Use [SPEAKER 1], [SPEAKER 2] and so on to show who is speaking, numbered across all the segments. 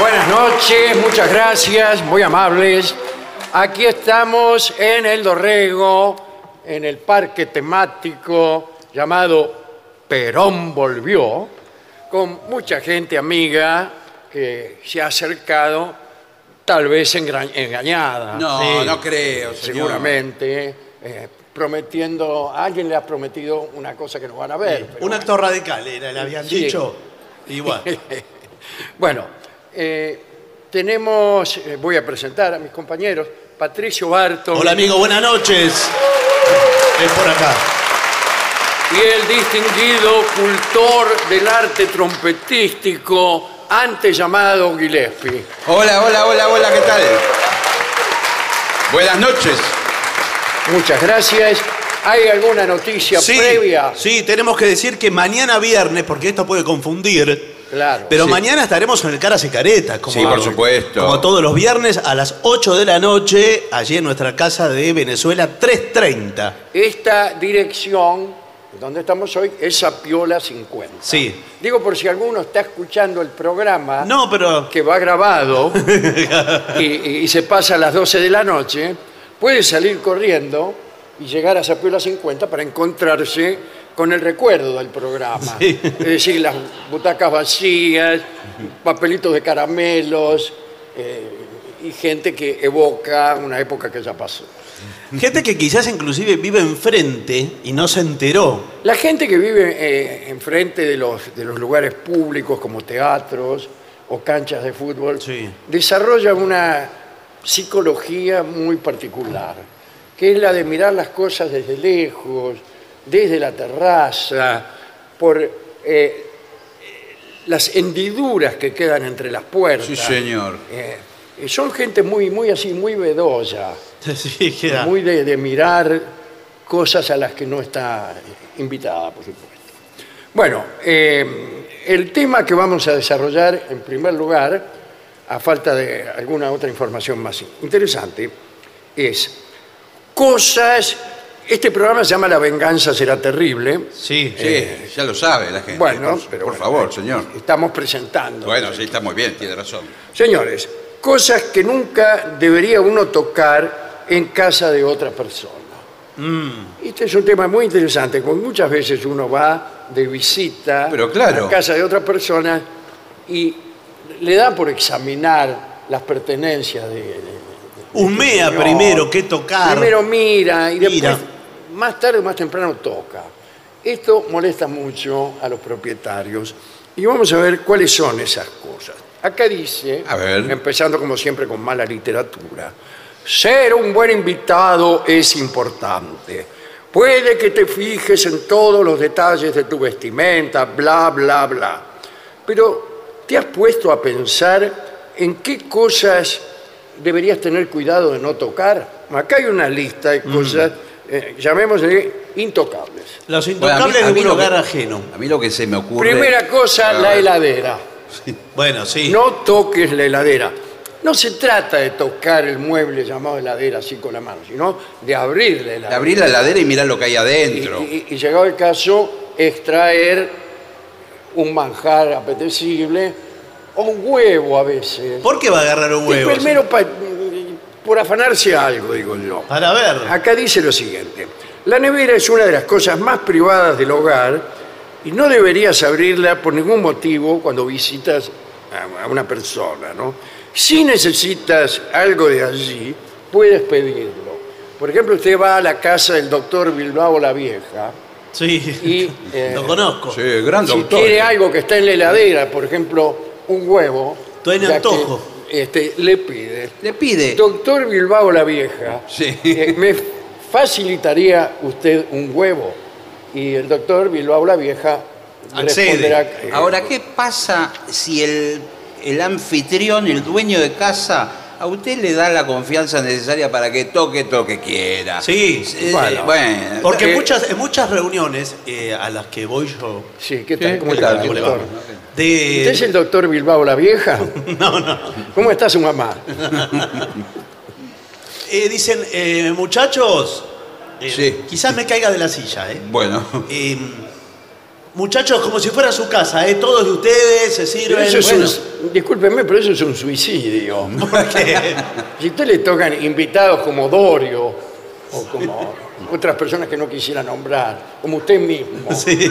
[SPEAKER 1] Buenas noches, muchas gracias, muy amables. Aquí estamos en el Dorrego, en el parque temático llamado Perón Volvió, con mucha gente amiga que se ha acercado, tal vez engra- engañada.
[SPEAKER 2] No,
[SPEAKER 1] Sí,
[SPEAKER 2] no creo, señor.
[SPEAKER 1] Seguramente, eh, prometiendo, alguien le ha prometido una cosa que no van a ver. pero
[SPEAKER 3] Un
[SPEAKER 1] bueno.
[SPEAKER 3] acto radical era, le habían
[SPEAKER 1] Sí.
[SPEAKER 3] dicho. Y bueno,
[SPEAKER 1] Bueno, eh, tenemos, eh, voy a presentar a mis compañeros, Patricio Barton,
[SPEAKER 3] hola amigo, buenas noches. Es por acá.
[SPEAKER 1] y el distinguido cultor del arte trompetístico, antes llamado Gillespie.
[SPEAKER 2] Hola, hola, hola, hola, ¿qué tal? Buenas noches.
[SPEAKER 1] Muchas gracias. ¿Hay alguna noticia previa?
[SPEAKER 3] sí, tenemos que decir que mañana viernes, porque esto puede confundir,
[SPEAKER 1] Claro.
[SPEAKER 3] pero
[SPEAKER 1] Sí.
[SPEAKER 3] mañana estaremos en el Caras y Caretas. Como,
[SPEAKER 2] Sí, por supuesto.
[SPEAKER 3] Como todos los viernes a las 8 de la noche, allí en nuestra casa de Venezuela 330.
[SPEAKER 1] Esta dirección, donde estamos hoy, es Sapiola 50.
[SPEAKER 3] Sí.
[SPEAKER 1] Digo por si alguno está escuchando el programa.
[SPEAKER 3] No, pero...
[SPEAKER 1] que va grabado y, y- y se pasa a las 12 de la noche, puede salir corriendo y llegar a Zapiola 50 para encontrarse con el recuerdo del programa.
[SPEAKER 3] Sí.
[SPEAKER 1] Es decir, las butacas vacías, papelitos de caramelos eh, y gente que evoca una época que ya pasó.
[SPEAKER 3] Gente que quizás inclusive vive enfrente y no se enteró.
[SPEAKER 1] La gente que vive eh, enfrente de los, de los lugares públicos como teatros o canchas de fútbol
[SPEAKER 3] Sí.
[SPEAKER 1] desarrolla una psicología muy particular, que es la de mirar las cosas desde lejos, desde la terraza, por eh, las hendiduras que quedan entre las puertas.
[SPEAKER 2] Sí, señor.
[SPEAKER 1] Eh, y son gente muy, muy así, muy bedoya
[SPEAKER 3] Sí, queda-
[SPEAKER 1] muy de, de mirar cosas a las que no está invitada, por supuesto. Bueno, eh, el tema que vamos a desarrollar en primer lugar, a falta de alguna otra información más interesante, es cosas, este programa se llama La venganza será terrible,
[SPEAKER 3] Sí,
[SPEAKER 2] Sí, ya lo sabe la gente.
[SPEAKER 1] eh, bueno,
[SPEAKER 2] por,
[SPEAKER 1] pero
[SPEAKER 2] por
[SPEAKER 1] bueno, eh,
[SPEAKER 2] favor, señor.
[SPEAKER 1] estamos presentando.
[SPEAKER 2] Bueno, sí, está muy bien, tiene razón.
[SPEAKER 1] Señores, cosas que nunca debería uno tocar en casa de otra persona. Este es un tema muy interesante, porque muchas veces uno va de visita
[SPEAKER 2] Pero claro.
[SPEAKER 1] a casa de otra persona y le da por examinar las pertenencias de... de-
[SPEAKER 3] Humea
[SPEAKER 1] señor.
[SPEAKER 3] primero, qué tocar.
[SPEAKER 1] Primero mira y después,
[SPEAKER 3] Mira.
[SPEAKER 1] más tarde o más temprano, toca. Esto molesta mucho a los propietarios. Y vamos a ver cuáles son esas cosas. Acá dice,
[SPEAKER 2] A ver.
[SPEAKER 1] empezando como siempre con mala literatura, ser un buen invitado es importante. Puede que te fijes en todos los detalles de tu vestimenta, bla, bla, bla. Pero ¿te has puesto a pensar en qué cosas deberías tener cuidado de no tocar? Acá hay una lista de cosas,
[SPEAKER 2] Mm.
[SPEAKER 1] eh, llamémosle intocables.
[SPEAKER 3] Los
[SPEAKER 2] Bueno, a mí-
[SPEAKER 3] intocables
[SPEAKER 2] a mí
[SPEAKER 3] de un
[SPEAKER 2] lo que-
[SPEAKER 3] hogar ajeno.
[SPEAKER 2] A mí lo que se me ocurre.
[SPEAKER 1] Primera cosa,
[SPEAKER 2] A
[SPEAKER 1] la
[SPEAKER 2] ver.
[SPEAKER 1] heladera.
[SPEAKER 3] Bueno, sí.
[SPEAKER 1] No toques la heladera. No se trata de tocar el mueble llamado heladera así con la mano, sino de abrir la heladera.
[SPEAKER 2] Abrir la heladera y mirar lo que hay
[SPEAKER 1] y,
[SPEAKER 2] adentro.
[SPEAKER 1] y- y llegado el caso, extraer un manjar apetecible o un huevo a veces.
[SPEAKER 3] ¿Por qué va a agarrar un huevo?
[SPEAKER 1] Primero pa- por afanarse algo, digo yo.
[SPEAKER 3] Para ver.
[SPEAKER 1] Acá dice lo siguiente. La nevera es una de las cosas más privadas del hogar y no deberías abrirla por ningún motivo cuando visitas a- a una persona, ¿no? Si necesitas algo de allí, puedes pedirlo. Por ejemplo, usted va a la casa del doctor Bilbao la Vieja
[SPEAKER 3] Sí.
[SPEAKER 1] y eh,
[SPEAKER 3] lo conozco.
[SPEAKER 2] Sí, gran
[SPEAKER 1] si
[SPEAKER 2] doctor. este.
[SPEAKER 1] quiere algo que está en la heladera, por ejemplo, un huevo,
[SPEAKER 3] Tiene
[SPEAKER 1] ya que,
[SPEAKER 3] antojo.
[SPEAKER 1] este, le pide.
[SPEAKER 2] Le pide.
[SPEAKER 1] Doctor Bilbao la Vieja,
[SPEAKER 2] Sí.
[SPEAKER 1] eh, ¿me facilitaría usted un huevo? Y el doctor Bilbao la Vieja
[SPEAKER 3] Accede.
[SPEAKER 1] responderá, eh,
[SPEAKER 2] Ahora, ¿qué pasa si el, el anfitrión, el dueño de casa, a usted le da la confianza necesaria para que toque lo que quiera?
[SPEAKER 3] Sí.
[SPEAKER 2] Eh,
[SPEAKER 1] Bueno.
[SPEAKER 2] bueno.
[SPEAKER 3] Porque
[SPEAKER 1] Eh,
[SPEAKER 3] muchas, en muchas reuniones eh, a las que voy yo,
[SPEAKER 1] Sí, ¿qué tal?
[SPEAKER 2] ¿Qué
[SPEAKER 1] ¿Cómo
[SPEAKER 2] tal?
[SPEAKER 1] está,
[SPEAKER 2] ¿Cómo le
[SPEAKER 1] doctor?
[SPEAKER 2] va?
[SPEAKER 1] ¿Usted es
[SPEAKER 3] de.
[SPEAKER 1] el doctor Bilbao la Vieja?
[SPEAKER 3] No, no.
[SPEAKER 1] ¿Cómo está su mamá?
[SPEAKER 3] Eh, dicen, eh, muchachos. eh,
[SPEAKER 2] Sí.
[SPEAKER 3] Quizás me caiga de la silla, ¿eh?
[SPEAKER 2] Bueno,
[SPEAKER 3] Eh, Muchachos, como si fuera su casa, ¿eh? Todos de ustedes se
[SPEAKER 1] Pero
[SPEAKER 3] sirven.
[SPEAKER 1] eso es
[SPEAKER 3] bueno,
[SPEAKER 1] un- discúlpeme, pero eso es un suicidio.
[SPEAKER 3] porque-
[SPEAKER 1] Si usted le tocan invitados como Dorio o como otras personas que no quisiera nombrar, como usted mismo,
[SPEAKER 3] sí.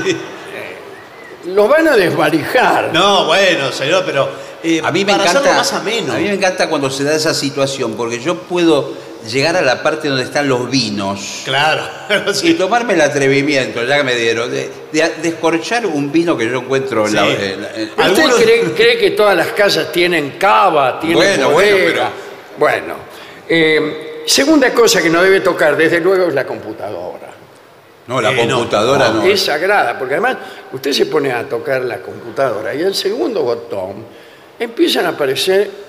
[SPEAKER 1] los van a desvalijar.
[SPEAKER 3] No, bueno, señor, pero eh,
[SPEAKER 2] a mí me
[SPEAKER 3] para
[SPEAKER 2] encanta.
[SPEAKER 3] hacerlo más ameno.
[SPEAKER 2] A mí me encanta cuando se da esa situación, porque yo puedo llegar a la parte donde están los vinos.
[SPEAKER 3] Claro,
[SPEAKER 2] Y
[SPEAKER 3] sí.
[SPEAKER 2] tomarme el atrevimiento, ya que me dieron, de, de- de escorchar un vino que yo encuentro en la-
[SPEAKER 3] Sí.
[SPEAKER 2] en la- en-
[SPEAKER 1] ¿Usted
[SPEAKER 3] Algunos-
[SPEAKER 1] cree, cree que todas las casas tienen cava, tienen
[SPEAKER 2] Bueno, bueno,
[SPEAKER 1] bodega? Bueno, eh, segunda cosa que no debe tocar, desde luego, es la computadora.
[SPEAKER 2] No, la
[SPEAKER 3] Eh, no.
[SPEAKER 2] computadora no.
[SPEAKER 1] Es sagrada, porque además usted se pone a tocar la computadora y el segundo botón empiezan a aparecer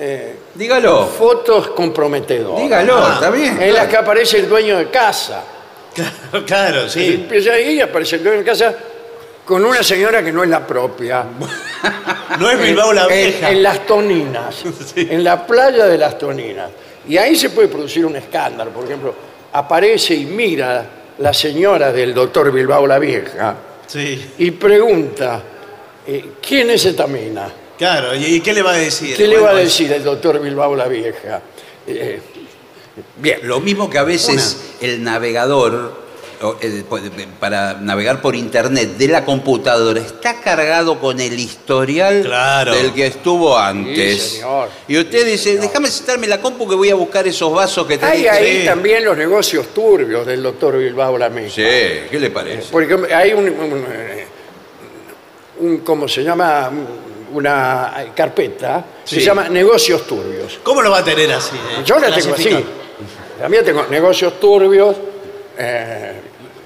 [SPEAKER 1] eh,
[SPEAKER 2] Dígalo,
[SPEAKER 1] fotos comprometedoras.
[SPEAKER 2] dígalo,
[SPEAKER 3] Ah,
[SPEAKER 2] está bien.
[SPEAKER 1] En las que aparece el dueño de casa.
[SPEAKER 3] Claro, claro,
[SPEAKER 1] Y
[SPEAKER 3] sí.
[SPEAKER 1] empieza ahí y aparece el dueño de casa con una señora que no es la propia.
[SPEAKER 3] No es Bilbao la
[SPEAKER 1] En-
[SPEAKER 3] vieja.
[SPEAKER 1] En, las toninas, en la playa de las toninas. Y ahí se puede producir un escándalo. Por ejemplo, aparece y mira la señora del doctor Bilbao la Vieja
[SPEAKER 3] Sí,
[SPEAKER 1] y pregunta, eh, ¿quién es esta mina?
[SPEAKER 3] claro. ¿Y, y qué le va a decir?
[SPEAKER 1] ¿Qué le
[SPEAKER 3] Bueno,
[SPEAKER 1] va a decir el doctor Bilbao la Vieja? Eh, bien,
[SPEAKER 2] Lo mismo que a veces el navegador, o, eh, po- eh, para navegar por internet de la computadora, está cargado con el historial
[SPEAKER 3] Claro.
[SPEAKER 2] del que estuvo antes.
[SPEAKER 1] señor.
[SPEAKER 2] Y usted dice, déjame sentarme en la compu que voy a buscar esos vasos que
[SPEAKER 1] hay
[SPEAKER 2] tenés.
[SPEAKER 1] ahí
[SPEAKER 3] sí.
[SPEAKER 1] también los negocios turbios del doctor Bilbao la Vieja.
[SPEAKER 2] Sí, ¿qué le parece?
[SPEAKER 1] Porque hay un, un, eh, un- ¿cómo se llama? Una carpeta, se
[SPEAKER 2] Sí.
[SPEAKER 1] llama negocios turbios.
[SPEAKER 3] ¿Cómo lo va a tener así? eh?
[SPEAKER 1] Yo la tengo así.
[SPEAKER 3] Clasifica.
[SPEAKER 1] La mía tengo negocios turbios, eh,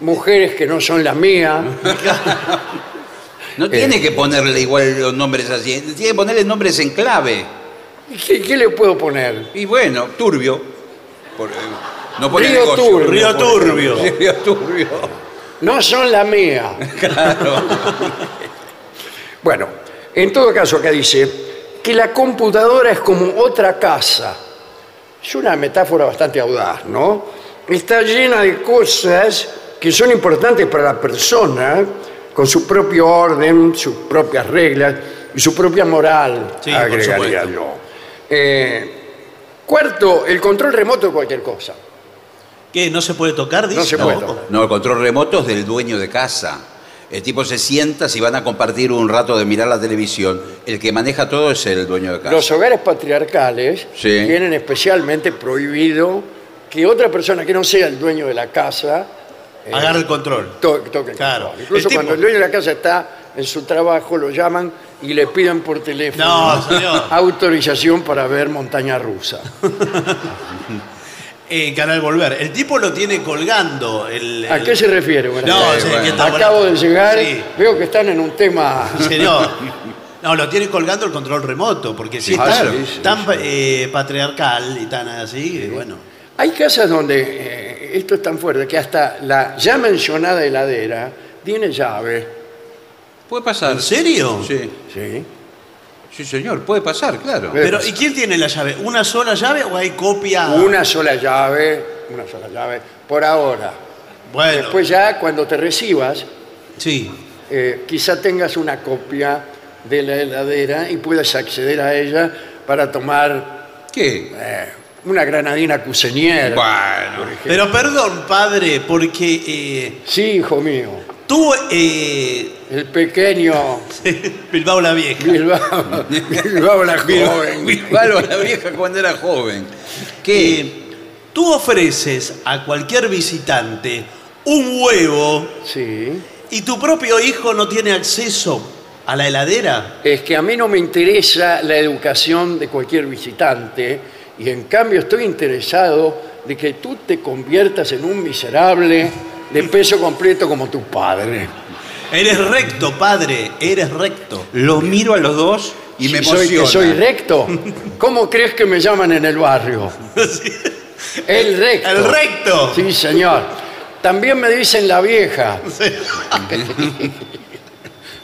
[SPEAKER 1] mujeres que no son la mía. Eh,
[SPEAKER 2] No tiene que ponerle igual los nombres así, tiene que ponerle nombres en clave.
[SPEAKER 1] ¿Y ¿Qué, qué le puedo poner?
[SPEAKER 2] Y bueno, turbio. Por- eh, no pone
[SPEAKER 1] Río
[SPEAKER 2] negocio.
[SPEAKER 1] Turbio.
[SPEAKER 3] Río Turbio.
[SPEAKER 2] Río turbio.
[SPEAKER 1] No son la mía. Bueno, en todo caso acá dice que la computadora es como otra casa. Es una metáfora bastante audaz, ¿no? Está llena de cosas que son importantes para la persona, con su propio orden, sus propias reglas y su propia moral,
[SPEAKER 3] Sí, por
[SPEAKER 1] agregaría
[SPEAKER 3] supuesto.
[SPEAKER 1] yo. Eh, cuarto, el control remoto de cualquier cosa.
[SPEAKER 3] ¿Qué? ¿No se puede tocar? Dice?
[SPEAKER 1] No se
[SPEAKER 2] No,
[SPEAKER 1] puede tocar.
[SPEAKER 2] no, el control remoto es del dueño de casa. El tipo se sienta, si van a compartir un rato de mirar la televisión, el que maneja todo es el dueño de casa.
[SPEAKER 1] Los hogares patriarcales
[SPEAKER 2] Sí.
[SPEAKER 1] tienen especialmente prohibido que otra persona que no sea el dueño de la casa eh,
[SPEAKER 3] Agarra el control.
[SPEAKER 1] to- toque el
[SPEAKER 3] Claro.
[SPEAKER 1] control. Incluso
[SPEAKER 3] El tipo-
[SPEAKER 1] cuando el dueño de la casa está en su trabajo, lo llaman y le piden por teléfono
[SPEAKER 3] No, señor.
[SPEAKER 1] autorización para ver montaña rusa.
[SPEAKER 3] En Eh, Canal Volver. El tipo lo tiene colgando. El,
[SPEAKER 1] ¿A
[SPEAKER 3] el-
[SPEAKER 1] qué se refiere? Buenas
[SPEAKER 3] No,
[SPEAKER 1] tardes?
[SPEAKER 3] sí,
[SPEAKER 2] bueno.
[SPEAKER 3] que está
[SPEAKER 1] Acabo de
[SPEAKER 3] bueno.
[SPEAKER 1] llegar,
[SPEAKER 3] Sí,
[SPEAKER 1] veo que están en un tema...
[SPEAKER 3] señor. No, lo tiene colgando el control remoto, porque si
[SPEAKER 1] Sí,
[SPEAKER 3] está
[SPEAKER 1] ah, sí, sí,
[SPEAKER 3] tan eh, patriarcal y tan así, que bueno.
[SPEAKER 1] Hay casas donde eh, esto es tan fuerte que hasta la ya mencionada heladera tiene llave.
[SPEAKER 2] Puede pasar.
[SPEAKER 3] ¿En serio?
[SPEAKER 2] Sí,
[SPEAKER 1] ¿sí?
[SPEAKER 2] sí, señor, puede pasar, claro.
[SPEAKER 1] Eh,
[SPEAKER 3] Pero, ¿y quién tiene la llave? ¿Una sola llave o hay copia?
[SPEAKER 1] Una sola llave, una sola llave, por ahora.
[SPEAKER 3] Bueno,
[SPEAKER 1] Después ya cuando te recibas,
[SPEAKER 3] sí.
[SPEAKER 1] eh, quizá tengas una copia de la heladera y puedas acceder a ella para tomar
[SPEAKER 2] ¿Qué?
[SPEAKER 1] eh, una granadina cuseñera.
[SPEAKER 2] Bueno.
[SPEAKER 3] Pero perdón, padre, porque eh,
[SPEAKER 1] Sí, hijo mío,
[SPEAKER 3] tú, eh,
[SPEAKER 1] el pequeño
[SPEAKER 3] Bilbao la vieja,
[SPEAKER 1] Bilbao, Bilbao la joven.
[SPEAKER 2] Claro, la vieja cuando era joven. ¿Qué?
[SPEAKER 3] eh, tú ofreces a cualquier visitante un huevo
[SPEAKER 1] Sí.
[SPEAKER 3] y tu propio hijo no tiene acceso a la heladera.
[SPEAKER 1] es que a mí no me interesa la educación de cualquier visitante y en cambio estoy interesado de que tú te conviertas en un miserable de peso completo como tu padre.
[SPEAKER 3] Eres recto, padre, eres recto.
[SPEAKER 2] Los miro a los dos y me
[SPEAKER 1] Si soy, que
[SPEAKER 2] emociona.
[SPEAKER 1] soy recto. ¿Cómo crees que me llaman en el barrio? El recto.
[SPEAKER 3] ¡El recto!
[SPEAKER 1] Sí, señor. También me dicen la vieja.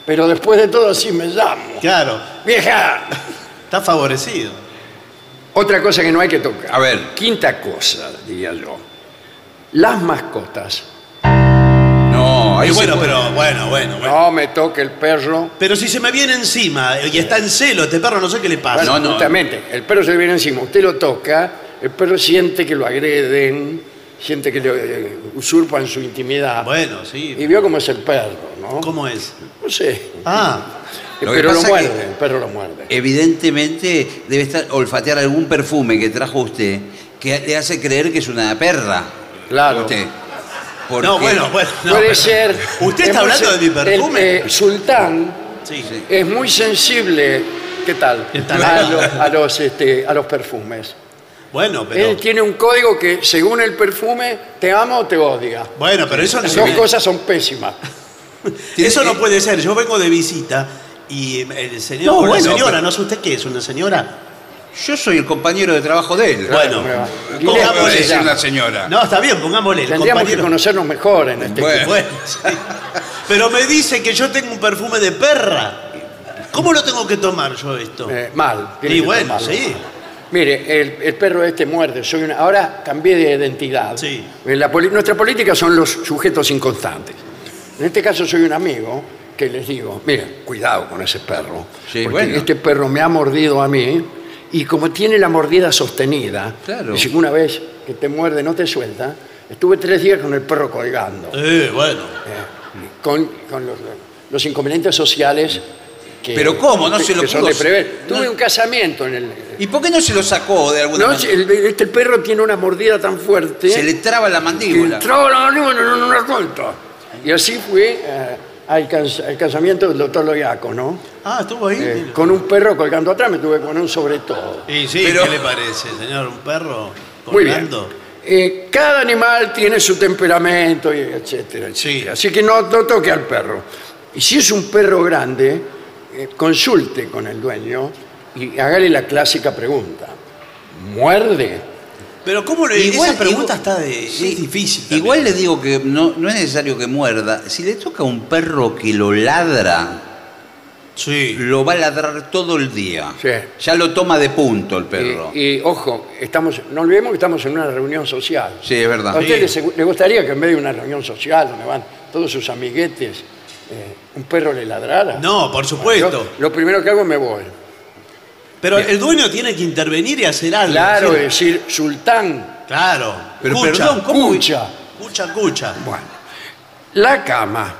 [SPEAKER 1] Pero después de todo así me llamo.
[SPEAKER 3] Claro,
[SPEAKER 1] ¡Vieja!
[SPEAKER 3] está favorecido.
[SPEAKER 1] Otra cosa que no hay que tocar.
[SPEAKER 2] A ver.
[SPEAKER 1] Quinta cosa, diría yo. Las mascotas.
[SPEAKER 2] No, ahí
[SPEAKER 3] Y
[SPEAKER 2] sí
[SPEAKER 3] bueno,
[SPEAKER 2] puede.
[SPEAKER 3] pero bueno, bueno, bueno.
[SPEAKER 1] No me toque el perro.
[SPEAKER 3] Pero si se me viene encima y está en celo, este perro no sé qué le pasa.
[SPEAKER 2] No, no.
[SPEAKER 1] Justamente, el perro se le viene encima. Usted lo toca, el perro siente que lo agreden, siente que le eh, usurpan su intimidad.
[SPEAKER 3] Bueno,
[SPEAKER 1] Y
[SPEAKER 3] sí.
[SPEAKER 1] vio cómo es el perro, ¿no?
[SPEAKER 3] ¿Cómo es?
[SPEAKER 1] No sé.
[SPEAKER 3] Ah,
[SPEAKER 2] Lo que
[SPEAKER 1] pero lo
[SPEAKER 2] pasa que-
[SPEAKER 1] muerde, el perro lo muerde.
[SPEAKER 2] Evidentemente debe estar olfatear algún perfume que trajo usted que le hace creer que es una perra.
[SPEAKER 1] Claro.
[SPEAKER 2] Usted. Porque-
[SPEAKER 3] no, bueno, bueno. no,
[SPEAKER 1] Puede
[SPEAKER 3] pero-
[SPEAKER 1] ser.
[SPEAKER 3] Usted
[SPEAKER 1] es
[SPEAKER 3] está
[SPEAKER 1] muy
[SPEAKER 3] hablando
[SPEAKER 1] sen-
[SPEAKER 3] de mi perfume.
[SPEAKER 1] el, eh, Sultán
[SPEAKER 3] Sí,
[SPEAKER 2] Sí.
[SPEAKER 1] es muy sensible. ¿Qué tal?
[SPEAKER 3] ¿Qué tal?
[SPEAKER 1] A, lo- a los, este, a los perfumes.
[SPEAKER 3] Bueno,
[SPEAKER 1] Él
[SPEAKER 3] pero.
[SPEAKER 1] tiene un código que, según el perfume, te ama o te odia.
[SPEAKER 3] Bueno, pero eso no,
[SPEAKER 1] Las
[SPEAKER 3] se
[SPEAKER 1] dos
[SPEAKER 3] ve-
[SPEAKER 1] cosas son pésimas.
[SPEAKER 3] eso
[SPEAKER 1] Eh,
[SPEAKER 3] no puede ser. Yo vengo de visita y el señor.
[SPEAKER 2] No,
[SPEAKER 3] o la
[SPEAKER 2] bueno,
[SPEAKER 3] señora,
[SPEAKER 2] pero-
[SPEAKER 3] no sé usted qué es, una señora.
[SPEAKER 2] Yo soy el compañero de trabajo de él.
[SPEAKER 3] Bueno,
[SPEAKER 1] me va.
[SPEAKER 2] ¿Cómo
[SPEAKER 3] Guillermo
[SPEAKER 2] me va a
[SPEAKER 3] se
[SPEAKER 2] decir
[SPEAKER 3] llama.
[SPEAKER 2] una señora?
[SPEAKER 3] No, está bien, pongámosle. El
[SPEAKER 1] Tendríamos que
[SPEAKER 3] compañero.
[SPEAKER 1] conocernos mejor en este.
[SPEAKER 2] Bueno.
[SPEAKER 3] Bueno, sí. Pero me dice que yo tengo un perfume de perra. ¿Cómo lo tengo que tomar yo esto?
[SPEAKER 1] eh, mal. tiene
[SPEAKER 3] y
[SPEAKER 1] que
[SPEAKER 3] bueno,
[SPEAKER 1] tomarlo.
[SPEAKER 3] sí.
[SPEAKER 1] Mire, el, el perro este muerde. Soy una- ahora cambié de identidad.
[SPEAKER 3] Sí.
[SPEAKER 1] Eh, la poli- nuestra política son los sujetos inconstantes. En este caso soy un amigo que les digo, miren, cuidado con ese perro.
[SPEAKER 2] Sí,
[SPEAKER 1] porque
[SPEAKER 2] bueno.
[SPEAKER 1] este perro me ha mordido a mí y como tiene la mordida sostenida,
[SPEAKER 2] Claro.
[SPEAKER 1] y si una vez que te muerde no te suelta, estuve tres días con el perro colgando.
[SPEAKER 3] Eh, bueno.
[SPEAKER 1] con, con los, los inconvenientes sociales que,
[SPEAKER 2] Pero ¿cómo? No
[SPEAKER 1] que-
[SPEAKER 2] se lo
[SPEAKER 1] que son
[SPEAKER 2] pudo-
[SPEAKER 1] de prever. Tuve un casamiento en el...
[SPEAKER 2] ¿Y por qué no se lo sacó de alguna
[SPEAKER 1] No,
[SPEAKER 2] manera?
[SPEAKER 1] el- este perro tiene una mordida tan fuerte
[SPEAKER 2] Se le traba la
[SPEAKER 1] que
[SPEAKER 2] mandíbula.
[SPEAKER 1] entraba la mano en un asunto. Y así fui eh, al, cas- al casamiento del doctor Loyaco, ¿no?
[SPEAKER 3] Ah, estuvo ahí.
[SPEAKER 1] Eh,
[SPEAKER 3] mira.
[SPEAKER 1] con un perro colgando atrás, me tuve que poner un sobre todo.
[SPEAKER 3] Y sí,
[SPEAKER 2] Pero-
[SPEAKER 3] ¿qué le parece, señor? ¿Un perro
[SPEAKER 1] Muy bien.
[SPEAKER 3] colgando?
[SPEAKER 1] Eh, cada animal tiene su temperamento, y etcétera, etcétera.
[SPEAKER 3] Sí.
[SPEAKER 1] Así que no, no toque al perro. Y si es un perro grande, eh, consulte con el dueño y hágale la clásica pregunta. ¿Muerde?
[SPEAKER 3] Pero ¿cómo lo
[SPEAKER 2] Igual-
[SPEAKER 3] Esa pregunta
[SPEAKER 2] igual-
[SPEAKER 3] está de...
[SPEAKER 2] sí,
[SPEAKER 3] es difícil. también.
[SPEAKER 2] Igual le digo que no, no es necesario que muerda. Si le toca a un perro que lo ladra,
[SPEAKER 3] Sí.
[SPEAKER 2] lo va a ladrar todo el día.
[SPEAKER 1] Sí.
[SPEAKER 2] Ya lo toma de punto el perro.
[SPEAKER 1] Y, y, ojo, estamos, no olvidemos que estamos en una reunión social.
[SPEAKER 2] Sí, es verdad.
[SPEAKER 1] ¿A usted
[SPEAKER 3] Sí.
[SPEAKER 1] le, le gustaría que en medio de una reunión social donde van todos sus amiguetes, eh, un perro le ladrara?
[SPEAKER 3] No, por
[SPEAKER 1] Yo,
[SPEAKER 3] supuesto.
[SPEAKER 1] lo primero que hago es me voy.
[SPEAKER 3] Pero el dueño tiene que intervenir y hacer algo.
[SPEAKER 1] Claro,
[SPEAKER 3] ¿sí?
[SPEAKER 1] es decir, sultán,
[SPEAKER 3] Claro.
[SPEAKER 2] Pero
[SPEAKER 3] cucha,
[SPEAKER 2] perdón, ¿cómo-
[SPEAKER 1] Cucha.
[SPEAKER 3] Cucha, cucha.
[SPEAKER 1] Bueno, la cama.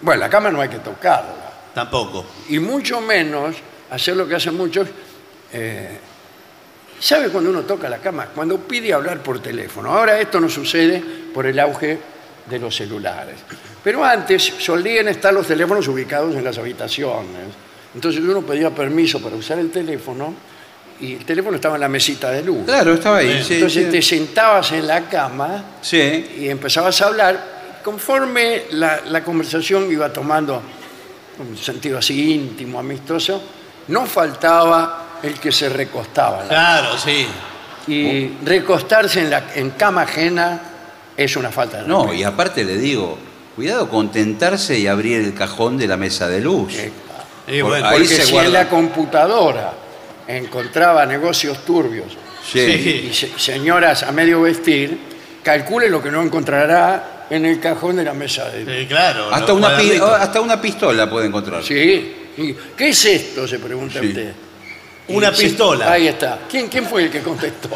[SPEAKER 1] Bueno, la cama no hay que tocarla.
[SPEAKER 3] Tampoco.
[SPEAKER 1] Y mucho menos hacer lo que hacen muchos. eh, ¿Sabe cuando uno toca la cama? Cuando pide hablar por teléfono. Ahora esto no sucede por el auge de los celulares. Pero antes solían estar los teléfonos ubicados en las habitaciones. Entonces uno pedía permiso para usar el teléfono y el teléfono estaba en la mesita de luz.
[SPEAKER 2] Claro, estaba ahí. sí,
[SPEAKER 1] Entonces
[SPEAKER 2] sí.
[SPEAKER 1] te sentabas en la cama
[SPEAKER 2] Sí.
[SPEAKER 1] ¿Ah? y empezabas a hablar. Conforme la, la conversación iba tomando un sentido así íntimo, amistoso, no faltaba el que se recostaba. en la-
[SPEAKER 3] Claro, sí.
[SPEAKER 2] Oh.
[SPEAKER 1] Y recostarse en, la, en cama ajena es una falta de
[SPEAKER 2] No,
[SPEAKER 1] respeto.
[SPEAKER 2] y aparte le digo, cuidado con tentarse y abrir el cajón de la mesa de luz.
[SPEAKER 1] Eh,
[SPEAKER 3] Y
[SPEAKER 2] Por
[SPEAKER 3] bueno,
[SPEAKER 2] ahí
[SPEAKER 1] Porque
[SPEAKER 2] se
[SPEAKER 1] si
[SPEAKER 2] guarda.
[SPEAKER 1] en la computadora encontraba negocios turbios
[SPEAKER 2] Sí.
[SPEAKER 1] y se- señoras a medio vestir, calcule lo que no encontrará en el cajón de la mesa de
[SPEAKER 3] sí, claro.
[SPEAKER 2] Hasta
[SPEAKER 3] los
[SPEAKER 2] una, pi-
[SPEAKER 3] cuadernitos.
[SPEAKER 2] hasta una pistola puede encontrar.
[SPEAKER 1] Sí. ¿Y ¿Qué es esto? Se pregunta
[SPEAKER 2] Sí.
[SPEAKER 1] usted.
[SPEAKER 3] Una
[SPEAKER 1] Y dice,
[SPEAKER 3] pistola. Eh,
[SPEAKER 1] Ahí está. ¿Quién, ¿Quién fue el que contestó?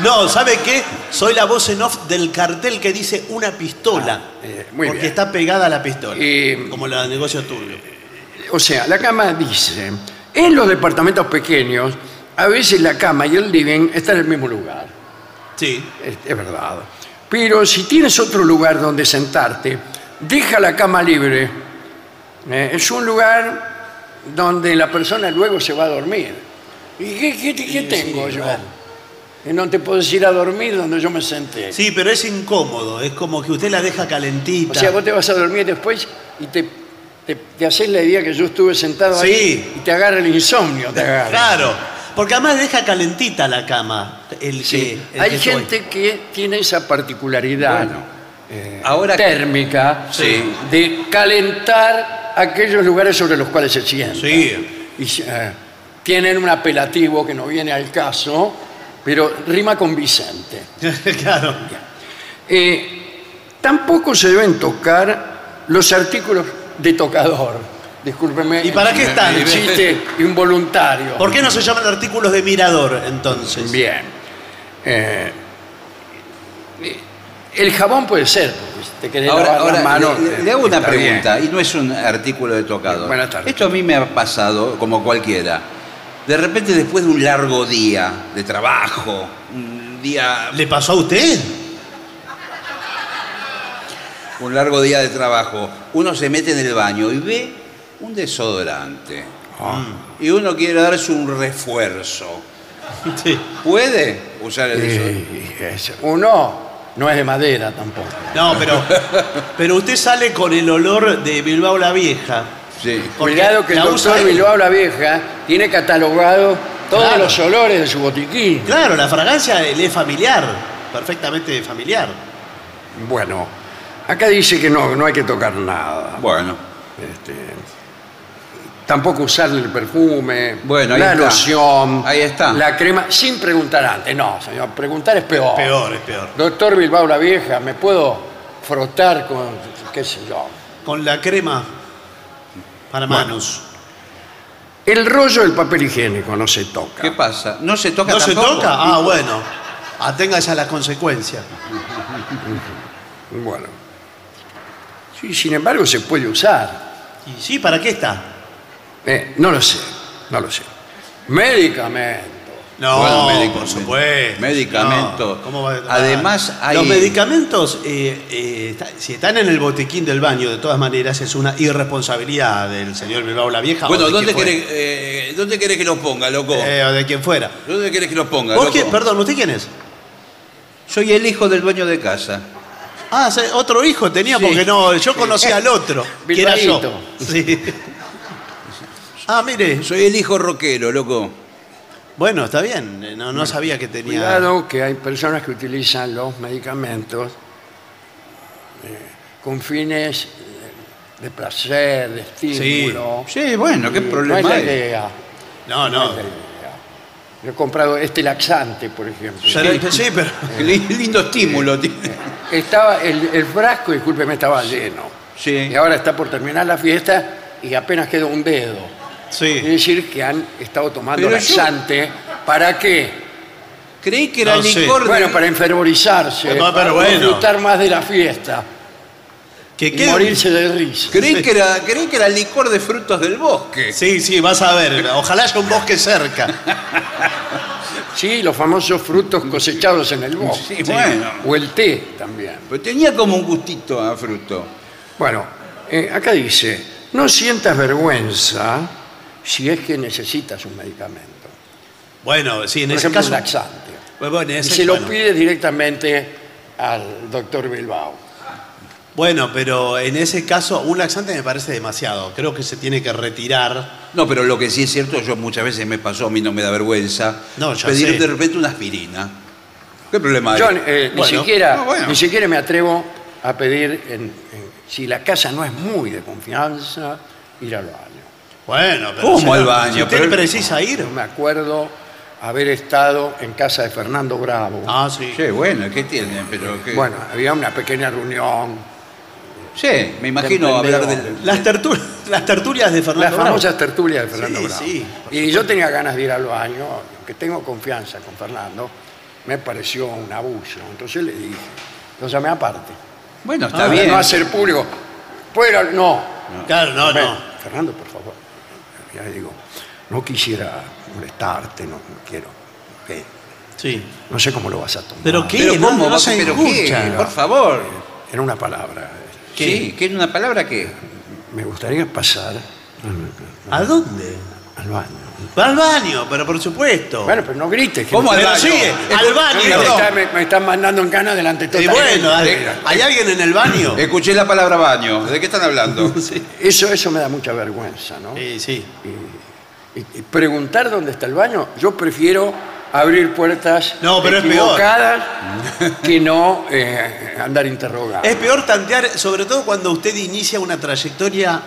[SPEAKER 3] No, ¿sabe qué? Soy la voz en off del cartel que dice una pistola.
[SPEAKER 1] eh, muy
[SPEAKER 3] porque
[SPEAKER 1] bien.
[SPEAKER 3] está pegada a la pistola.
[SPEAKER 1] Y-
[SPEAKER 3] como la de negocio turbio.
[SPEAKER 1] o sea, la cama dice, en los departamentos pequeños, a veces la cama y el living están en el mismo lugar.
[SPEAKER 3] Sí.
[SPEAKER 1] Es, es verdad. Pero si tienes otro lugar donde sentarte, deja la cama libre. Eh, es un lugar donde la persona luego se va a dormir. ¿Y qué, qué- qué tengo yo?
[SPEAKER 3] claro.
[SPEAKER 1] Que no te puedes ir a dormir donde yo me senté.
[SPEAKER 3] Sí, pero es incómodo. Es como que usted la deja calentita.
[SPEAKER 1] O sea, vos te vas a dormir después y te, te, te haces la idea que yo estuve sentado
[SPEAKER 3] Sí.
[SPEAKER 1] ahí y te agarra el insomnio, te agarra.
[SPEAKER 3] Claro. Porque además deja calentita la cama. El
[SPEAKER 1] Sí.
[SPEAKER 3] que, el
[SPEAKER 1] Hay
[SPEAKER 3] que
[SPEAKER 1] gente que tiene esa particularidad Eh,
[SPEAKER 2] Ahora
[SPEAKER 1] térmica
[SPEAKER 2] Sí.
[SPEAKER 1] de calentar aquellos lugares sobre los cuales se sientan.
[SPEAKER 3] Sí.
[SPEAKER 1] Y, eh, tienen un apelativo que no viene al caso, pero rima con Vicente.
[SPEAKER 3] estoy. claro.
[SPEAKER 1] Eh, tampoco se deben tocar los artículos de tocador. Discúlpeme.
[SPEAKER 3] ¿Y para qué están?
[SPEAKER 1] El chiste involuntario.
[SPEAKER 3] ¿Por qué no se llaman artículos de mirador entonces?
[SPEAKER 1] Bien. Eh, eh, el jabón puede ser, porque si te querés
[SPEAKER 2] Ahora,
[SPEAKER 1] lavar
[SPEAKER 2] ahora
[SPEAKER 1] las manos,
[SPEAKER 2] le, le- le hago una
[SPEAKER 1] está bien.
[SPEAKER 2] pregunta, y no es un artículo de tocado.
[SPEAKER 1] Buenas tardes.
[SPEAKER 2] Esto a mí me ha pasado, como cualquiera. De repente, después de un largo día de trabajo, un día,
[SPEAKER 3] ¿Le pasó a usted?
[SPEAKER 2] un largo día de trabajo, uno se mete en el baño y ve un desodorante.
[SPEAKER 3] Ah.
[SPEAKER 2] Y uno quiere darse un refuerzo.
[SPEAKER 3] Sí.
[SPEAKER 2] ¿Puede usar el desodorante?
[SPEAKER 1] Sí, es- Uno no es de madera tampoco.
[SPEAKER 3] No, pero, pero usted sale con el olor de Bilbao la Vieja.
[SPEAKER 2] Sí.
[SPEAKER 3] Porque
[SPEAKER 1] Cuidado que el
[SPEAKER 3] la usa
[SPEAKER 1] doctor
[SPEAKER 3] él.
[SPEAKER 1] Bilbao la Vieja tiene catalogado todos
[SPEAKER 3] Claro.
[SPEAKER 1] los olores de su botiquín.
[SPEAKER 3] Claro, la fragancia le es familiar, perfectamente
[SPEAKER 2] este
[SPEAKER 3] familiar.
[SPEAKER 1] Bueno, acá dice que no, no hay que tocar nada.
[SPEAKER 2] Bueno,
[SPEAKER 1] Este, tampoco usar el perfume,
[SPEAKER 2] Bueno, ahí
[SPEAKER 1] la
[SPEAKER 2] está.
[SPEAKER 1] loción,
[SPEAKER 2] Ahí está.
[SPEAKER 1] la crema, sin preguntar antes. No, señor, preguntar es peor.
[SPEAKER 3] Peor, es peor.
[SPEAKER 1] Doctor Bilbao la vieja, ¿me puedo frotar con qué sé yo?
[SPEAKER 3] Con la crema para manos.
[SPEAKER 1] El rollo del papel higiénico no se toca.
[SPEAKER 2] ¿qué pasa? ¿No se toca
[SPEAKER 3] ¿No se
[SPEAKER 2] tampoco?
[SPEAKER 3] toca? Ah, bueno. Aténgase a las consecuencias.
[SPEAKER 1] Bueno. Sí, sin embargo, se puede usar.
[SPEAKER 3] Y sí, ¿para qué está?
[SPEAKER 1] Eh, no lo sé, no lo sé. Médicamente.
[SPEAKER 3] No,
[SPEAKER 2] Bueno, medicamento.
[SPEAKER 3] por supuesto.
[SPEAKER 2] Medicamento.
[SPEAKER 3] No, ¿cómo va a-
[SPEAKER 2] Además, hay-
[SPEAKER 3] Los medicamentos, eh, eh, está- si están en el botiquín del baño, de todas maneras, es una irresponsabilidad del señor Bilbao la Vieja. o
[SPEAKER 2] Bueno,
[SPEAKER 3] de
[SPEAKER 2] ¿dónde
[SPEAKER 3] quien fuera.
[SPEAKER 2] querés, eh, ¿dónde querés que lo ponga, loco?
[SPEAKER 3] Eh, o de quien fuera.
[SPEAKER 2] ¿Dónde querés que lo ponga,
[SPEAKER 3] ¿Vos quién-
[SPEAKER 2] loco?
[SPEAKER 3] perdón, ¿usted quién es?
[SPEAKER 2] Soy el hijo del dueño de casa.
[SPEAKER 3] Ah, sí, otro hijo tenía
[SPEAKER 2] Sí.
[SPEAKER 3] porque no, yo conocía al otro, que era yo.
[SPEAKER 1] Bilbaíto.
[SPEAKER 3] Sí. Ah, mire, yo-
[SPEAKER 2] Soy el hijo roquero, loco.
[SPEAKER 3] bueno, está bien, eh, no, no sabía que tenía.
[SPEAKER 1] Cuidado que hay personas que utilizan los medicamentos eh, con fines eh, de placer, de estímulo.
[SPEAKER 2] Sí, bueno, qué
[SPEAKER 1] Y
[SPEAKER 2] problema
[SPEAKER 1] no es la
[SPEAKER 2] hay.
[SPEAKER 1] idea,
[SPEAKER 3] No,
[SPEAKER 1] no
[SPEAKER 3] no.
[SPEAKER 1] es la idea. Yo he comprado este laxante, por ejemplo.
[SPEAKER 3] Ya lo- sí, pero.
[SPEAKER 2] Qué li- lindo estímulo tiene.
[SPEAKER 1] Estaba el, el frasco, discúlpeme, estaba lleno.
[SPEAKER 2] Sí.
[SPEAKER 1] Y ahora está por terminar la fiesta y apenas quedó un dedo. Es
[SPEAKER 3] Sí.
[SPEAKER 1] decir, que han estado tomando
[SPEAKER 2] Pero yo-
[SPEAKER 1] laxante. ¿Para qué?
[SPEAKER 2] Creí que era
[SPEAKER 3] No sé.
[SPEAKER 2] licor de-
[SPEAKER 1] Bueno, para enfervorizarse,
[SPEAKER 3] No, pero
[SPEAKER 1] para
[SPEAKER 3] bueno.
[SPEAKER 1] disfrutar más de la fiesta
[SPEAKER 3] Que
[SPEAKER 1] y
[SPEAKER 3] quede-
[SPEAKER 1] morirse de risa.
[SPEAKER 2] creí que era, creí que era licor de frutos del bosque.
[SPEAKER 3] Sí, sí, vas a ver. Ojalá haya un bosque cerca.
[SPEAKER 1] Sí, los famosos frutos cosechados en el
[SPEAKER 2] Mm. Sí,
[SPEAKER 1] bosque.
[SPEAKER 2] bueno.
[SPEAKER 1] O el té también.
[SPEAKER 2] Pero tenía como un gustito a fruto.
[SPEAKER 1] Bueno, eh, acá dice, no sientas vergüenza si es que necesitas un medicamento.
[SPEAKER 3] Bueno, sí, en
[SPEAKER 1] Por
[SPEAKER 3] ese
[SPEAKER 1] ejemplo,
[SPEAKER 3] caso.
[SPEAKER 1] un laxante.
[SPEAKER 3] Bueno, en
[SPEAKER 1] Y
[SPEAKER 3] ese-
[SPEAKER 1] se lo
[SPEAKER 3] bueno.
[SPEAKER 1] pides directamente al doctor Bilbao.
[SPEAKER 3] Bueno, pero en ese caso, un laxante me parece demasiado. Creo que se tiene que retirar.
[SPEAKER 2] No, pero lo que sí es cierto, yo muchas veces me pasó, a mí no me da vergüenza,
[SPEAKER 3] No, ya
[SPEAKER 2] pedir
[SPEAKER 3] sé.
[SPEAKER 2] de repente una aspirina. ¿Qué problema hay?
[SPEAKER 1] Yo eh, ni,
[SPEAKER 3] Bueno.
[SPEAKER 1] siquiera,
[SPEAKER 2] No, bueno.
[SPEAKER 1] ni siquiera me atrevo a pedir, en- en- si la casa no es muy de confianza, ir al baño.
[SPEAKER 3] Bueno, pero.
[SPEAKER 2] ¿Cómo
[SPEAKER 3] será-
[SPEAKER 2] al baño?
[SPEAKER 3] Si usted
[SPEAKER 2] Pero-
[SPEAKER 3] precisa ir.
[SPEAKER 1] Yo me acuerdo haber estado en casa de Fernando Bravo.
[SPEAKER 3] Ah, sí.
[SPEAKER 2] Che, bueno, ¿qué tienen? Pero qué-
[SPEAKER 1] Bueno, había una pequeña reunión.
[SPEAKER 2] Che, me imagino
[SPEAKER 1] Depende,
[SPEAKER 2] hablar
[SPEAKER 1] hombre.
[SPEAKER 2] del...
[SPEAKER 3] Las, tertu- las tertulias de Fernando
[SPEAKER 1] Las
[SPEAKER 3] Bravo.
[SPEAKER 1] famosas tertulias de Fernando
[SPEAKER 3] Sí,
[SPEAKER 1] Bravo.
[SPEAKER 3] sí, por
[SPEAKER 1] y yo tenía ganas de ir al baño, que tengo confianza con Fernando, me pareció un abuso. Entonces le dije, lo llamé aparte.
[SPEAKER 2] Bueno, está
[SPEAKER 1] Para
[SPEAKER 2] bien.
[SPEAKER 1] No hacer público. Fuera, no.
[SPEAKER 3] Ah. Claro, no,
[SPEAKER 1] Ven,
[SPEAKER 3] no.
[SPEAKER 1] Fernando, por favor. Ya digo, no quisiera molestarte, no, no quiero. Ok.
[SPEAKER 3] Sí.
[SPEAKER 1] No sé cómo lo vas a tomar.
[SPEAKER 3] Pero qué,
[SPEAKER 2] Ah. Pero
[SPEAKER 3] no,
[SPEAKER 2] cómo,
[SPEAKER 3] no
[SPEAKER 2] va-
[SPEAKER 3] se
[SPEAKER 2] pero
[SPEAKER 3] escucha.
[SPEAKER 2] qué, por favor.
[SPEAKER 1] Era una palabra.
[SPEAKER 3] ¿Qué?
[SPEAKER 2] Sí, ¿qué es una palabra que?
[SPEAKER 1] Me gustaría pasar
[SPEAKER 3] ¿A dónde?
[SPEAKER 1] al baño.
[SPEAKER 3] Va al baño, pero por supuesto.
[SPEAKER 1] Bueno, pero no grites. que
[SPEAKER 2] ¿Cómo
[SPEAKER 1] no-
[SPEAKER 2] al
[SPEAKER 3] Pero
[SPEAKER 2] baño?
[SPEAKER 3] sí, al
[SPEAKER 1] No
[SPEAKER 3] baño.
[SPEAKER 1] grites,
[SPEAKER 3] perdón.
[SPEAKER 1] está- me, me están mandando en cana delante de
[SPEAKER 3] Y
[SPEAKER 1] toda la
[SPEAKER 3] bueno,
[SPEAKER 1] gente.
[SPEAKER 3] hay, hay alguien en el baño.
[SPEAKER 2] Escuché la palabra baño. ¿De qué están hablando?
[SPEAKER 3] Sí,
[SPEAKER 1] Eso, eso me da mucha vergüenza, ¿no?
[SPEAKER 3] sí, sí.
[SPEAKER 1] Y- y preguntar dónde está el baño, yo prefiero abrir puertas
[SPEAKER 3] No, pero es peor.
[SPEAKER 1] equivocadas que no eh, andar interrogando.
[SPEAKER 3] Es peor tantear, sobre todo cuando usted inicia una trayectoria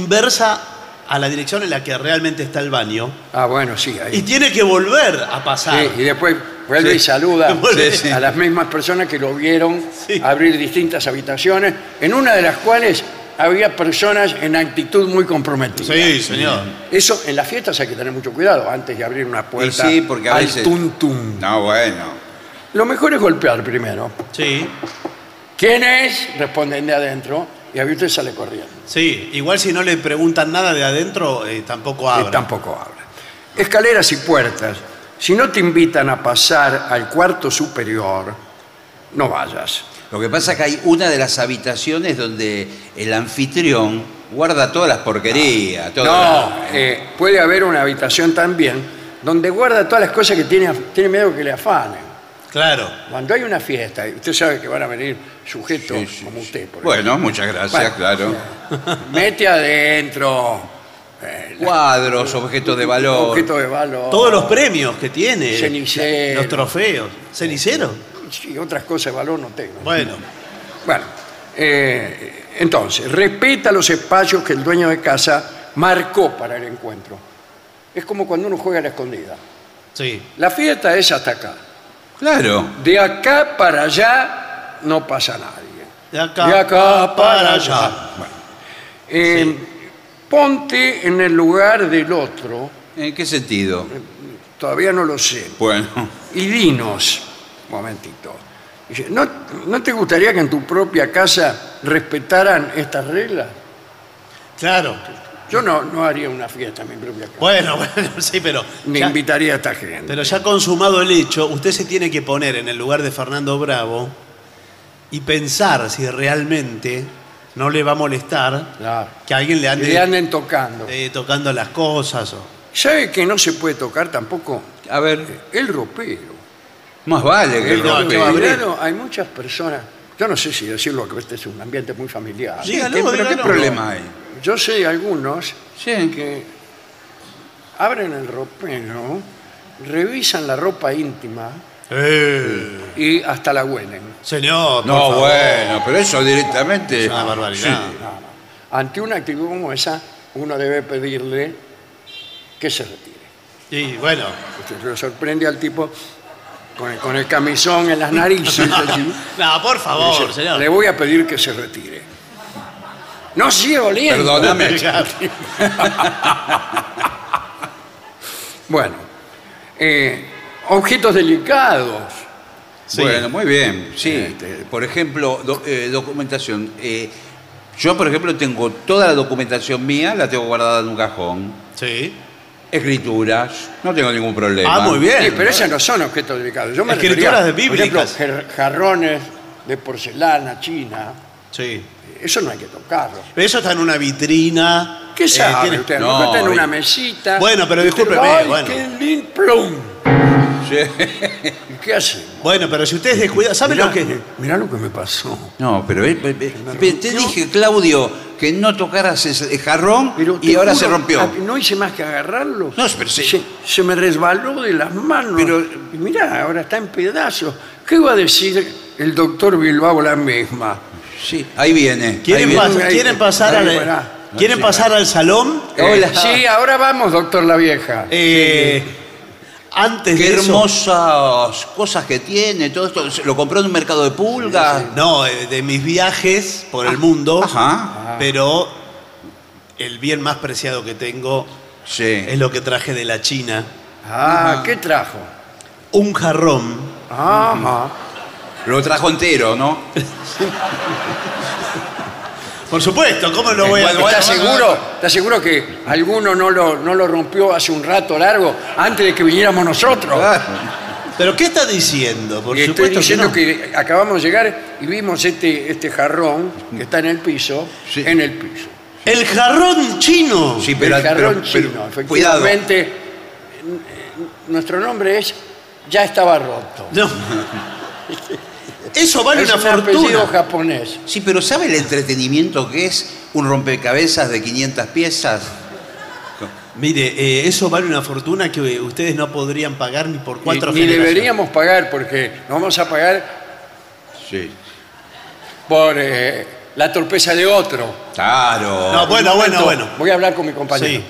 [SPEAKER 3] inversa a la dirección en la que realmente está el baño
[SPEAKER 1] Ah, bueno, sí, ahí.
[SPEAKER 3] y tiene que volver a pasar.
[SPEAKER 1] Sí, y después vuelve
[SPEAKER 2] Sí.
[SPEAKER 1] y saluda
[SPEAKER 3] Vuelve. Sí, sí.
[SPEAKER 1] a las mismas personas que lo vieron
[SPEAKER 3] Sí.
[SPEAKER 1] abrir distintas habitaciones, en una de las cuales había personas en actitud muy comprometida.
[SPEAKER 3] Sí, señor.
[SPEAKER 1] Eso en las fiestas hay que tener mucho cuidado antes de abrir una puerta
[SPEAKER 2] sí, porque a
[SPEAKER 1] al
[SPEAKER 2] veces-
[SPEAKER 1] tum tum.
[SPEAKER 2] No, bueno.
[SPEAKER 1] Lo mejor es golpear primero.
[SPEAKER 3] Sí,
[SPEAKER 1] ¿Quién es? Responden de adentro y a usted sale corriendo.
[SPEAKER 3] sí. Igual si no le preguntan nada de adentro, eh, tampoco
[SPEAKER 1] Y
[SPEAKER 3] abra.
[SPEAKER 1] tampoco habla. Escaleras y puertas. Si no te invitan a pasar al cuarto superior, no vayas.
[SPEAKER 2] Lo que pasa es que hay una de las habitaciones donde el anfitrión guarda todas las porquerías. todo
[SPEAKER 1] No,
[SPEAKER 2] la-
[SPEAKER 1] eh, puede haber una habitación también donde guarda todas las cosas que tiene, af- tiene miedo que le afanen.
[SPEAKER 3] Claro.
[SPEAKER 1] Cuando hay una fiesta, y usted sabe que van a venir sujetos
[SPEAKER 2] Sí, sí,
[SPEAKER 1] como
[SPEAKER 2] sí.
[SPEAKER 1] usted. por
[SPEAKER 2] Bueno, muchas gracias,
[SPEAKER 1] Bueno.
[SPEAKER 2] claro.
[SPEAKER 1] ejemplo. Mete adentro eh,
[SPEAKER 2] Cuadros, objetos de valor.
[SPEAKER 1] objetos de valor.
[SPEAKER 3] Todos los premios que tiene.
[SPEAKER 1] Cenicero.
[SPEAKER 3] Los trofeos. ¿Cenicero?
[SPEAKER 1] Sí, otras cosas de valor no tengo.
[SPEAKER 3] Bueno.
[SPEAKER 1] Bueno, eh, entonces, respeta los espacios que el dueño de casa marcó para el encuentro. Es como cuando uno juega a la escondida.
[SPEAKER 3] Sí.
[SPEAKER 1] La fiesta es hasta acá.
[SPEAKER 2] Claro.
[SPEAKER 1] De acá para allá no pasa nadie.
[SPEAKER 3] De acá,
[SPEAKER 1] De acá para
[SPEAKER 3] para
[SPEAKER 1] allá.
[SPEAKER 3] allá.
[SPEAKER 1] Eh, Ponte en el lugar del otro,
[SPEAKER 2] ¿En qué sentido?
[SPEAKER 1] todavía no lo sé,
[SPEAKER 2] Bueno.
[SPEAKER 1] y dinos, un momentito, dice, ¿no, ¿no te gustaría que en tu propia casa respetaran estas reglas?
[SPEAKER 3] Claro.
[SPEAKER 1] Yo no, no haría una fiesta en mi propia casa,
[SPEAKER 3] Bueno, bueno, sí, pero.
[SPEAKER 1] ni
[SPEAKER 3] ya-
[SPEAKER 1] invitaría a esta gente.
[SPEAKER 3] Pero ya consumado el hecho, usted se tiene que poner en el lugar de Fernando Bravo y pensar si realmente no le va a molestar
[SPEAKER 1] Claro.
[SPEAKER 3] que alguien le
[SPEAKER 1] Que
[SPEAKER 3] ande
[SPEAKER 1] le anden tocando.
[SPEAKER 3] eh, tocando las cosas. o-
[SPEAKER 1] ¿Sabe que no se puede tocar tampoco?
[SPEAKER 2] A ver,
[SPEAKER 1] El ropero.
[SPEAKER 2] más vale que
[SPEAKER 1] El
[SPEAKER 2] el
[SPEAKER 3] No,
[SPEAKER 2] rompe.
[SPEAKER 3] no,
[SPEAKER 1] ropero,
[SPEAKER 3] abrí.
[SPEAKER 1] hay muchas personas, yo no sé si decirlo que este es un ambiente muy familiar.
[SPEAKER 3] Sí. Dígalo,
[SPEAKER 2] ¿Qué- pero ¿qué
[SPEAKER 3] dígalo.
[SPEAKER 2] problema hay?
[SPEAKER 1] Yo sé de algunos
[SPEAKER 2] Sí.
[SPEAKER 1] que abren el ropero, revisan la ropa íntima
[SPEAKER 3] ¡Eh!
[SPEAKER 1] y hasta la huelen.
[SPEAKER 3] Señor, por
[SPEAKER 2] No,
[SPEAKER 3] favor.
[SPEAKER 2] bueno, pero eso directamente.
[SPEAKER 3] Es una barbaridad.
[SPEAKER 2] Sí.
[SPEAKER 1] No, no. Ante una actitud como esa, uno debe pedirle que se retire.
[SPEAKER 3] Y bueno,
[SPEAKER 1] Usted lo sorprende al tipo con el, con el camisón en las narices. así.
[SPEAKER 3] no, por favor,
[SPEAKER 1] Dice,
[SPEAKER 3] señor.
[SPEAKER 1] Le voy a pedir que se retire. No sigue oliendo.
[SPEAKER 2] Perdóname.
[SPEAKER 1] Bueno, eh, objetos delicados.
[SPEAKER 3] Sí.
[SPEAKER 2] Bueno, muy bien, sí. Este, por ejemplo, do- eh, documentación. Eh, yo, por ejemplo, tengo toda la documentación mía, la tengo guardada en un cajón.
[SPEAKER 3] Sí.
[SPEAKER 2] Escrituras, no tengo ningún problema.
[SPEAKER 3] Ah, muy bien.
[SPEAKER 1] Sí, pero esos no son objetos delicados. Yo me
[SPEAKER 3] Escrituras
[SPEAKER 1] refería,
[SPEAKER 3] bíblicas.
[SPEAKER 1] Por ejemplo, jar- jarrones de porcelana china.
[SPEAKER 3] Sí.
[SPEAKER 1] Eso no hay que tocarlo.
[SPEAKER 3] Eso está en una vitrina.
[SPEAKER 1] ¿Qué
[SPEAKER 3] Eh,
[SPEAKER 1] sabe
[SPEAKER 3] tiene-
[SPEAKER 1] usted? A lo
[SPEAKER 2] No,
[SPEAKER 1] mejor está en
[SPEAKER 2] y-
[SPEAKER 1] una mesita.
[SPEAKER 3] Bueno, pero
[SPEAKER 1] Y
[SPEAKER 3] discúlpeme,
[SPEAKER 1] ¡Ay,
[SPEAKER 3] bueno.
[SPEAKER 1] qué lindo! plum! ¿Y qué hace?
[SPEAKER 3] Bueno, pero si usted es descuidado, ¿sabe
[SPEAKER 1] Mirá,
[SPEAKER 3] lo que?
[SPEAKER 1] mirá lo que me pasó.
[SPEAKER 2] No, pero eh, eh, eh, pe- te
[SPEAKER 1] rompió.
[SPEAKER 2] dije, Claudio, que no tocaras ese jarrón
[SPEAKER 1] Pero
[SPEAKER 2] y
[SPEAKER 1] te
[SPEAKER 2] ahora
[SPEAKER 1] juro,
[SPEAKER 2] se rompió.
[SPEAKER 1] a- No hice más que agarrarlo.
[SPEAKER 2] No, pero sí.
[SPEAKER 1] se, se me resbaló de las manos.
[SPEAKER 2] Pero-
[SPEAKER 1] y mirá, ahora está en pedazos. ¿Qué va a decir el doctor Bilbao la misma?
[SPEAKER 2] Sí, ahí viene. ahí
[SPEAKER 3] ¿Quieren,
[SPEAKER 2] viene.
[SPEAKER 3] pas-
[SPEAKER 1] ahí-
[SPEAKER 3] quieren pasar
[SPEAKER 1] ahí
[SPEAKER 3] al,
[SPEAKER 1] verá.
[SPEAKER 3] ¿quieren pasar al salón?
[SPEAKER 1] Eh,
[SPEAKER 2] Hola.
[SPEAKER 1] sí, ahora vamos, doctor la vieja.
[SPEAKER 3] Eh, antes
[SPEAKER 2] Qué
[SPEAKER 3] de eso-
[SPEAKER 2] hermosas cosas que tiene, todo esto. se- Lo compró en un mercado de pulgas.
[SPEAKER 3] No, eh, de mis viajes por el mundo.
[SPEAKER 2] Ajá.
[SPEAKER 3] Pero el bien más preciado que tengo
[SPEAKER 2] Sí.
[SPEAKER 3] es lo que traje de la China.
[SPEAKER 1] ah, ¿qué trajo?
[SPEAKER 3] Un jarrón.
[SPEAKER 1] Ajá.
[SPEAKER 2] Lo trajo entero, ¿no?
[SPEAKER 3] Por supuesto, ¿cómo lo voy a
[SPEAKER 2] Bueno,
[SPEAKER 1] Eh, ¿Estás seguro? ¿Estás seguro que alguno no lo, no lo rompió hace un rato largo antes de que viniéramos nosotros?
[SPEAKER 3] ¿Pero qué está diciendo? Por
[SPEAKER 1] Y estoy
[SPEAKER 3] supuesto que,
[SPEAKER 1] diciendo
[SPEAKER 3] no.
[SPEAKER 1] que, acabamos de llegar y vimos este, este jarrón que está en el piso,
[SPEAKER 2] Sí.
[SPEAKER 1] en el piso.
[SPEAKER 3] ¡El jarrón chino!
[SPEAKER 2] Sí, pero,
[SPEAKER 1] el jarrón
[SPEAKER 2] pero-
[SPEAKER 1] chino,
[SPEAKER 2] pero- cuidado.
[SPEAKER 1] efectivamente. n- n- Nuestro nombre es Ya estaba roto.
[SPEAKER 3] No. Eso vale
[SPEAKER 1] es
[SPEAKER 3] una
[SPEAKER 1] un apellido
[SPEAKER 3] fortuna.
[SPEAKER 1] japonés.
[SPEAKER 2] Sí, pero ¿sabe el entretenimiento que es un rompecabezas de 500 piezas?
[SPEAKER 3] Mire, eh, eso vale una fortuna que eh, ustedes no podrían pagar ni por cuatro
[SPEAKER 1] Ni, ni
[SPEAKER 3] generaciones.
[SPEAKER 1] deberíamos pagar porque nos vamos a pagar
[SPEAKER 2] Sí.
[SPEAKER 1] por eh, la torpeza de otro.
[SPEAKER 2] Claro.
[SPEAKER 3] No, bueno, bueno, bueno.
[SPEAKER 1] Voy a hablar con mi compañero.
[SPEAKER 3] Sí.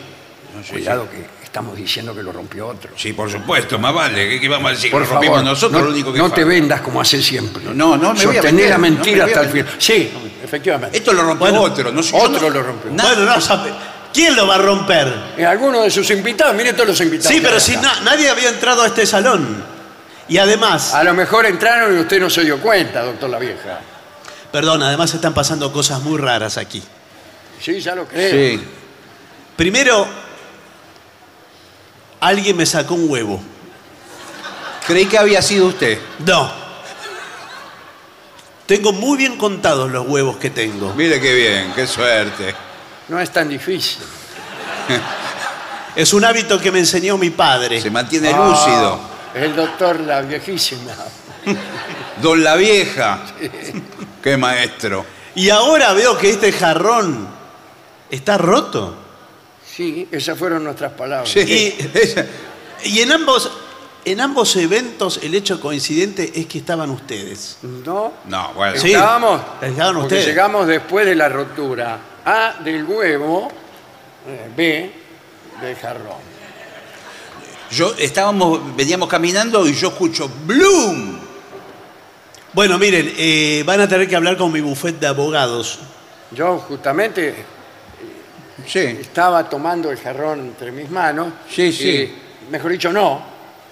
[SPEAKER 2] No, sí,
[SPEAKER 1] Cuidado que estamos diciendo que lo rompió otro.
[SPEAKER 2] Sí, por supuesto, más vale. ¿Qué, qué vamos a decir?
[SPEAKER 1] Por
[SPEAKER 2] Lo rompimos
[SPEAKER 1] favor,
[SPEAKER 2] nosotros,
[SPEAKER 1] no,
[SPEAKER 2] lo único que
[SPEAKER 1] no
[SPEAKER 2] falta.
[SPEAKER 1] te vendas como haces siempre.
[SPEAKER 2] No, no me voy a
[SPEAKER 1] Sostener
[SPEAKER 2] vender,
[SPEAKER 1] la
[SPEAKER 2] no
[SPEAKER 1] mentira
[SPEAKER 2] me voy a
[SPEAKER 1] hasta el
[SPEAKER 2] vender.
[SPEAKER 1] final. Sí, efectivamente.
[SPEAKER 2] Esto lo rompió
[SPEAKER 3] Bueno,
[SPEAKER 2] otro. No, sé,
[SPEAKER 1] otro
[SPEAKER 2] yo no-
[SPEAKER 1] lo rompió.
[SPEAKER 2] Nada.
[SPEAKER 3] Bueno, no, sabe- ¿quién lo va a romper?
[SPEAKER 1] Eh, Alguno de sus invitados, mire todos los invitados.
[SPEAKER 3] Sí,
[SPEAKER 1] que
[SPEAKER 3] pero
[SPEAKER 1] acá.
[SPEAKER 3] si na- nadie había entrado a este salón. Y además,
[SPEAKER 1] A lo mejor entraron y usted no se dio cuenta, doctor La Vieja.
[SPEAKER 3] perdón, además están pasando cosas muy raras aquí.
[SPEAKER 1] Sí, ya lo creo.
[SPEAKER 2] Sí.
[SPEAKER 3] Primero, alguien me sacó un huevo.
[SPEAKER 2] Creí que había sido usted.
[SPEAKER 3] No. Tengo muy bien contados los huevos que tengo.
[SPEAKER 2] Mire qué bien, qué suerte.
[SPEAKER 1] No es tan difícil.
[SPEAKER 3] Es un hábito que me enseñó mi padre. Ah.
[SPEAKER 2] Se mantiene lúcido.
[SPEAKER 1] Ah, El doctor La Viejísima.
[SPEAKER 2] Don la vieja. Qué maestro.
[SPEAKER 3] Y ahora veo que este jarrón está roto.
[SPEAKER 1] Sí, esas fueron nuestras palabras.
[SPEAKER 2] Sí.
[SPEAKER 3] Y-
[SPEAKER 2] Esa-
[SPEAKER 3] Y en ambos, en ambos eventos el hecho coincidente es que estaban ustedes.
[SPEAKER 1] ¿No?
[SPEAKER 2] No, bueno.
[SPEAKER 3] Sí.
[SPEAKER 1] Estábamos.
[SPEAKER 3] Estaban
[SPEAKER 1] porque
[SPEAKER 3] ustedes.
[SPEAKER 1] llegamos después de la rotura. A del huevo, eh, B del jarrón.
[SPEAKER 2] Yo estábamos, veníamos caminando y yo escucho ¡Bloom!
[SPEAKER 3] Bueno, miren, eh, van a tener que hablar con mi bufet de abogados.
[SPEAKER 1] Yo justamente
[SPEAKER 2] Sí.
[SPEAKER 1] estaba tomando el jarrón entre mis manos.
[SPEAKER 2] Sí,
[SPEAKER 1] y,
[SPEAKER 2] sí.
[SPEAKER 1] mejor dicho, no.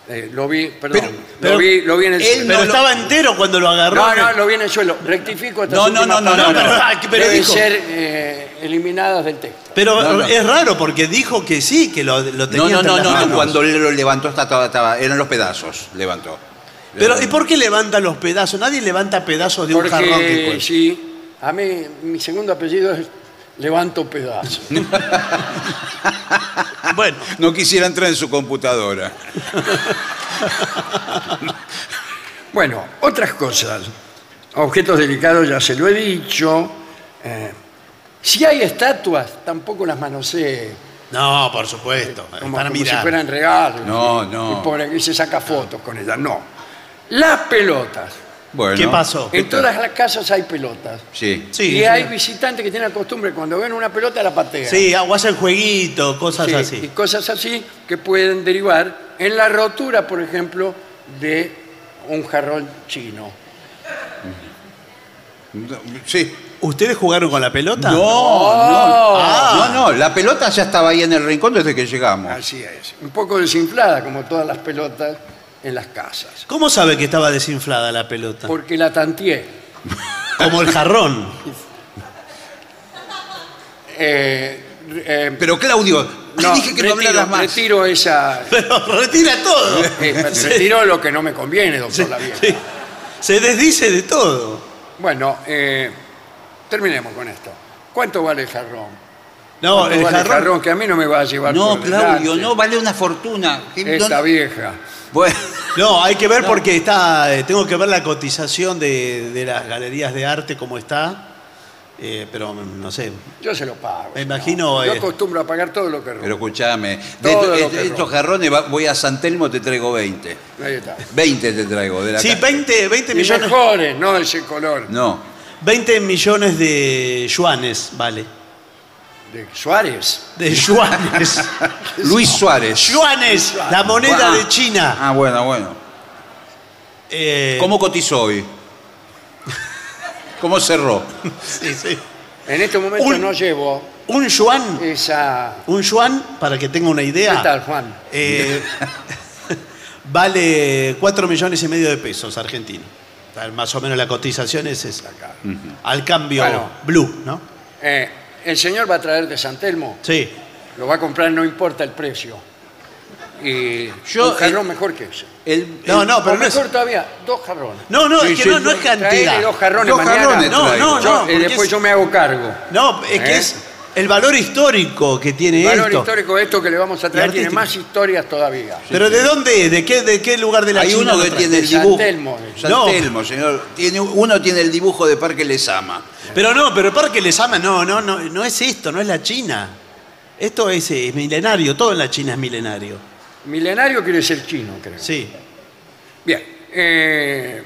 [SPEAKER 1] Eh, lo vi, perdón.
[SPEAKER 2] Pero-
[SPEAKER 3] pero
[SPEAKER 1] lo, vi, lo vi en el
[SPEAKER 2] él
[SPEAKER 3] Pero
[SPEAKER 1] suelo.
[SPEAKER 2] no lo-
[SPEAKER 3] estaba entero cuando lo agarró.
[SPEAKER 1] No, no, lo vi en el suelo. Rectifico estas
[SPEAKER 2] No, no,
[SPEAKER 1] últimas
[SPEAKER 2] no, no,
[SPEAKER 3] No,
[SPEAKER 1] palabras.
[SPEAKER 3] pero, ah, pero
[SPEAKER 1] Deben
[SPEAKER 3] dijo-
[SPEAKER 1] ser eh, eliminadas del texto.
[SPEAKER 3] Pero
[SPEAKER 2] No, no.
[SPEAKER 3] es raro porque dijo que sí, que lo, lo tenía
[SPEAKER 2] No, no,
[SPEAKER 3] entre
[SPEAKER 2] no,
[SPEAKER 3] las
[SPEAKER 2] no,
[SPEAKER 3] manos.
[SPEAKER 2] no, cuando él lo levantó estaba, estaba- eran los pedazos, levantó. Eh,
[SPEAKER 3] Pero ¿y por qué levanta los pedazos? Nadie levanta pedazos de un jarrón que
[SPEAKER 1] Eh. Porque
[SPEAKER 3] encuentra.
[SPEAKER 1] sí, a mí mi segundo apellido es Levanto Pedazo.
[SPEAKER 3] Bueno,
[SPEAKER 2] No quisiera entrar en su computadora.
[SPEAKER 1] Bueno, otras cosas. Objetos delicados ya se lo he dicho. Eh, si hay estatuas, tampoco las manoseé.
[SPEAKER 3] no, por supuesto. eh,
[SPEAKER 1] Como,
[SPEAKER 3] para
[SPEAKER 1] como si
[SPEAKER 3] mirar.
[SPEAKER 1] fueran regalos.
[SPEAKER 2] No,
[SPEAKER 1] Y-
[SPEAKER 2] no.
[SPEAKER 1] Y, por- y se saca fotos con ellas. No. Las pelotas.
[SPEAKER 2] Bueno.
[SPEAKER 3] ¿Qué pasó?
[SPEAKER 1] En todas las casas hay pelotas.
[SPEAKER 2] Sí.
[SPEAKER 3] Sí,
[SPEAKER 1] y
[SPEAKER 3] sí.
[SPEAKER 1] hay visitantes que tienen la costumbre, cuando ven una pelota, la patean.
[SPEAKER 3] Sí, o hacen jueguito, cosas
[SPEAKER 1] Sí,
[SPEAKER 3] así.
[SPEAKER 1] Y cosas así que pueden derivar en la rotura, por ejemplo, de un jarrón chino.
[SPEAKER 2] No, Sí.
[SPEAKER 3] ¿Ustedes jugaron con la pelota?
[SPEAKER 2] No, no.
[SPEAKER 1] Oh.
[SPEAKER 3] Ah.
[SPEAKER 2] No, no, la pelota ya estaba ahí en el rincón desde que llegamos.
[SPEAKER 1] Así es. Un poco desinflada, como todas las pelotas en las casas.
[SPEAKER 3] ¿Cómo sabe que estaba desinflada la pelota?
[SPEAKER 1] Porque la tantié.
[SPEAKER 3] Como el jarrón.
[SPEAKER 1] Eh, eh,
[SPEAKER 2] Pero Claudio,
[SPEAKER 1] no,
[SPEAKER 2] te dije que no
[SPEAKER 1] retiro-
[SPEAKER 2] hablaras más.
[SPEAKER 1] Retiro esa.
[SPEAKER 3] Pero retira todo.
[SPEAKER 1] eh, retiro lo que no me conviene, doctor Lavieja.
[SPEAKER 3] Sí. Se desdice de todo.
[SPEAKER 1] Bueno, eh, terminemos con esto. ¿Cuánto vale el jarrón?
[SPEAKER 3] No,
[SPEAKER 1] ¿Cuánto
[SPEAKER 3] el
[SPEAKER 1] vale
[SPEAKER 3] jarrón.
[SPEAKER 1] el jarrón que a mí no me va a llevar.
[SPEAKER 2] No,
[SPEAKER 1] por
[SPEAKER 2] Claudio,
[SPEAKER 1] delante
[SPEAKER 2] no, vale una fortuna. ¿Qué-
[SPEAKER 1] Esta
[SPEAKER 2] no-
[SPEAKER 1] vieja.
[SPEAKER 2] Bueno,
[SPEAKER 3] No, hay que ver porque está. eh, tengo que ver la cotización de, de las galerías de arte como está. Eh, pero no sé.
[SPEAKER 1] Yo se lo pago.
[SPEAKER 3] Me
[SPEAKER 1] señor.
[SPEAKER 3] imagino,
[SPEAKER 1] Yo
[SPEAKER 3] eh,
[SPEAKER 1] acostumbro a pagar todo lo que
[SPEAKER 2] pero
[SPEAKER 1] robo.
[SPEAKER 2] escúchame, de
[SPEAKER 1] Todo
[SPEAKER 2] esto-
[SPEAKER 1] lo
[SPEAKER 2] est-
[SPEAKER 1] que
[SPEAKER 2] estos
[SPEAKER 1] rompe.
[SPEAKER 2] jarrones va- voy a San Telmo, te traigo 20.
[SPEAKER 1] Ahí está.
[SPEAKER 2] 20 te traigo de la
[SPEAKER 3] Sí,
[SPEAKER 2] ca-
[SPEAKER 3] 20, 20
[SPEAKER 1] Y
[SPEAKER 3] Este, millones,
[SPEAKER 1] mejores, no ese color.
[SPEAKER 2] No,
[SPEAKER 3] 20 millones de yuanes, vale.
[SPEAKER 1] De Suárez.
[SPEAKER 3] De yuanes.
[SPEAKER 2] Luis Suárez.
[SPEAKER 3] yuanes, la moneda
[SPEAKER 2] Ah.
[SPEAKER 3] de China.
[SPEAKER 2] Ah, bueno, bueno.
[SPEAKER 3] Eh,
[SPEAKER 2] ¿Cómo cotizó hoy? ¿Cómo cerró?
[SPEAKER 3] sí, sí.
[SPEAKER 1] En este momento
[SPEAKER 3] Un-
[SPEAKER 1] no llevo
[SPEAKER 3] Un yuan,
[SPEAKER 1] esa.
[SPEAKER 3] un yuan, para que tenga una idea.
[SPEAKER 1] ¿Qué tal, Juan?
[SPEAKER 3] Eh, vale 4 millones y medio de pesos argentinos. Tal- Más o menos la cotización es esa.
[SPEAKER 1] Acá.
[SPEAKER 3] Al cambio
[SPEAKER 1] Bueno.
[SPEAKER 3] blue, ¿no?
[SPEAKER 1] Eh, el señor va a traer de San Telmo.
[SPEAKER 3] Sí.
[SPEAKER 1] Lo va a comprar, no importa el precio. Y
[SPEAKER 2] Yo,
[SPEAKER 1] un jarrón mejor que ese.
[SPEAKER 2] El-
[SPEAKER 3] No,
[SPEAKER 2] el-
[SPEAKER 3] no, pero
[SPEAKER 1] o
[SPEAKER 3] no es.
[SPEAKER 1] mejor todavía, dos jarrones.
[SPEAKER 3] No, no,
[SPEAKER 2] Sí,
[SPEAKER 3] es que
[SPEAKER 2] sí,
[SPEAKER 3] no, no es
[SPEAKER 2] yo-
[SPEAKER 3] cantidad.
[SPEAKER 1] Traele dos jarrones
[SPEAKER 2] Dos
[SPEAKER 1] mañana.
[SPEAKER 2] jarrones
[SPEAKER 3] No, no,
[SPEAKER 1] Yo-
[SPEAKER 3] no.
[SPEAKER 1] y
[SPEAKER 3] porque
[SPEAKER 1] después
[SPEAKER 3] es-
[SPEAKER 1] yo me hago cargo.
[SPEAKER 3] No, es que
[SPEAKER 1] ¿Eh?
[SPEAKER 3] es el valor histórico que tiene
[SPEAKER 1] valor
[SPEAKER 3] esto.
[SPEAKER 1] histórico de esto que le vamos a traer tiene
[SPEAKER 3] artístico.
[SPEAKER 1] más historias todavía.
[SPEAKER 3] Pero ¿de dónde es? ¿De qué, de qué lugar de la
[SPEAKER 2] Hay
[SPEAKER 3] China
[SPEAKER 2] uno
[SPEAKER 3] lo
[SPEAKER 2] que
[SPEAKER 3] trae?
[SPEAKER 2] tiene el
[SPEAKER 1] San
[SPEAKER 2] dibujo.
[SPEAKER 1] Telmo.
[SPEAKER 2] San
[SPEAKER 3] No.
[SPEAKER 2] Telmo, señor. Tiene, uno tiene el dibujo de Parque Lesama.
[SPEAKER 3] Pero no, pero el parque les ama, no, no, no, no es esto, no es la China. Esto es, eh, es milenario, todo en la China es milenario.
[SPEAKER 1] Milenario quiere ser chino, creo.
[SPEAKER 3] Sí.
[SPEAKER 1] Bien. eh,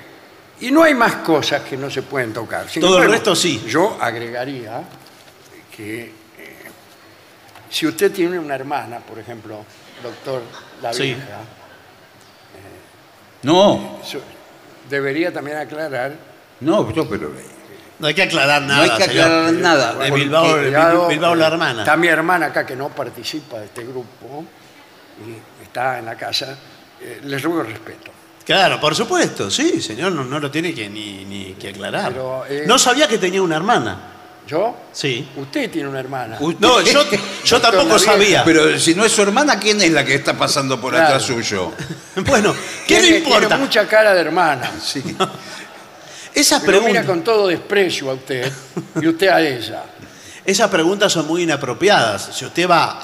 [SPEAKER 1] y no hay más cosas que no se pueden tocar. Sin
[SPEAKER 3] Todo el resto sí.
[SPEAKER 1] Yo agregaría que eh, si usted tiene una hermana, por ejemplo, doctor La
[SPEAKER 3] Sí.
[SPEAKER 1] Vieja,
[SPEAKER 2] No,
[SPEAKER 1] su- debería también aclarar
[SPEAKER 2] no, yo, pero.
[SPEAKER 3] No hay que aclarar nada.
[SPEAKER 2] no hay que
[SPEAKER 3] señor.
[SPEAKER 2] aclarar nada.
[SPEAKER 3] De Bilbao, de
[SPEAKER 1] Cuidado,
[SPEAKER 3] Bilbao la hermana.
[SPEAKER 1] Está mi hermana acá que no participa de este grupo y está en la casa. Eh, les ruego respeto.
[SPEAKER 3] Claro, por supuesto, sí, señor, no, no lo tiene que ni, ni que aclarar.
[SPEAKER 1] Pero, eh,
[SPEAKER 3] No sabía que tenía una hermana.
[SPEAKER 1] ¿Yo?
[SPEAKER 3] Sí.
[SPEAKER 1] Usted tiene una hermana.
[SPEAKER 2] Usted-
[SPEAKER 3] No, yo, yo tampoco
[SPEAKER 1] Doctor
[SPEAKER 3] sabía.
[SPEAKER 2] Pero si no es su hermana, ¿quién es la que está pasando por
[SPEAKER 1] Claro.
[SPEAKER 2] atrás suyo?
[SPEAKER 3] Bueno, ¿qué
[SPEAKER 1] Tiene-
[SPEAKER 3] le
[SPEAKER 1] Tiene
[SPEAKER 3] importa?
[SPEAKER 1] mucha cara de hermana.
[SPEAKER 2] Sí.
[SPEAKER 3] Esas
[SPEAKER 1] Pero mira
[SPEAKER 3] preguntas,
[SPEAKER 1] con todo desprecio a usted y usted a ella.
[SPEAKER 3] esas preguntas son muy inapropiadas. Si usted va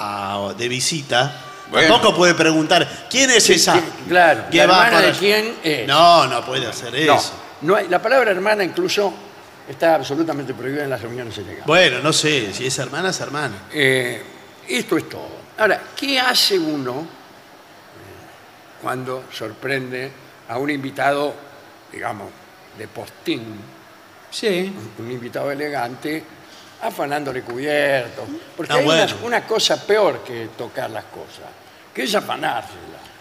[SPEAKER 3] a- de visita,
[SPEAKER 2] Bueno.
[SPEAKER 3] tampoco puede preguntar quién es esa.
[SPEAKER 1] sí, claro,
[SPEAKER 3] que
[SPEAKER 1] la
[SPEAKER 3] va
[SPEAKER 1] hermana
[SPEAKER 3] para-
[SPEAKER 1] de quién es.
[SPEAKER 3] No, no puede hacer
[SPEAKER 1] No,
[SPEAKER 3] eso.
[SPEAKER 1] no hay- la palabra hermana incluso está absolutamente prohibida en las reuniones ilegales.
[SPEAKER 3] Bueno, no sé, si es hermana, es hermana.
[SPEAKER 1] Eh, esto es todo. Ahora, ¿qué hace uno eh, cuando sorprende a un invitado, digamos, de postín,
[SPEAKER 3] Sí.
[SPEAKER 1] un invitado elegante, afanándole cubiertos? Porque
[SPEAKER 3] Ah,
[SPEAKER 1] hay una-
[SPEAKER 3] bueno.
[SPEAKER 1] una, cosa peor que tocar las cosas, que es afanárselas.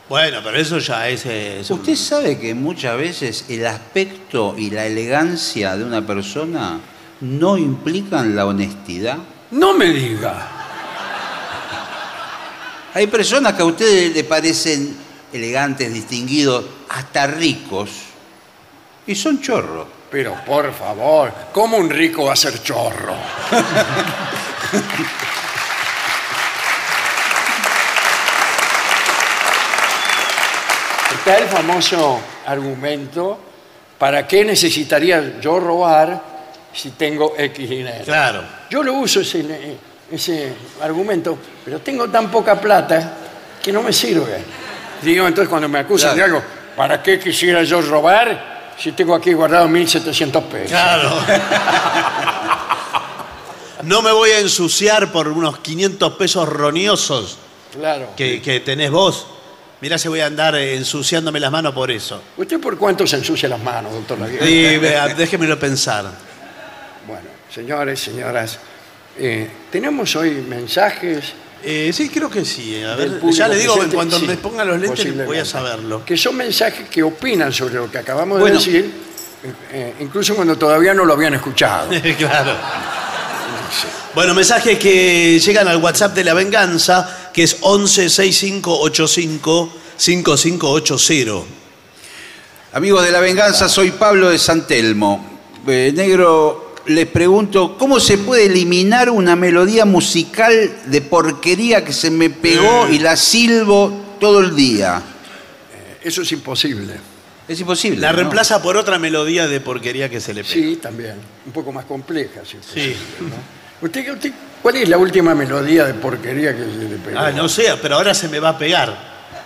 [SPEAKER 3] Bueno, pero eso ya es. eh, es un-
[SPEAKER 2] Usted sabe que muchas veces el aspecto y la elegancia de una persona no implican la honestidad.
[SPEAKER 1] No me diga.
[SPEAKER 2] Hay personas que a ustedes le parecen elegantes, distinguidos, hasta ricos, y son chorros.
[SPEAKER 1] Pero por favor, ¿cómo un rico va a ser chorro? Está el famoso argumento, ¿para qué necesitaría yo robar si tengo X dinero?
[SPEAKER 3] Claro.
[SPEAKER 1] Yo lo uso ese, ese argumento, pero tengo tan poca plata que no me sirve. Digo, entonces cuando me acusan
[SPEAKER 2] Claro.
[SPEAKER 1] de algo, ¿para qué quisiera yo robar si tengo aquí guardado 1.700 pesos?
[SPEAKER 3] Claro. No me voy a ensuciar por unos 500 pesos roniosos
[SPEAKER 1] Claro.
[SPEAKER 3] que, que tenés vos. Mirá si voy a andar eh, ensuciándome las manos por eso.
[SPEAKER 1] ¿Usted por cuánto se ensucia las manos, doctor Lavieja?
[SPEAKER 3] Y vea, déjemelo pensar.
[SPEAKER 1] Bueno, señores, señoras, eh, tenemos hoy mensajes
[SPEAKER 3] Eh, sí, creo que sí. A
[SPEAKER 1] del
[SPEAKER 3] ver,
[SPEAKER 1] público
[SPEAKER 3] ya le digo, en
[SPEAKER 1] presente.
[SPEAKER 3] cuanto
[SPEAKER 1] Sí,
[SPEAKER 3] me ponga los lentes voy a
[SPEAKER 1] posiblemente.
[SPEAKER 3] saberlo.
[SPEAKER 1] Que son mensajes que opinan sobre lo que acabamos de
[SPEAKER 2] Bueno.
[SPEAKER 1] decir, eh, eh, incluso cuando todavía no lo habían escuchado.
[SPEAKER 3] claro. Bueno, mensajes que llegan al WhatsApp de la venganza, que es 11 6585 5580.
[SPEAKER 2] Amigos de la venganza, soy Pablo de Santelmo. Eh, negro, les pregunto, ¿cómo se puede eliminar una melodía musical de porquería que se me pegó y la silbo todo el día?
[SPEAKER 1] Eso es imposible.
[SPEAKER 2] Es imposible.
[SPEAKER 3] La
[SPEAKER 2] ¿no?
[SPEAKER 3] reemplaza por otra melodía de porquería que se le pega.
[SPEAKER 1] Sí, también. Un poco más compleja, si es
[SPEAKER 3] Sí.
[SPEAKER 1] posible, ¿no? ¿Usted, usted, cuál es la última melodía de porquería que se le pegó?
[SPEAKER 3] Ah, no sé, pero ahora se me va a pegar.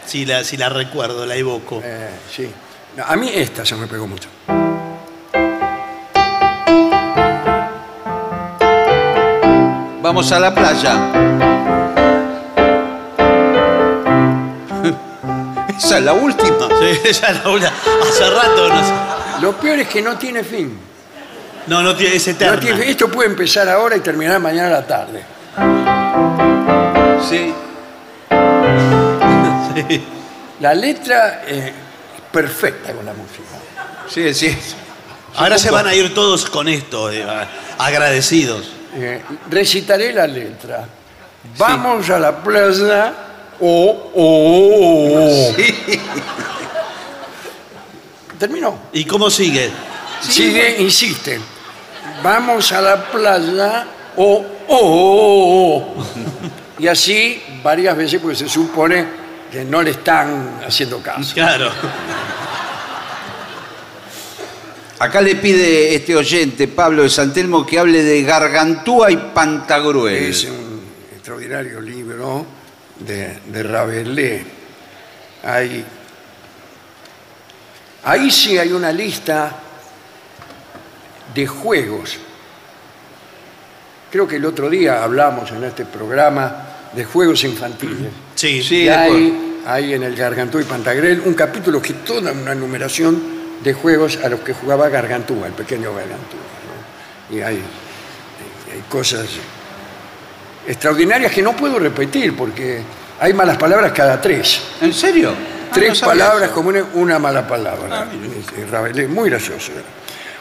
[SPEAKER 3] Si la, si la recuerdo, la evoco.
[SPEAKER 1] Eh, sí. No, a mí esta se me pegó mucho.
[SPEAKER 2] Vamos a la playa. Esa es la última.
[SPEAKER 3] Sí, esa es la una- Hace rato no sé.
[SPEAKER 1] Lo peor es que no tiene fin.
[SPEAKER 3] No, no tiene, es
[SPEAKER 1] No
[SPEAKER 3] eterna.
[SPEAKER 1] tiene fin. esto puede empezar ahora y terminar mañana a la tarde.
[SPEAKER 2] Sí.
[SPEAKER 3] Sí.
[SPEAKER 1] La letra eh, es perfecta con la música.
[SPEAKER 2] Sí, sí.
[SPEAKER 3] Ahora se van a ir todos con esto, eh, agradecidos.
[SPEAKER 1] Eh, recitaré la letra. Vamos a la plaza Oh, o o o. Terminó.
[SPEAKER 3] ¿Y cómo sigue?
[SPEAKER 1] Sigue, insiste. Vamos a la playa o o o. o. Y así varias veces porque se supone que no le están haciendo caso.
[SPEAKER 3] Claro.
[SPEAKER 2] Acá le pide este oyente, Pablo de Santelmo, que hable de Gargantúa y Pantagruel.
[SPEAKER 1] Es un extraordinario libro de, de Rabelais. Hay- ahí sí hay una lista de juegos. Creo que el otro día hablamos en este programa de juegos infantiles.
[SPEAKER 3] Sí.
[SPEAKER 2] Mm. Sí.
[SPEAKER 1] Y
[SPEAKER 2] de acuerdo.
[SPEAKER 1] hay, hay en el Gargantúa y Pantagrel un capítulo que toda una numeración de juegos a los que jugaba Gargantúa, el pequeño Gargantúa. ¿no? Y hay, hay cosas extraordinarias que no puedo repetir porque hay malas palabras cada tres.
[SPEAKER 2] ¿En serio? Ah,
[SPEAKER 1] Tres palabras comunes, una mala palabra. Este, Rabelais, muy gracioso.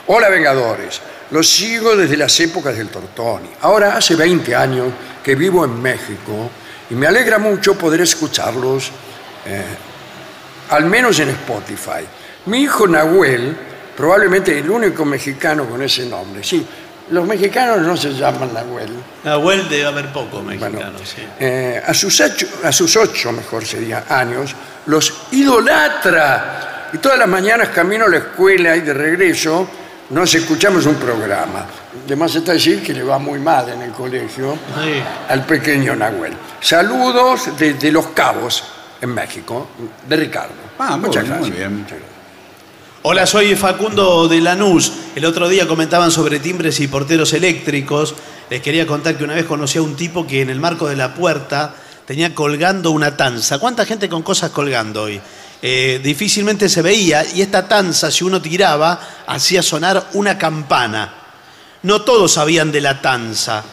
[SPEAKER 1] Hola, Vengadores. Los sigo desde las épocas del Tortoni. Ahora hace 20 años que vivo en México y me alegra mucho poder escucharlos, eh, al menos en Spotify. Mi hijo Nahuel, probablemente el único mexicano con ese nombre. Sí, los mexicanos no se llaman Nahuel.
[SPEAKER 3] Nahuel debe haber poco mexicano,
[SPEAKER 1] Bueno,
[SPEAKER 3] sí.
[SPEAKER 1] eh, a, sus ocho, a sus ocho, mejor sería, años, los idolatra. Y todas las mañanas camino a la escuela y de regreso nos escuchamos un programa. Además está decir que le va muy mal en el colegio
[SPEAKER 3] Sí.
[SPEAKER 1] al pequeño Nahuel. Saludos desde Los Cabos, en México, de Ricardo.
[SPEAKER 2] Ah, muy bien, muy bien.
[SPEAKER 1] Muchas gracias.
[SPEAKER 3] Hola, soy Facundo de Lanús. El otro día comentaban sobre timbres y porteros eléctricos. Les quería contar que una vez conocí a un tipo que en el marco de la puerta tenía colgando una tanza. ¿Cuánta gente con cosas colgando hoy? Eh, difícilmente se veía y esta tanza, si uno tiraba, hacía sonar una campana. No todos sabían de la tanza,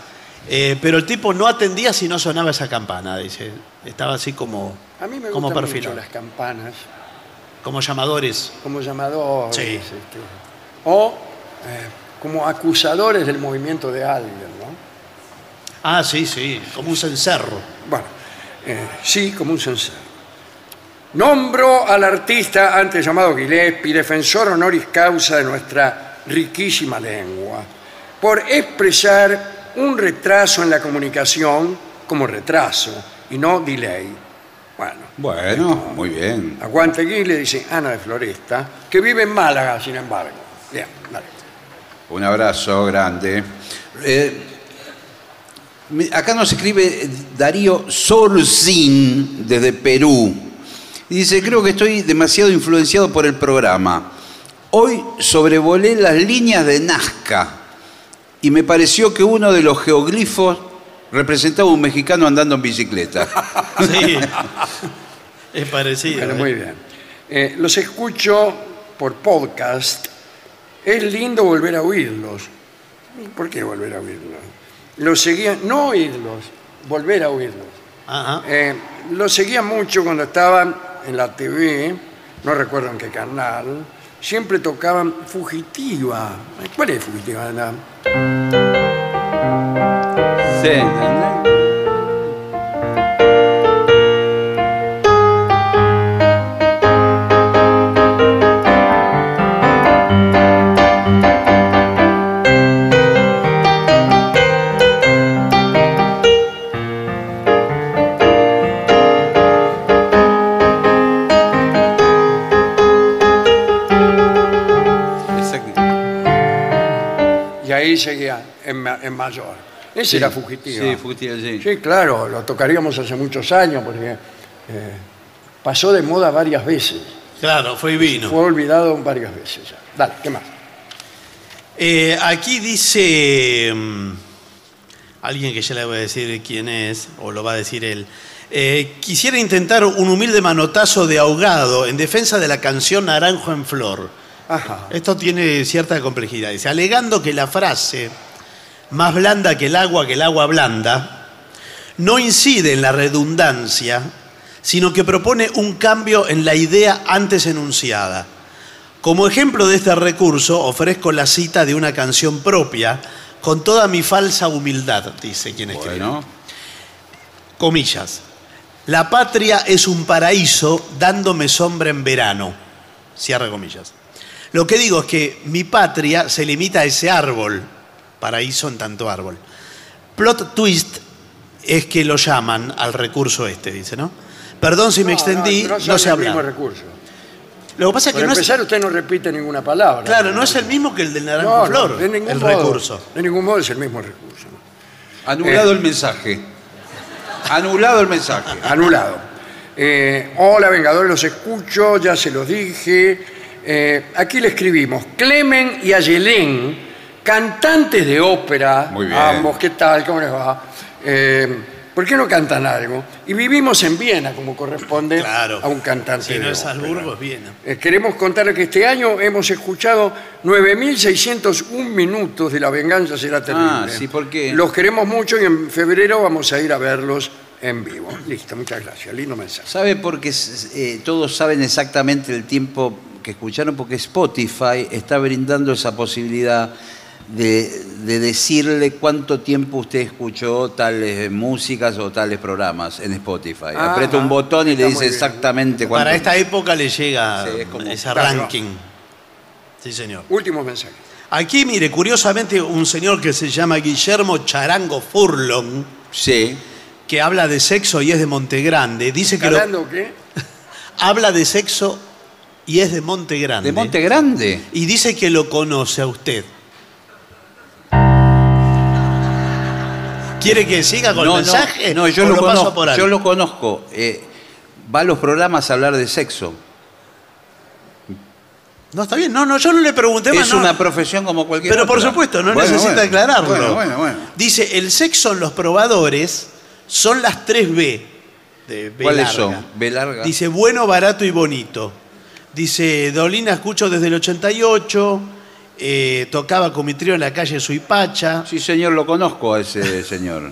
[SPEAKER 3] eh, pero el tipo no atendía si no sonaba esa campana, dice. Estaba así como,
[SPEAKER 1] A mí me
[SPEAKER 3] como
[SPEAKER 1] gustan mucho
[SPEAKER 3] perfilado,
[SPEAKER 1] las campanas,
[SPEAKER 3] como llamadores.
[SPEAKER 1] como llamadores,
[SPEAKER 3] Sí.
[SPEAKER 1] este, o eh, como acusadores del movimiento de alguien, ¿no?
[SPEAKER 3] Ah, sí, sí, como un cencerro.
[SPEAKER 1] Bueno, eh, sí, como un censor. Nombro al artista antes llamado Gillespie, defensor honoris causa de nuestra riquísima lengua, por expresar un retraso en la comunicación como retraso y no delay. Bueno,
[SPEAKER 2] Bueno, muy bien.
[SPEAKER 1] aguante Gille, dice Ana de Floresta, que vive en Málaga, sin embargo. Bien, dale.
[SPEAKER 2] Un abrazo grande. Eh, me- acá nos escribe Darío Sorzin desde Perú. Dice, creo que estoy demasiado influenciado por el programa. Hoy sobrevolé las líneas de Nazca y me pareció que uno de los geoglifos representaba un mexicano andando en bicicleta.
[SPEAKER 3] Sí. es parecido.
[SPEAKER 1] Bueno,
[SPEAKER 3] ¿eh?
[SPEAKER 1] muy bien. Eh, los escucho por podcast. Es lindo volver a oírlos. ¿Por qué volver a oírlos? Los seguía, no oírlos, volver a oírlos.
[SPEAKER 3] Ajá.
[SPEAKER 1] Eh, los seguía mucho cuando estaban en la TV, no recuerdo en qué canal. Siempre tocaban Fugitiva. ¿Cuál es Fugitiva? Ana?
[SPEAKER 2] Sí.
[SPEAKER 1] y ahí seguía en, ma- en mayor. Ese era fugitivo.
[SPEAKER 2] Sí, fugitivo, sí.
[SPEAKER 1] Sí, claro, lo tocaríamos hace muchos años porque eh, pasó de moda varias veces.
[SPEAKER 3] Claro, fue y vino.
[SPEAKER 1] Fue olvidado varias veces ya. Dale, ¿qué más?
[SPEAKER 3] Eh, aquí dice mm, alguien que ya le voy a decir quién es, o lo va a decir él. Eh, quisiera intentar un humilde manotazo de ahogado en defensa de la canción Naranjo en Flor.
[SPEAKER 1] Ajá.
[SPEAKER 3] Esto tiene cierta complejidad. Dice, alegando que la frase más blanda que el agua, que el agua blanda, no incide en la redundancia, sino que propone un cambio en la idea antes enunciada. Como ejemplo de este recurso, ofrezco la cita de una canción propia con toda mi falsa humildad, dice quien escribe
[SPEAKER 2] Bueno,
[SPEAKER 3] comillas. La patria es un paraíso dándome sombra en verano. Cierra comillas. Lo que digo es que mi patria se limita a ese árbol. Paraíso en tanto árbol. Plot twist es que lo llaman al recurso este, dice, ¿no? Perdón si me extendí, no, se
[SPEAKER 1] habla. mismo
[SPEAKER 3] habla.
[SPEAKER 1] recurso.
[SPEAKER 3] Lo que pasa es que
[SPEAKER 1] Por
[SPEAKER 3] no es,
[SPEAKER 1] empezar, usted no repite ninguna palabra.
[SPEAKER 3] claro, no es el mismo que el del naranjo
[SPEAKER 1] No, no,
[SPEAKER 3] flor,
[SPEAKER 1] de ningún
[SPEAKER 3] el
[SPEAKER 1] modo.
[SPEAKER 3] recurso.
[SPEAKER 1] De ningún modo es el mismo recurso. Eh,
[SPEAKER 2] anulado el mensaje. Anulado el mensaje.
[SPEAKER 1] Anulado. Eh, hola, Vengadores, los escucho, ya se los dije. Eh, aquí le escribimos, Clemen y Ayelén, cantantes de ópera,
[SPEAKER 2] Muy bien.
[SPEAKER 1] ambos, ¿qué tal? ¿Cómo les va? Eh, ¿Por qué no cantan algo? Y vivimos en Viena, como corresponde
[SPEAKER 3] Claro.
[SPEAKER 1] a un cantante
[SPEAKER 3] Si
[SPEAKER 1] de
[SPEAKER 3] no es
[SPEAKER 1] ópera.
[SPEAKER 3] Salzburgo, es Viena.
[SPEAKER 1] Eh, Queremos contarles que este año hemos escuchado 9.601 minutos de La Venganza Será Terrible.
[SPEAKER 2] Ah, sí, ¿por qué?
[SPEAKER 1] Los queremos mucho y en febrero vamos a ir a verlos en vivo. Listo, muchas gracias. Lindo mensaje.
[SPEAKER 2] ¿Sabe porque eh, todos saben exactamente el tiempo que escucharon? Porque Spotify está brindando esa posibilidad de, de decirle cuánto tiempo usted escuchó tales eh, músicas o tales programas en Spotify.
[SPEAKER 1] Ah,
[SPEAKER 2] Aprieta un botón y
[SPEAKER 1] está
[SPEAKER 2] le dice
[SPEAKER 1] muy bien.
[SPEAKER 2] exactamente cuánto.
[SPEAKER 3] Para esta época le llega
[SPEAKER 2] Sí, es como-
[SPEAKER 3] ese
[SPEAKER 1] Claro.
[SPEAKER 3] ranking. Sí, señor.
[SPEAKER 1] Último mensaje.
[SPEAKER 3] Aquí, mire, curiosamente, un señor que se llama Guillermo Charango Furlong,
[SPEAKER 2] Sí.
[SPEAKER 3] que habla de sexo y es de Montegrande, dice que lo-
[SPEAKER 1] ¿Hablando qué?
[SPEAKER 3] habla de sexo y es de Montegrande.
[SPEAKER 2] De Monte Grande.
[SPEAKER 3] Y dice que lo conoce a usted. ¿Quiere que siga con
[SPEAKER 2] no,
[SPEAKER 3] el mensaje?
[SPEAKER 2] No, yo
[SPEAKER 3] ¿O
[SPEAKER 2] lo,
[SPEAKER 3] paso
[SPEAKER 2] conozco.
[SPEAKER 3] por alto?
[SPEAKER 2] yo lo conozco. Eh, va a los programas a hablar de sexo.
[SPEAKER 3] No, está bien. No, no, yo no le pregunté más.
[SPEAKER 2] es
[SPEAKER 3] no.
[SPEAKER 2] una profesión como cualquier
[SPEAKER 3] Pero
[SPEAKER 2] otra.
[SPEAKER 3] por supuesto, no
[SPEAKER 2] Bueno,
[SPEAKER 3] necesita
[SPEAKER 2] bueno.
[SPEAKER 3] aclararlo.
[SPEAKER 2] Bueno, bueno, bueno.
[SPEAKER 3] Dice, el sexo en los probadores son las 3B. De B
[SPEAKER 2] ¿Cuáles
[SPEAKER 3] larga.
[SPEAKER 2] son? B larga.
[SPEAKER 3] Dice, bueno, barato y bonito. Dice, Dolina escucho desde el 88, eh, tocaba con mi trío en la calle Suipacha.
[SPEAKER 2] Sí, señor, lo conozco a ese señor.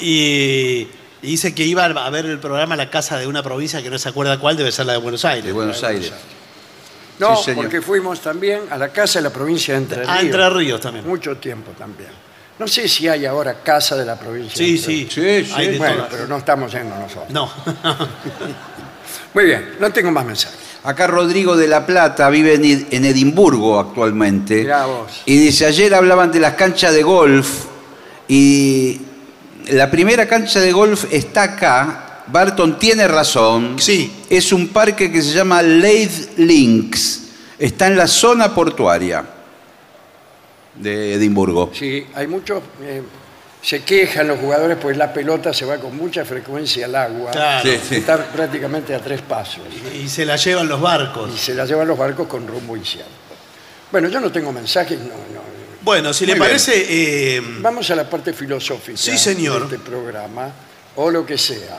[SPEAKER 3] Y, y dice que iba a ver el programa La Casa de una provincia que no se acuerda cuál, debe ser la de Buenos Aires.
[SPEAKER 2] De Buenos Aires.
[SPEAKER 1] No,
[SPEAKER 2] Sí, señor.
[SPEAKER 1] porque fuimos también a la casa de la provincia de Entre Ríos.
[SPEAKER 3] Ah, Entre Ríos también.
[SPEAKER 1] Mucho tiempo también. No sé si hay ahora casa de la provincia de
[SPEAKER 3] Sí,
[SPEAKER 1] Entre
[SPEAKER 3] sí.
[SPEAKER 1] Ríos.
[SPEAKER 2] Sí, sí.
[SPEAKER 3] Hay de
[SPEAKER 1] Bueno,
[SPEAKER 3] todas.
[SPEAKER 1] pero no estamos yendo nosotros.
[SPEAKER 3] No.
[SPEAKER 1] Muy bien, no tengo más mensajes.
[SPEAKER 2] Acá Rodrigo de la Plata vive en Ed- en Edimburgo actualmente.
[SPEAKER 1] Mirá vos.
[SPEAKER 2] Y dice, ayer hablaban de las canchas de golf y la primera cancha de golf está acá. Barton tiene razón.
[SPEAKER 3] Sí.
[SPEAKER 2] Es un parque que se llama Leith Links. Está en la zona portuaria de Edimburgo.
[SPEAKER 1] Sí, hay muchos. eh, se quejan los jugadores pues la pelota se va con mucha frecuencia al agua.
[SPEAKER 3] Claro.
[SPEAKER 2] Sí, sí.
[SPEAKER 1] Está prácticamente a tres pasos.
[SPEAKER 3] Y se la llevan los barcos.
[SPEAKER 1] Y se la llevan los barcos con rumbo incierto. Bueno, yo no tengo mensajes, no, no.
[SPEAKER 3] Bueno, si le
[SPEAKER 2] Muy bien.
[SPEAKER 3] parece, eh,
[SPEAKER 1] Vamos a la parte filosófica
[SPEAKER 3] Sí, señor.
[SPEAKER 1] de este programa, o lo que sea.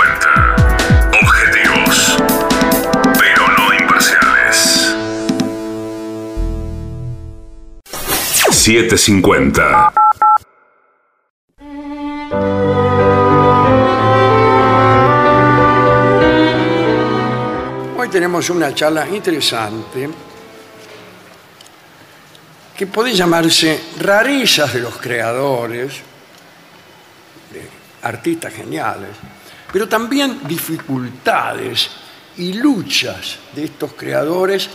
[SPEAKER 4] Objetivos, pero no imparciales. 750.
[SPEAKER 1] tenemos una charla interesante que puede llamarse Rarezas de los Creadores, de artistas geniales, pero también dificultades y luchas de estos creadores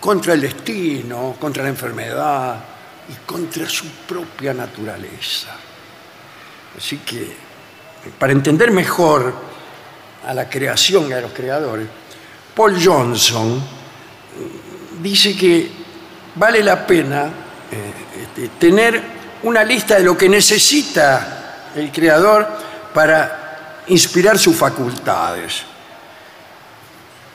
[SPEAKER 1] contra el destino, contra la enfermedad y contra su propia naturaleza. Así que, para entender mejor a la creación y a los creadores, Paul Johnson eh, dice que vale la pena eh, este, tener una lista de lo que necesita el creador para inspirar sus facultades.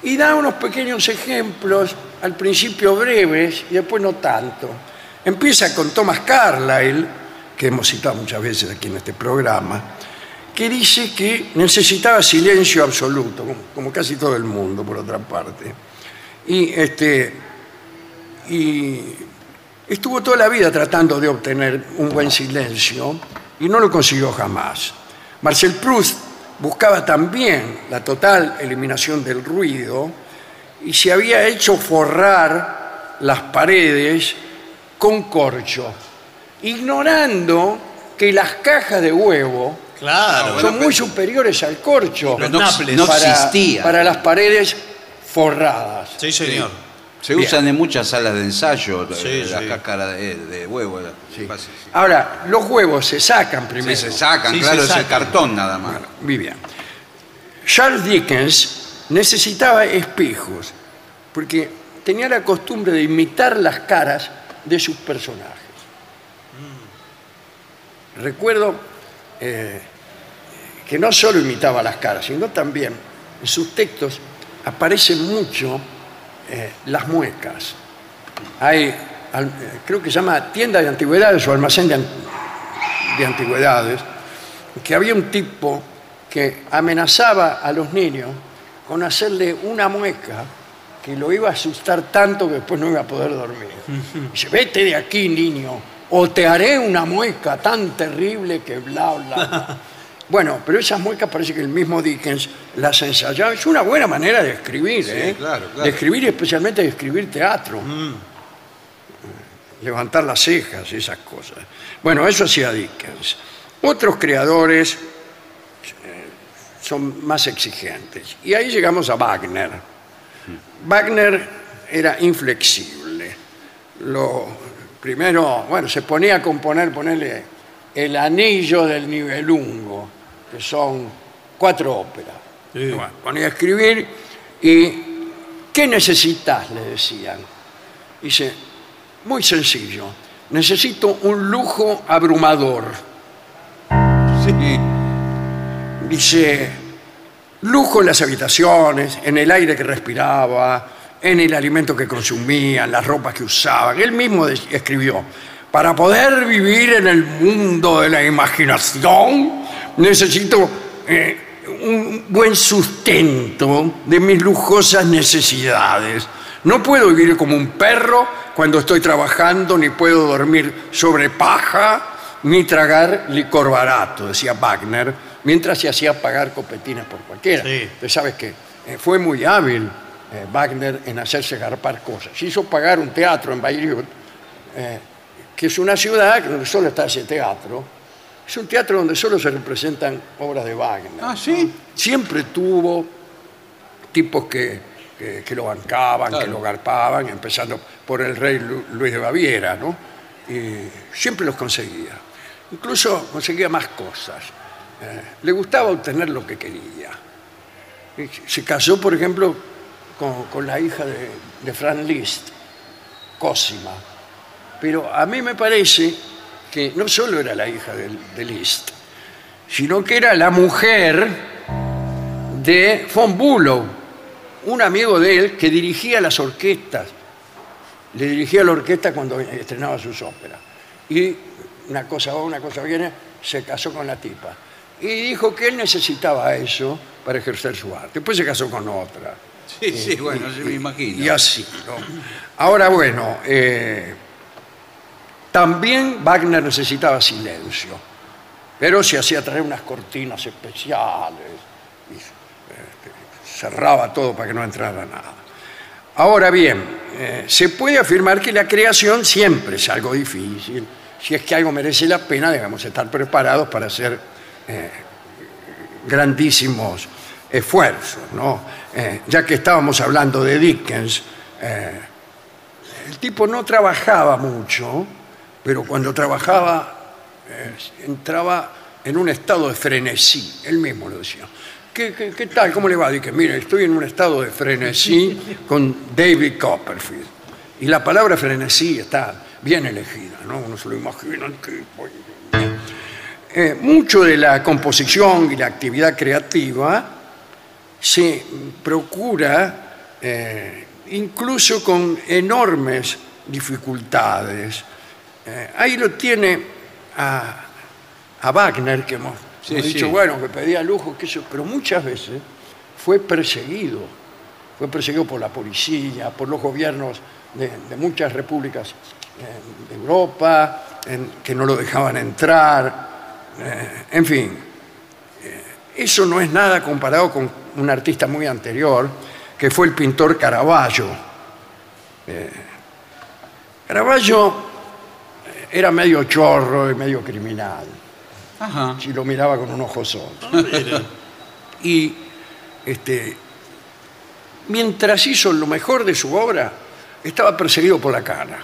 [SPEAKER 1] Y da unos pequeños ejemplos, al principio breves y después no tanto. Empieza con Thomas Carlyle, que hemos citado muchas veces aquí en este programa, que dice que necesitaba silencio absoluto, como- como casi todo el mundo, por otra parte. Y, este, y estuvo toda la vida tratando de obtener un buen silencio y no lo consiguió jamás. Marcel Proust buscaba también la total eliminación del ruido y se había hecho forrar las paredes con corcho, ignorando que las cajas de huevo
[SPEAKER 3] Claro.
[SPEAKER 1] son muy superiores al corcho
[SPEAKER 3] Los naples.
[SPEAKER 2] no
[SPEAKER 1] para,
[SPEAKER 2] existía.
[SPEAKER 1] para las paredes forradas.
[SPEAKER 3] Sí, señor.
[SPEAKER 2] Se
[SPEAKER 1] Bien.
[SPEAKER 2] usan en muchas salas de ensayo
[SPEAKER 3] Sí,
[SPEAKER 2] las
[SPEAKER 3] sí.
[SPEAKER 2] cáscaras de, de huevo. la- pasa, sí.
[SPEAKER 1] Ahora, los huevos se sacan
[SPEAKER 2] Sí,
[SPEAKER 1] primero.
[SPEAKER 2] se sacan,
[SPEAKER 3] Sí, se
[SPEAKER 2] claro, es el
[SPEAKER 3] sacan.
[SPEAKER 2] cartón nada más.
[SPEAKER 1] Muy bien. Charles Dickens necesitaba espejos porque tenía la costumbre de imitar las caras de sus personajes. Recuerdo eh, que no solo imitaba las caras, sino también en sus textos aparecen mucho eh, las muecas. Hay, al- eh, creo que se llama tienda de antigüedades o almacén de, an- de antigüedades, que había un tipo que amenazaba a los niños con hacerle una mueca que lo iba a asustar tanto que después no iba a poder dormir. Dice, vete de aquí, niño, o te haré una mueca tan terrible que bla, bla. bla". bueno, pero esas muecas parece que el mismo Dickens las ensayaba. Es una buena manera de escribir, ¿eh?
[SPEAKER 2] claro, claro. Mm.
[SPEAKER 1] De escribir, y especialmente de escribir teatro levantar las cejas, esas cosas. Bueno, eso hacía Dickens. Otros creadores eh, son más exigentes. Y ahí llegamos a Wagner.
[SPEAKER 2] Mm.
[SPEAKER 1] Wagner era inflexible. Lo primero, bueno, se ponía a componer, ponerle el anillo del nivelungo, que son cuatro óperas.
[SPEAKER 3] Sí.
[SPEAKER 1] Bueno, ponía a escribir y ¿qué necesitas? le decían. Dice, muy sencillo, necesito un lujo abrumador. Dice, lujo en las habitaciones, en el aire que respiraba, en el alimento que consumían, las ropas que usaban. Él mismo de- escribió, para poder vivir en el mundo de la imaginación, necesito eh, un buen sustento de mis lujosas necesidades. No puedo vivir como un perro cuando estoy trabajando, ni puedo dormir sobre paja, ni tragar licor barato, decía Wagner, mientras se hacía pagar copetinas por cualquiera.
[SPEAKER 3] Sí.
[SPEAKER 1] Usted sabe que eh, fue muy hábil eh, Wagner en hacerse garpar cosas. Se hizo pagar un teatro en Bayreuth, eh, que es una ciudad donde solo está ese teatro. Es un teatro donde solo se representan obras de Wagner.
[SPEAKER 2] Ah, sí.
[SPEAKER 1] Siempre tuvo tipos que, que- que lo bancaban, que
[SPEAKER 2] Claro.
[SPEAKER 1] lo garpaban, empezando por el rey Lu- Luis de Baviera, ¿no? Y siempre los conseguía. Incluso conseguía más cosas. Eh, le gustaba obtener lo que quería. Y se- Se casó, por ejemplo, con, con la hija de, de Franz Liszt, Cosima. Pero a mí me parece que no solo era la hija del- de Liszt, sino que era la mujer de Von Bulow, un amigo de él que dirigía las orquestas. Le dirigía la orquesta cuando estrenaba sus óperas. Y una cosa va, una cosa viene, se casó con la tipa. Y dijo que él necesitaba eso para ejercer su arte. Después se casó con otra. Eh,
[SPEAKER 2] Sí, sí, bueno, yo me imagino.
[SPEAKER 1] Y así, ¿no? Ahora, bueno, eh, también Wagner necesitaba silencio, pero se hacía traer unas cortinas especiales, y, eh, cerraba todo para que no entrara nada. Ahora bien, eh, se puede afirmar que la creación siempre es algo difícil. Si es que algo merece la pena, debemos estar preparados para hacer eh, grandísimos esfuerzos, ¿no? Eh, ya que estábamos hablando de Dickens, eh, el tipo no trabajaba mucho, pero cuando trabajaba eh, entraba en un estado de frenesí, él mismo lo decía. ¿Qué, qué, qué tal? ¿Cómo le va? Dije, mire, estoy en un estado de frenesí con David Copperfield. Y la palabra frenesí está bien elegida, ¿no? Uno se lo imagina. el tipo. Eh, mucho de la composición y la actividad creativa se procura eh, incluso con enormes dificultades. Eh, ahí lo tiene a, a Wagner, que hemos,
[SPEAKER 2] Sí,
[SPEAKER 1] hemos
[SPEAKER 2] sí.
[SPEAKER 1] dicho, bueno, que pedía lujo, que eso, pero muchas veces fue perseguido. Fue perseguido por la policía, por los gobiernos de, de muchas repúblicas eh, de Europa, en- que no lo dejaban entrar. Eh, en fin, eh, eso no es nada comparado con un artista muy anterior, que fue el pintor Caravaggio. Eh, Caravaggio eh, era medio chorro y medio criminal,
[SPEAKER 2] Ajá.
[SPEAKER 1] si lo miraba con un ojo solo.
[SPEAKER 2] Ah,
[SPEAKER 1] y este, mientras hizo lo mejor de su obra, estaba perseguido por la cana.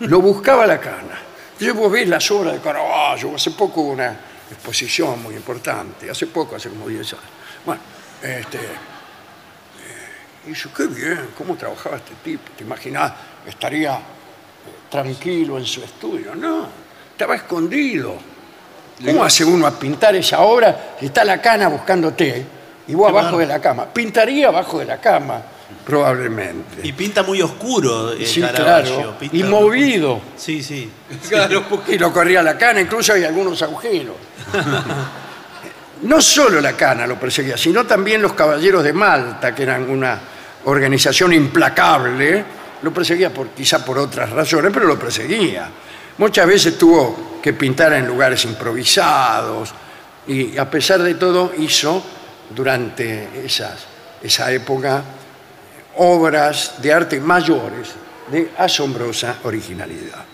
[SPEAKER 1] Lo buscaba la cana. Entonces vos ves las obras de Caravaggio, hace poco hubo una exposición muy importante, hace poco, hace como 10 años. Bueno, este, eh, hizo, qué bien, cómo trabajaba este tipo, te imaginás, estaría eh, tranquilo en su estudio. No, estaba escondido. ¿Cómo hace uno a pintar esa obra que está la cana buscándote eh? y vos abajo de la cama? Pintaría abajo de la cama, probablemente.
[SPEAKER 3] Y pinta muy oscuro el
[SPEAKER 1] Sí,
[SPEAKER 3] Caravaggio,
[SPEAKER 1] claro.
[SPEAKER 3] pinta-
[SPEAKER 1] Y movido.
[SPEAKER 3] Sí, sí.
[SPEAKER 2] Claro, porque-
[SPEAKER 1] Y lo corría la cana, incluso hay algunos agujeros. No solo la cana lo perseguía, sino también los caballeros de Malta, que eran una organización implacable, lo perseguía por, quizá por otras razones, pero lo perseguía. Muchas veces tuvo que pintar en lugares improvisados y a pesar de todo hizo durante esas- esa época obras de arte mayores de asombrosa originalidad.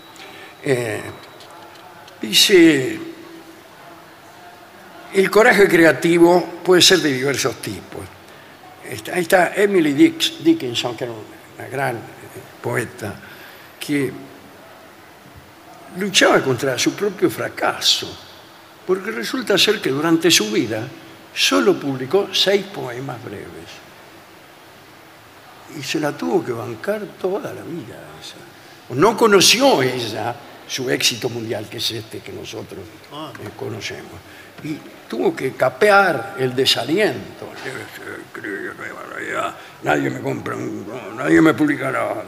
[SPEAKER 1] Eh, dice, el coraje creativo puede ser de diversos tipos. Está- Ahí está Emily Dix- Dickinson, que era una gran eh, poeta, que luchaba contra su propio fracaso, porque resulta ser que durante su vida solo publicó seis poemas breves. Y se la tuvo que bancar toda la vida. esa. No conoció ella su éxito mundial, que es este que nosotros eh, conocemos. Y tuvo que capear el desaliento. Qué barbaridad, Nadie me compra, un- no, nadie me publicará.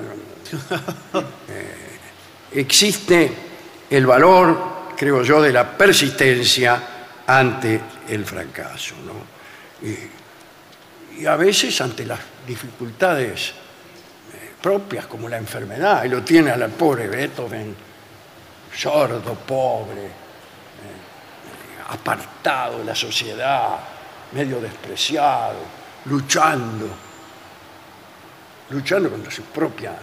[SPEAKER 1] Eh, existe el valor, creo yo, de la persistencia ante el fracaso. ¿no? Y- y a veces ante las dificultades eh, propias como la enfermedad, y lo tiene al pobre Beethoven, sordo, pobre, eh, apartado de la sociedad, medio despreciado, luchando, luchando contra su propia eh,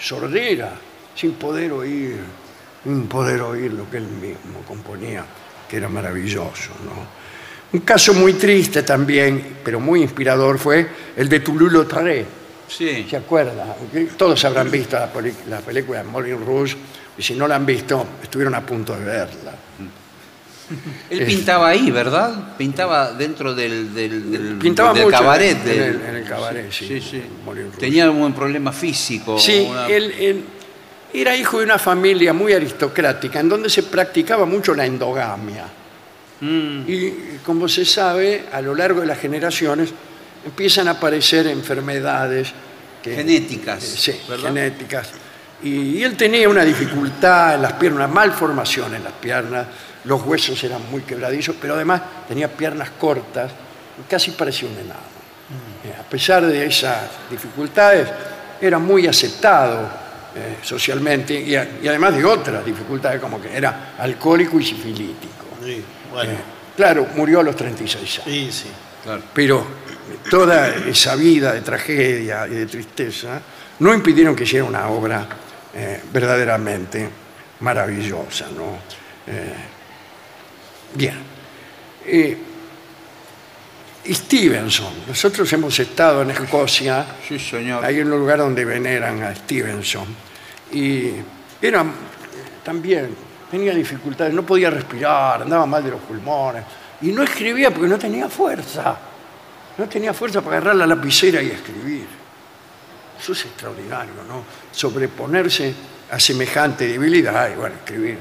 [SPEAKER 1] sordera, sin poder oír, sin poder oír lo que él mismo componía, que era maravilloso, ¿no? Un caso muy triste también, pero muy inspirador, fue el de Toulouse-Lautrec,
[SPEAKER 2] Sí.
[SPEAKER 1] ¿Se acuerda? Que Todos habrán visto la, poli- la película de Moulin Rouge y si no la han visto, estuvieron a punto de verla.
[SPEAKER 2] Mm.
[SPEAKER 1] eh,
[SPEAKER 2] Él pintaba ahí, ¿verdad? Pintaba dentro del, del, del-
[SPEAKER 1] Pintaba
[SPEAKER 2] del
[SPEAKER 1] mucho
[SPEAKER 2] cabaret.
[SPEAKER 1] en,
[SPEAKER 2] del-
[SPEAKER 1] el, en el cabaret, sí.
[SPEAKER 2] Sí, sí.
[SPEAKER 1] Moulin Rouge.
[SPEAKER 2] Tenía un problema físico.
[SPEAKER 1] Sí,
[SPEAKER 2] una-
[SPEAKER 1] él, él era hijo de una familia muy aristocrática en donde se practicaba mucho la endogamia.
[SPEAKER 2] Mm.
[SPEAKER 1] Y como se sabe, a lo largo de las generaciones empiezan a aparecer enfermedades que- eh,
[SPEAKER 2] Genéticas,
[SPEAKER 1] Sí,
[SPEAKER 2] ¿verdad?
[SPEAKER 1] genéticas. Y, y él tenía una dificultad en las piernas, una malformación en las piernas, los huesos eran muy quebradizos, pero además tenía piernas cortas, y casi parecía un enano.
[SPEAKER 2] Mm.
[SPEAKER 1] Eh, A pesar de esas dificultades, era muy aceptado eh, socialmente y, a- y además de otras dificultades, como que era alcohólico y sifilítico.
[SPEAKER 3] Sí,
[SPEAKER 1] Eh,
[SPEAKER 3] bueno.
[SPEAKER 1] claro, murió a los 36 años,
[SPEAKER 3] Sí, sí.
[SPEAKER 2] Claro.
[SPEAKER 1] pero toda esa vida de tragedia y de tristeza no impidieron que hiciera una obra eh, verdaderamente maravillosa. ¿no? Eh, bien. Eh, y Stevenson, nosotros hemos estado en Escocia,
[SPEAKER 2] Sí, señor.
[SPEAKER 1] hay un lugar donde veneran a Stevenson, y era eh, también, tenía dificultades, no podía respirar, andaba mal de los pulmones, y no escribía porque no tenía fuerza, no tenía fuerza para agarrar la lapicera y escribir. Eso es extraordinario, ¿no? Sobreponerse a semejante debilidad y bueno, escribir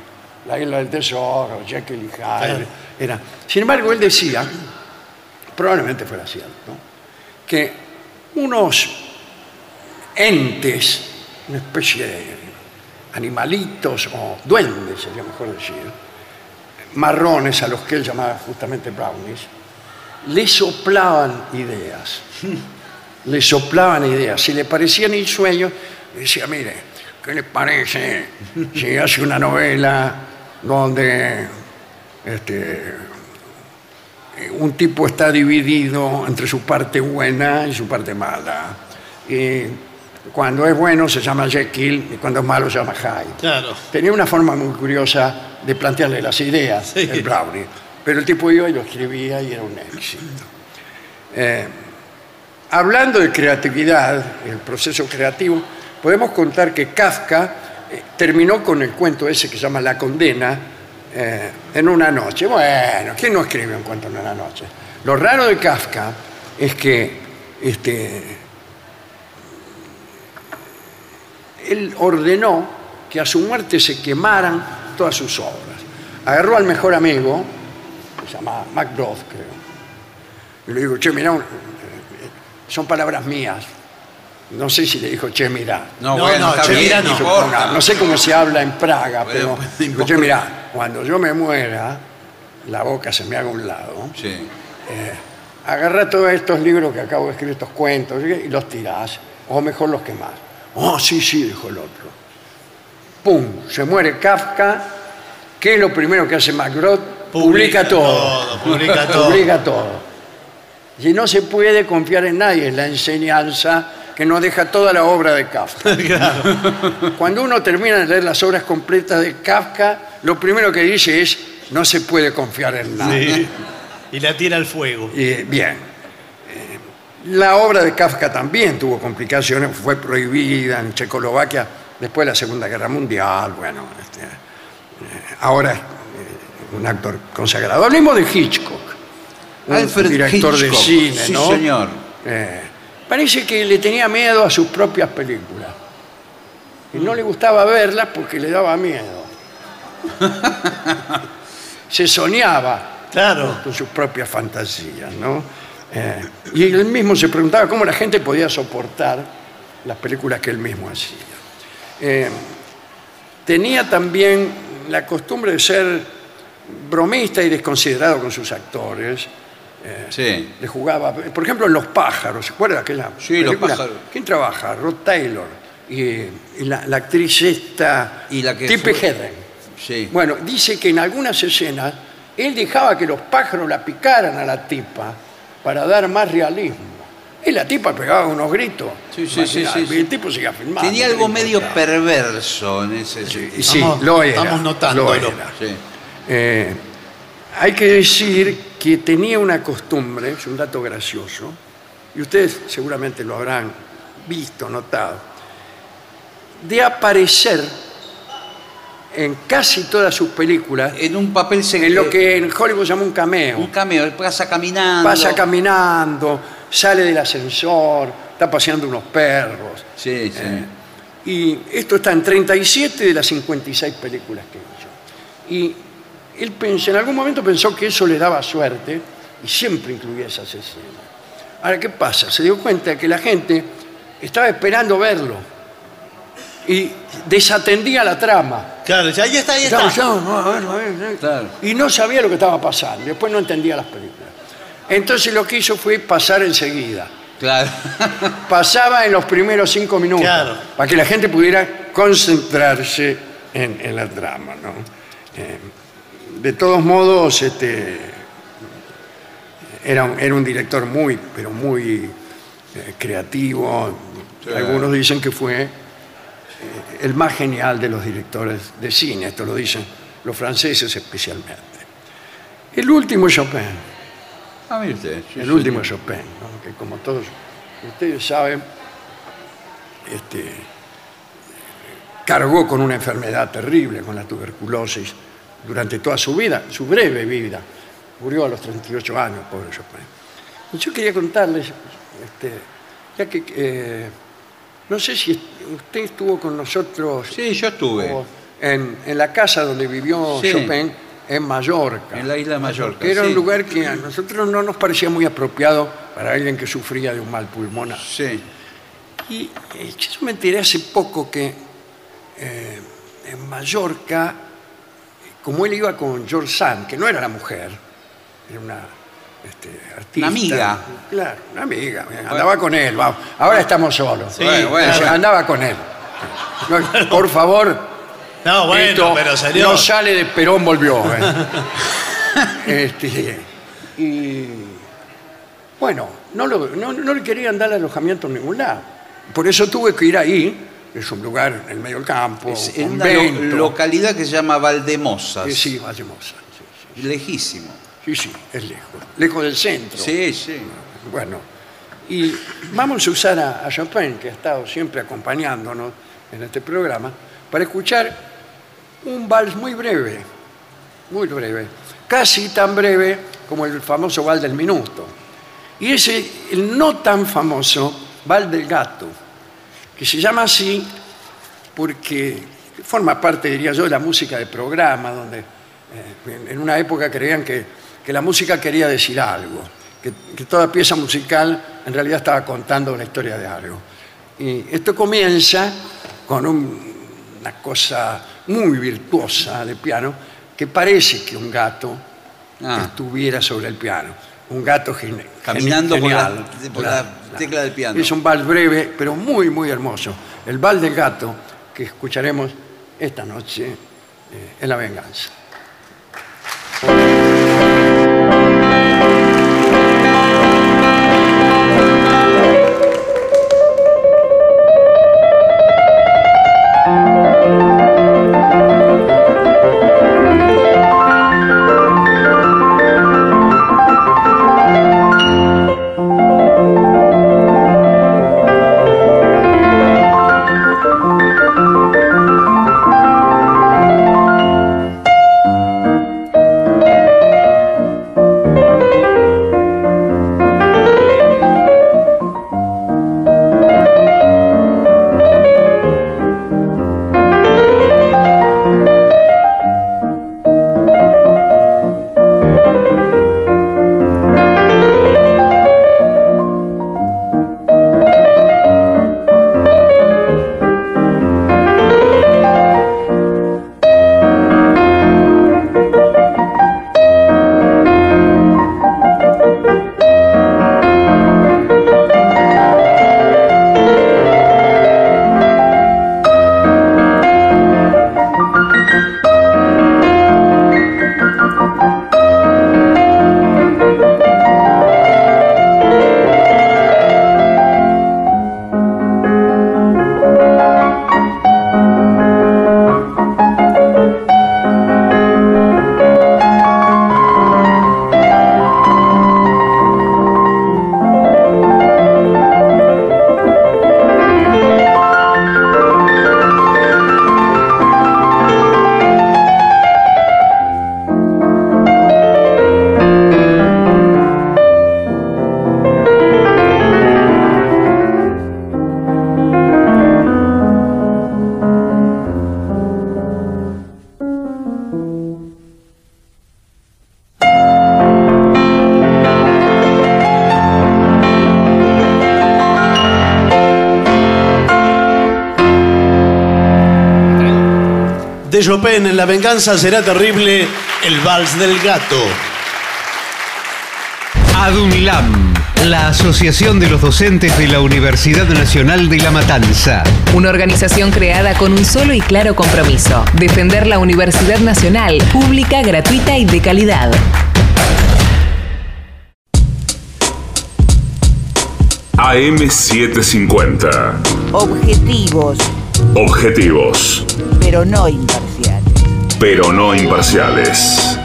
[SPEAKER 1] La isla del tesoro, Jekyll y Hyde. Era. Sin embargo, él decía, probablemente fuera cierto, que unos entes, una especie de animalitos o duendes, sería mejor decir, marrones a los que él llamaba justamente brownies, le soplaban ideas le soplaban ideas. Si le parecían sueños, decía, mire, ¿qué le parece si hace una novela donde este, un tipo está dividido entre su parte buena y su parte mala? Y cuando es bueno se llama Jekyll y cuando es malo se llama Hyde
[SPEAKER 3] Claro.
[SPEAKER 1] tenía una forma muy curiosa de plantearle las ideas,
[SPEAKER 3] Sí.
[SPEAKER 1] el Browning. Pero el tipo iba y lo escribía y era un éxito. Eh, hablando de creatividad, el proceso creativo, podemos contar que Kafka eh, terminó con el cuento ese que se llama La Condena eh, en una noche. Bueno, ¿quién no escribe un cuento en una noche? Lo raro de Kafka es que este, él ordenó que a su muerte se quemaran todas sus obras. Agarró al mejor amigo, se llama MacDuff, creo, y le dijo, che, mirá, un- eh, eh, son palabras mías. No sé si le dijo, che, mirá.
[SPEAKER 2] No,
[SPEAKER 3] No,
[SPEAKER 2] bueno,
[SPEAKER 3] no,
[SPEAKER 2] está
[SPEAKER 3] che,
[SPEAKER 2] bien,
[SPEAKER 3] mira,
[SPEAKER 2] no
[SPEAKER 3] no.
[SPEAKER 2] importa.
[SPEAKER 1] No sé cómo se habla en Praga,
[SPEAKER 2] Bueno,
[SPEAKER 1] pero
[SPEAKER 2] pues, no
[SPEAKER 1] dijo,
[SPEAKER 2] importa.
[SPEAKER 1] che, mirá, cuando yo me muera, la boca se me haga a un lado,
[SPEAKER 2] Sí.
[SPEAKER 1] agarra todos estos libros que acabo de escribir, estos cuentos, y los tirás, o mejor los quemás. Oh, sí, sí, dijo el otro. ¡Pum! Se muere Kafka, que es lo primero que hace Macrot, publica, todo.
[SPEAKER 3] Publica todo.
[SPEAKER 1] Publica todo. Y no se puede confiar en nadie, es la enseñanza que nos deja toda la obra de Kafka. Cuando uno termina de leer las obras completas de Kafka, lo primero que dice es, no se puede confiar en nadie.
[SPEAKER 3] Sí. Y la tira al fuego.
[SPEAKER 1] Eh, bien. Eh, La obra de Kafka también tuvo complicaciones, fue prohibida en Checoslovaquia después de la Segunda Guerra Mundial. Bueno, este, eh, ahora es eh, un actor consagrado. Hablemos de Hitchcock, un
[SPEAKER 2] Alfred
[SPEAKER 1] director de
[SPEAKER 2] Hitchcock.
[SPEAKER 1] cine,
[SPEAKER 2] Sí,
[SPEAKER 1] ¿no?
[SPEAKER 2] señor.
[SPEAKER 1] Eh, parece que le tenía miedo a sus propias películas. Y no le gustaba verlas porque le daba miedo. Se soñaba
[SPEAKER 3] Claro.
[SPEAKER 1] con sus propias fantasías, ¿no? Eh, y él mismo se preguntaba cómo la gente podía soportar las películas que él mismo hacía. Eh, tenía también la costumbre de ser bromista y desconsiderado con sus actores. Eh,
[SPEAKER 2] Sí.
[SPEAKER 1] Le jugaba, por ejemplo, en Los Pájaros, ¿se acuerda aquella
[SPEAKER 2] Sí, Los
[SPEAKER 1] película?
[SPEAKER 2] Pájaros.
[SPEAKER 1] ¿Quién trabaja? Rod Taylor. Y, y la, la actriz esta,
[SPEAKER 2] Y la que
[SPEAKER 1] Tippi
[SPEAKER 2] fue-
[SPEAKER 1] Hedren.
[SPEAKER 2] Sí.
[SPEAKER 1] Bueno, dice que en algunas escenas él dejaba que los pájaros la picaran a la tipa para dar más realismo. Y la tipa pegaba unos gritos.
[SPEAKER 2] Sí, sí, sí,
[SPEAKER 1] Imaginad,
[SPEAKER 2] sí,
[SPEAKER 1] y
[SPEAKER 2] sí.
[SPEAKER 1] El tipo seguía filmando.
[SPEAKER 2] Tenía algo
[SPEAKER 1] no le
[SPEAKER 2] medio
[SPEAKER 1] importaba.
[SPEAKER 2] perverso en ese
[SPEAKER 1] Y
[SPEAKER 2] sentido.
[SPEAKER 1] sí,
[SPEAKER 3] Estamos-
[SPEAKER 1] lo era.
[SPEAKER 3] estamos notándolo.
[SPEAKER 1] lo era.
[SPEAKER 2] Sí.
[SPEAKER 1] Eh, hay que decir que tenía una costumbre, es un dato gracioso, y ustedes seguramente lo habrán visto, notado, de aparecer en casi todas sus películas
[SPEAKER 2] En un papel se
[SPEAKER 1] en lo que en Hollywood se llama un cameo.
[SPEAKER 2] Un cameo, él pasa caminando.
[SPEAKER 1] Pasa caminando, sale del ascensor, está paseando unos perros.
[SPEAKER 2] Sí, sí.
[SPEAKER 1] Eh, Y esto está en 37 de las 56 películas que hizo. Y él pensó, en algún momento pensó que eso le daba suerte y siempre incluía esas escenas. Ahora, ¿qué pasa? Se dio cuenta que la gente estaba esperando verlo y desatendía la trama.
[SPEAKER 3] Claro, ya ahí está, ahí
[SPEAKER 1] Ya,
[SPEAKER 3] está.
[SPEAKER 1] ya, a ver, a ver, eh.
[SPEAKER 2] Claro.
[SPEAKER 1] Y no sabía lo que estaba pasando, después no entendía las películas. Entonces lo que hizo fue pasar enseguida.
[SPEAKER 2] Claro.
[SPEAKER 1] Pasaba en los primeros cinco minutos
[SPEAKER 3] Claro.
[SPEAKER 1] para que la gente pudiera concentrarse en, en la trama. ¿no? Eh, de todos modos, este, eh, era un, era un director muy, pero muy eh, creativo. Algunos dicen que fue eh, el más genial de los directores de cine, esto lo dicen los franceses especialmente. El último es Chopin,
[SPEAKER 2] Ah, mire usted. sí,
[SPEAKER 1] el
[SPEAKER 2] sí,
[SPEAKER 1] último
[SPEAKER 2] sí.
[SPEAKER 1] es Chopin, ¿no? que como todos ustedes saben, este, cargó con una enfermedad terrible, con la tuberculosis, durante toda su vida, su breve vida. Murió a los 38 años, pobre Chopin. Y yo quería contarles, este, ya que eh, no sé si usted estuvo con nosotros
[SPEAKER 2] Sí, yo estuve.
[SPEAKER 1] o en, en la casa donde vivió
[SPEAKER 2] Sí.
[SPEAKER 1] Chopin en Mallorca.
[SPEAKER 2] En la isla de Mallorca,
[SPEAKER 1] Que era
[SPEAKER 2] sí.
[SPEAKER 1] un lugar que a nosotros no nos parecía muy apropiado para alguien que sufría de un mal pulmonar.
[SPEAKER 2] Sí.
[SPEAKER 1] Y eh, yo me enteré hace poco que eh, en Mallorca, como él iba con George Sand, que no era la mujer, era una este, artista.
[SPEAKER 2] Una amiga.
[SPEAKER 1] Claro, una amiga. eh, Andaba con él, vamos. Ahora estamos solos.
[SPEAKER 3] Sí,
[SPEAKER 2] Bueno, bueno,
[SPEAKER 1] O sea,
[SPEAKER 2] bueno.
[SPEAKER 1] Andaba con él. No, por favor,
[SPEAKER 3] No, bueno,
[SPEAKER 1] esto
[SPEAKER 3] pero señor.
[SPEAKER 1] No sale de Perón, volvió. ¿eh? Este, y bueno, no, lo- no- no le querían dar alojamiento en ningún lado. Por eso tuve que ir ahí, que es un lugar en el medio del campo,
[SPEAKER 2] Es
[SPEAKER 1] un
[SPEAKER 2] en una lo-
[SPEAKER 1] convento.
[SPEAKER 2] localidad que se llama Valdemosas.
[SPEAKER 1] Sí, sí, más hermosa, sí, sí.
[SPEAKER 2] Lejísimo.
[SPEAKER 1] Sí, sí, es lejos. Lejos del centro.
[SPEAKER 2] Sí, sí.
[SPEAKER 1] Bueno, y vamos a usar a, a Chopin, que ha estado siempre acompañándonos en este programa, para escuchar un vals muy breve, muy breve, casi tan breve como el famoso vals del minuto. Y ese, el no tan famoso vals del gato, que se llama así porque forma parte, diría yo, de la música de programa, donde eh, en- en una época creían que, que la música quería decir algo, que, que toda pieza musical en realidad estaba contando una historia de algo. Y esto comienza con un- una cosa muy virtuosa de piano, que parece que un gato
[SPEAKER 2] Ah.
[SPEAKER 1] estuviera sobre el piano, un gato gen-
[SPEAKER 2] Caminando por la-
[SPEAKER 1] genial.
[SPEAKER 2] por la tecla del piano.
[SPEAKER 1] Es un vals breve, pero muy, muy hermoso. El vals del gato que escucharemos esta noche eh, en La Venganza.
[SPEAKER 3] De Chopin en La Venganza será terrible el vals del gato.
[SPEAKER 5] ADUNLAM, la Asociación de los Docentes de la Universidad Nacional de La Matanza.
[SPEAKER 6] Una organización creada con un solo y claro compromiso, defender la Universidad Nacional, pública, gratuita y de calidad.
[SPEAKER 4] AM750.
[SPEAKER 7] Objetivos,
[SPEAKER 4] Objetivos,
[SPEAKER 7] pero no imparciales.
[SPEAKER 4] pero no imparciales.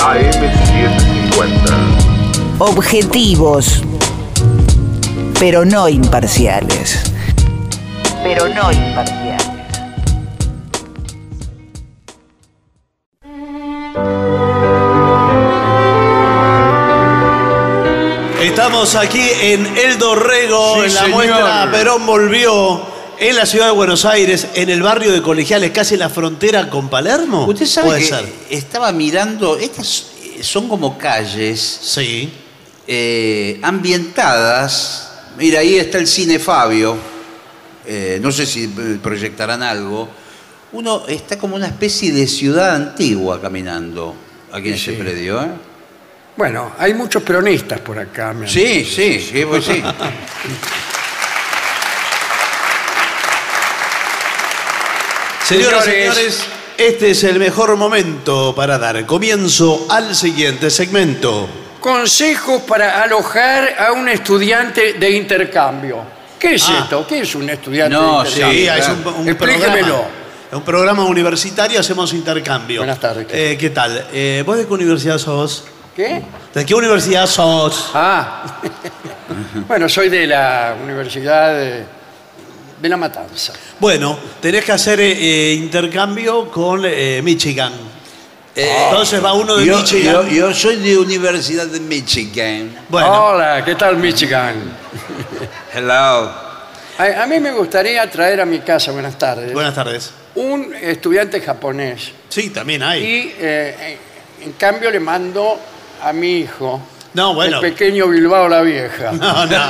[SPEAKER 4] AM750.
[SPEAKER 7] Objetivos, pero no imparciales. Pero no imparciales.
[SPEAKER 3] Estamos aquí en El Dorrego,
[SPEAKER 2] Sí,
[SPEAKER 3] en la
[SPEAKER 2] señor.
[SPEAKER 3] muestra Perón volvió, en la ciudad de Buenos Aires, en el barrio de Colegiales, casi en la frontera con Palermo.
[SPEAKER 2] Usted sabe
[SPEAKER 3] Puede
[SPEAKER 2] que
[SPEAKER 3] ser.
[SPEAKER 2] estaba mirando, estas eh, son como calles
[SPEAKER 3] Sí.
[SPEAKER 2] eh, ambientadas. Mira, ahí está el cine Fabio. Eh, no sé si eh, proyectarán algo. Uno está como una especie de ciudad antigua caminando aquí en ese predio. ¿eh?
[SPEAKER 1] Bueno, hay muchos peronistas por acá. me han
[SPEAKER 2] Sí, sí, sí, pues sí.
[SPEAKER 3] Señoras y
[SPEAKER 1] Señores.
[SPEAKER 3] señores, este es el mejor momento para dar comienzo al siguiente segmento.
[SPEAKER 1] Consejos para alojar a un estudiante de intercambio. ¿Qué es
[SPEAKER 3] Ah.
[SPEAKER 1] esto? ¿Qué es un estudiante
[SPEAKER 2] No,
[SPEAKER 1] de
[SPEAKER 2] sí,
[SPEAKER 1] intercambio?
[SPEAKER 3] Sí,
[SPEAKER 2] claro.
[SPEAKER 3] es un, un
[SPEAKER 1] Explíquemelo.
[SPEAKER 3] programa. Un programa universitario, hacemos intercambio.
[SPEAKER 1] Buenas tardes.
[SPEAKER 3] Eh, ¿Qué tal? Eh, ¿Vos de qué universidad sos?
[SPEAKER 1] ¿Qué?
[SPEAKER 3] ¿De qué universidad sos?
[SPEAKER 1] Ah. bueno, soy de la Universidad de, de La Matanza.
[SPEAKER 3] Bueno, tenés que hacer eh, eh, intercambio con eh, Michigan. Entonces va uno de
[SPEAKER 2] Eh, Yo,
[SPEAKER 3] Michigan.
[SPEAKER 2] yo- yo soy de Universidad de Michigan.
[SPEAKER 3] Bueno,
[SPEAKER 1] Hola, ¿qué tal Michigan?
[SPEAKER 2] Hello.
[SPEAKER 1] A, a mí me gustaría traer a mi casa, buenas tardes,
[SPEAKER 3] buenas tardes.
[SPEAKER 1] un estudiante japonés.
[SPEAKER 3] Sí, también hay.
[SPEAKER 1] Y eh, en cambio le mando a mi hijo,
[SPEAKER 3] No, bueno.
[SPEAKER 1] el pequeño Bilbao la Vieja.
[SPEAKER 3] No, no.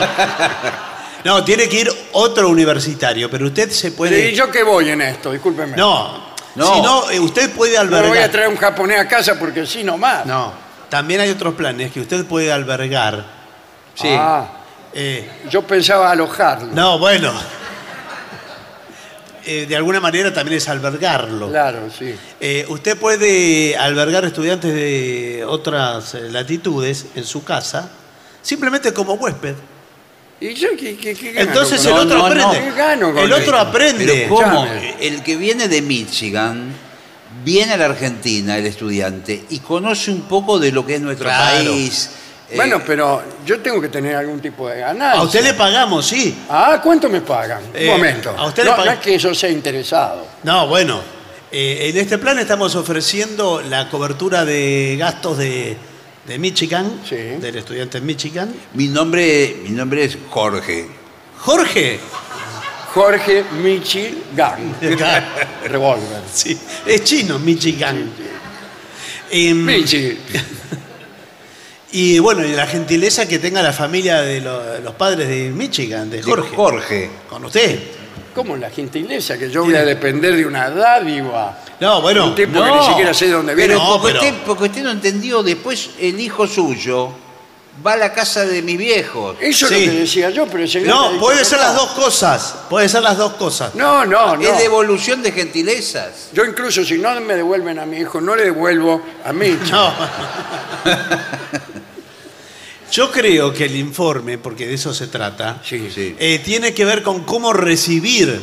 [SPEAKER 3] No, tiene que ir otro universitario, pero usted se puede.
[SPEAKER 1] ¿Y yo qué voy en esto? Discúlpeme.
[SPEAKER 3] No,
[SPEAKER 2] No.
[SPEAKER 3] Si no, eh, usted puede
[SPEAKER 1] No le voy a
[SPEAKER 3] albergar.
[SPEAKER 1] traer un japonés a casa porque sí nomás.
[SPEAKER 3] No, también hay otros planes que usted puede albergar.
[SPEAKER 2] Sí.
[SPEAKER 1] Ah,
[SPEAKER 3] Eh,
[SPEAKER 1] yo pensaba alojarlo.
[SPEAKER 3] no, bueno. Eh, de alguna manera también es albergarlo.
[SPEAKER 1] Claro, sí.
[SPEAKER 3] Eh, usted puede albergar estudiantes de otras eh, latitudes en su casa, simplemente como huésped.
[SPEAKER 1] ¿Y yo qué, qué- qué gano
[SPEAKER 3] Entonces
[SPEAKER 1] con
[SPEAKER 3] el
[SPEAKER 2] No,
[SPEAKER 3] otro
[SPEAKER 2] no,
[SPEAKER 3] aprende.
[SPEAKER 1] no. Gano con
[SPEAKER 3] El otro
[SPEAKER 1] esto.
[SPEAKER 3] aprende.
[SPEAKER 2] Pero ¿cómo?
[SPEAKER 1] Llame.
[SPEAKER 2] El que viene de Michigan viene a la Argentina, el estudiante, y conoce un poco de lo que es nuestro
[SPEAKER 3] Claro.
[SPEAKER 2] país. Eh,
[SPEAKER 1] Bueno, pero yo tengo que tener algún tipo de ganancia.
[SPEAKER 3] A Ah, usted le pagamos, sí.
[SPEAKER 1] Ah, ¿cuánto me pagan?
[SPEAKER 3] Eh,
[SPEAKER 1] un momento.
[SPEAKER 3] a usted le
[SPEAKER 1] no,
[SPEAKER 3] pagan-
[SPEAKER 1] no es que yo sea interesado.
[SPEAKER 3] No, bueno. eh, en este plan estamos ofreciendo la cobertura de gastos de, de Michigan,
[SPEAKER 1] Sí.
[SPEAKER 3] del estudiante en Michigan.
[SPEAKER 2] mi, nombre, mi nombre es Jorge.
[SPEAKER 3] Jorge.
[SPEAKER 1] Jorge Michigan. Revolver.
[SPEAKER 3] Sí, es chino, Michigan. Em,
[SPEAKER 1] Michi.
[SPEAKER 3] y bueno, y la gentileza que tenga la familia de lo- los padres de Michigan, de
[SPEAKER 2] De
[SPEAKER 3] Jorge.
[SPEAKER 2] Jorge.
[SPEAKER 3] Con usted.
[SPEAKER 1] ¿Cómo la gentileza? Que yo voy a depender de una dádiva.
[SPEAKER 3] No, bueno.
[SPEAKER 1] Un tipo que ni siquiera sé de dónde viene.
[SPEAKER 2] Pero,
[SPEAKER 3] No,
[SPEAKER 2] porque,
[SPEAKER 3] pero-
[SPEAKER 2] Usted, porque usted no entendió, después el hijo suyo va a la casa de mis viejos.
[SPEAKER 1] Eso
[SPEAKER 3] Sí.
[SPEAKER 1] es lo que decía yo, pero el señor me ha
[SPEAKER 3] No,
[SPEAKER 1] dicho
[SPEAKER 3] puede
[SPEAKER 1] que
[SPEAKER 3] ser
[SPEAKER 1] no.
[SPEAKER 3] las dos cosas. Puede ser las dos cosas.
[SPEAKER 1] No, no, no.
[SPEAKER 2] Ah, Es devolución de gentilezas.
[SPEAKER 1] Yo incluso si no me devuelven a mi hijo, no le devuelvo a mí.
[SPEAKER 3] No. Yo creo que el informe, porque de eso se trata,
[SPEAKER 1] Sí, sí.
[SPEAKER 3] eh, tiene que ver con cómo recibir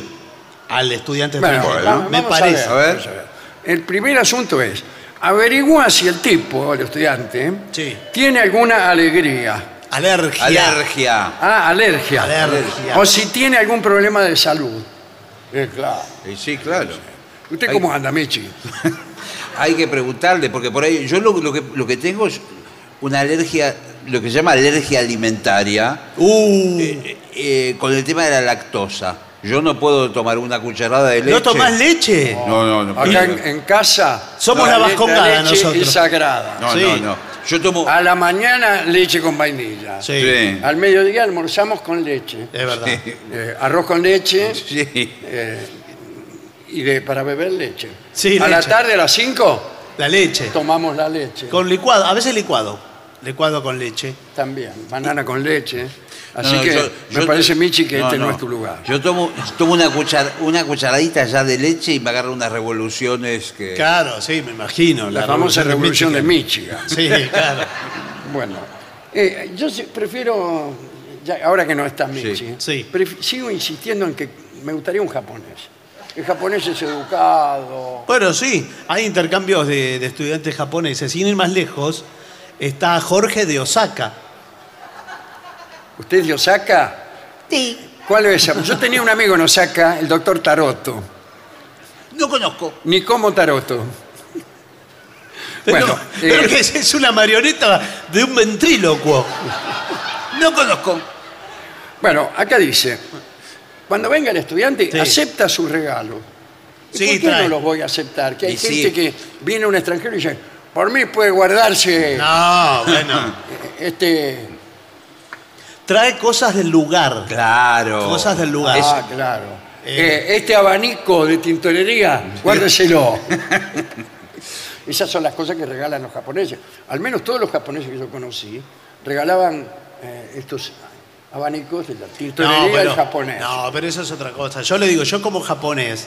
[SPEAKER 3] al estudiante
[SPEAKER 1] Bueno,
[SPEAKER 3] extranjero.
[SPEAKER 1] vamos-
[SPEAKER 3] me
[SPEAKER 1] vamos
[SPEAKER 3] parece.
[SPEAKER 1] A ver, vamos a ver. El primer asunto es, averigua si el tipo, el estudiante,
[SPEAKER 3] Sí.
[SPEAKER 1] tiene alguna alegría,
[SPEAKER 3] Alergia.
[SPEAKER 2] Alergia.
[SPEAKER 1] ah, alergia,
[SPEAKER 3] Alergia.
[SPEAKER 1] o si tiene algún problema de salud. Eh, claro.
[SPEAKER 2] Y sí, claro.
[SPEAKER 1] ¿Usted
[SPEAKER 2] Ahí.
[SPEAKER 1] cómo anda, Michi?
[SPEAKER 2] Hay que preguntarle, porque por ahí yo lo, lo que, lo que tengo es una alergia, lo que se llama alergia alimentaria,
[SPEAKER 3] Uh,
[SPEAKER 2] eh, eh, con el tema de la lactosa. Yo no puedo tomar una cucharada de leche.
[SPEAKER 3] ¿No tomás leche?
[SPEAKER 2] No, no, no.
[SPEAKER 1] Acá en, en casa...
[SPEAKER 3] Somos la
[SPEAKER 1] la le-
[SPEAKER 3] vascongada
[SPEAKER 1] leche
[SPEAKER 3] nosotros.
[SPEAKER 1] es sagrada.
[SPEAKER 2] No,
[SPEAKER 3] Sí.
[SPEAKER 2] no, no. Yo tomo...
[SPEAKER 1] A la mañana leche con vainilla.
[SPEAKER 3] Sí,
[SPEAKER 2] Sí.
[SPEAKER 1] Al mediodía almorzamos con leche.
[SPEAKER 3] es verdad.
[SPEAKER 1] Eh, arroz con leche
[SPEAKER 2] Sí.
[SPEAKER 1] eh, y de, para beber leche.
[SPEAKER 3] Sí,
[SPEAKER 1] a la
[SPEAKER 3] leche.
[SPEAKER 1] tarde, a las 5,
[SPEAKER 3] La leche.
[SPEAKER 1] tomamos la leche.
[SPEAKER 3] Con licuado, a veces licuado. Licuado con leche.
[SPEAKER 1] También, banana con leche. Así
[SPEAKER 2] No, no,
[SPEAKER 1] que
[SPEAKER 2] yo-
[SPEAKER 1] me
[SPEAKER 2] yo-
[SPEAKER 1] parece, Michi, que este no. es tu lugar.
[SPEAKER 2] Yo tomo, tomo una, cuchar- una cucharadita ya de leche y me agarro unas revoluciones que...
[SPEAKER 3] Claro, sí, me imagino.
[SPEAKER 1] la, famosa revolución de Michigan.
[SPEAKER 3] Michigan. Sí, claro.
[SPEAKER 1] Bueno, eh, yo sí- prefiero ya- ahora que no está Michi,
[SPEAKER 3] sí.
[SPEAKER 1] pref- sigo insistiendo en que me gustaría un japonés. El japonés es educado.
[SPEAKER 3] Bueno, sí, hay intercambios de, de estudiantes japoneses. Sin ir más lejos, está Jorge de Osaka.
[SPEAKER 1] ¿Usted es de Osaka? Sí. ¿Cuál es? Yo tenía un amigo en Osaka, el doctor Taroto.
[SPEAKER 3] No conozco.
[SPEAKER 1] Ni como Taroto.
[SPEAKER 3] Pero,
[SPEAKER 1] Bueno,
[SPEAKER 3] pero
[SPEAKER 1] eh,
[SPEAKER 3] que es, es una marioneta de un ventrílocuo. No conozco.
[SPEAKER 1] Bueno, acá dice, cuando venga el estudiante,
[SPEAKER 3] Sí.
[SPEAKER 1] acepta su regalo. ¿Y
[SPEAKER 3] Sí,
[SPEAKER 1] ¿Por qué
[SPEAKER 3] trae.
[SPEAKER 1] no los voy a aceptar? Que hay
[SPEAKER 2] Y
[SPEAKER 1] gente
[SPEAKER 2] sí.
[SPEAKER 1] que viene un extranjero y dice, por mí puede guardarse
[SPEAKER 3] No, bueno.
[SPEAKER 1] Ah. este...
[SPEAKER 3] Trae cosas del lugar.
[SPEAKER 2] Claro.
[SPEAKER 3] Cosas del lugar.
[SPEAKER 1] Ah, claro.
[SPEAKER 3] Eh.
[SPEAKER 1] Eh, este abanico de tintorería, guárdeselo. Esas son las cosas que regalan los japoneses. Al menos todos los japoneses que yo conocí regalaban eh, estos abanicos de la tintorería
[SPEAKER 3] no,
[SPEAKER 1] al japonés.
[SPEAKER 3] no, pero eso es otra cosa. Yo le digo, yo como japonés,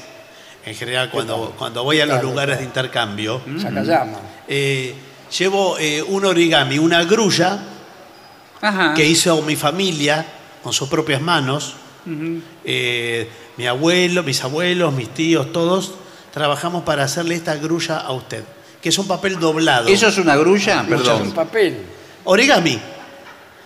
[SPEAKER 3] en general cuando, cuando voy a los
[SPEAKER 1] Claro,
[SPEAKER 3] lugares
[SPEAKER 1] claro.
[SPEAKER 3] de intercambio,
[SPEAKER 1] Sakayama.
[SPEAKER 3] eh, llevo eh, un origami, una grulla,
[SPEAKER 2] Ajá.
[SPEAKER 3] que hizo mi familia con sus propias manos. Eh, mi abuelo, mis abuelos, mis tíos, todos trabajamos para hacerle esta grulla a usted, que es un papel doblado.
[SPEAKER 2] ¿Eso es una grulla?
[SPEAKER 1] Un
[SPEAKER 2] Perdón.
[SPEAKER 1] papel.
[SPEAKER 3] Origami.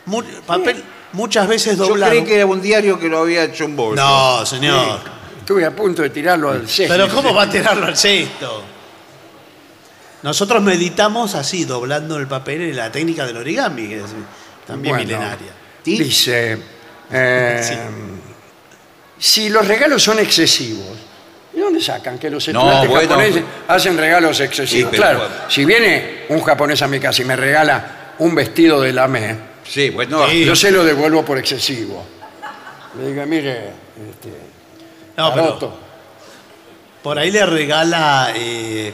[SPEAKER 3] Mu- papel muchas veces
[SPEAKER 2] Yo
[SPEAKER 3] doblado.
[SPEAKER 2] creí que era un diario que lo había hecho un bolso.
[SPEAKER 3] No, señor.
[SPEAKER 1] Estuve a punto de tirarlo al cesto.
[SPEAKER 3] Pero ¿cómo va a tirarlo al cesto? Nosotros meditamos así, doblando el papel en la técnica del origami, que es también
[SPEAKER 1] Bueno.
[SPEAKER 3] milenaria.
[SPEAKER 1] Dice, eh,
[SPEAKER 3] Sí.
[SPEAKER 1] si los regalos son excesivos, ¿de dónde sacan que los
[SPEAKER 2] No,
[SPEAKER 1] estudiantes
[SPEAKER 2] bueno.
[SPEAKER 1] japoneses hacen regalos excesivos?
[SPEAKER 2] Sí, pero-
[SPEAKER 1] claro, si viene un japonés a mi casa y me regala un vestido de lamé,
[SPEAKER 2] Sí, bueno.
[SPEAKER 3] Sí.
[SPEAKER 1] yo se lo devuelvo por excesivo. Le digo, mire, este,
[SPEAKER 3] No, pero-
[SPEAKER 1] Taroto,
[SPEAKER 3] Por ahí le regala eh,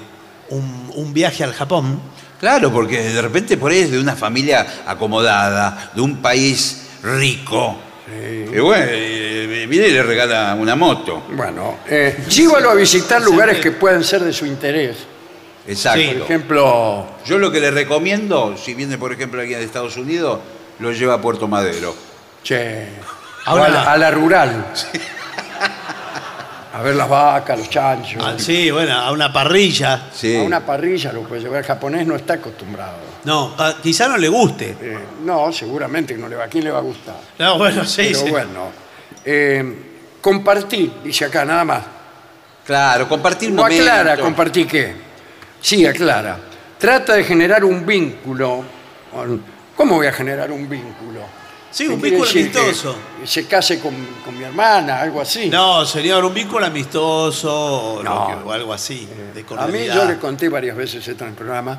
[SPEAKER 3] un, un viaje al Japón.
[SPEAKER 2] Claro, porque de repente por ahí es de una familia acomodada, de un país rico. Y bueno, eh, viene y le regala una moto.
[SPEAKER 1] bueno, eh, llévalo a visitar lugares que puedan ser de su interés. Por
[SPEAKER 2] Exacto.
[SPEAKER 1] ejemplo,
[SPEAKER 2] Yo lo que le recomiendo, si viene por ejemplo alguien de Estados Unidos, lo lleva a Puerto Madero.
[SPEAKER 1] Che.
[SPEAKER 3] Ahora-
[SPEAKER 1] o a, la, a la rural. A ver las vacas, los chanchos.
[SPEAKER 3] Ah, sí, bueno, a una parrilla.
[SPEAKER 2] Sí.
[SPEAKER 1] A una parrilla lo puede llevar. El japonés no está acostumbrado.
[SPEAKER 3] No, pa- quizá no le guste.
[SPEAKER 1] Eh, no, seguramente que no le va. ¿A quién le va a gustar?
[SPEAKER 3] No, bueno, sí,
[SPEAKER 1] Pero
[SPEAKER 3] sí.
[SPEAKER 1] bueno. eh, compartí, dice acá, nada más.
[SPEAKER 2] Claro, compartir un
[SPEAKER 1] No
[SPEAKER 2] momento.
[SPEAKER 1] aclara, compartí qué. Sí, aclara. Trata de generar un vínculo. con- ¿Cómo voy a generar un vínculo?
[SPEAKER 3] Sí, un
[SPEAKER 1] ¿Qué quiere
[SPEAKER 3] vínculo
[SPEAKER 1] decir? Que
[SPEAKER 3] amistoso.
[SPEAKER 1] Se case con, con mi hermana, algo así.
[SPEAKER 3] No, señor, un vínculo amistoso o,
[SPEAKER 1] No. Eh,
[SPEAKER 3] lo que- o algo así, de
[SPEAKER 1] A mí
[SPEAKER 3] cordialidad.
[SPEAKER 1] yo le conté varias veces esto en el programa.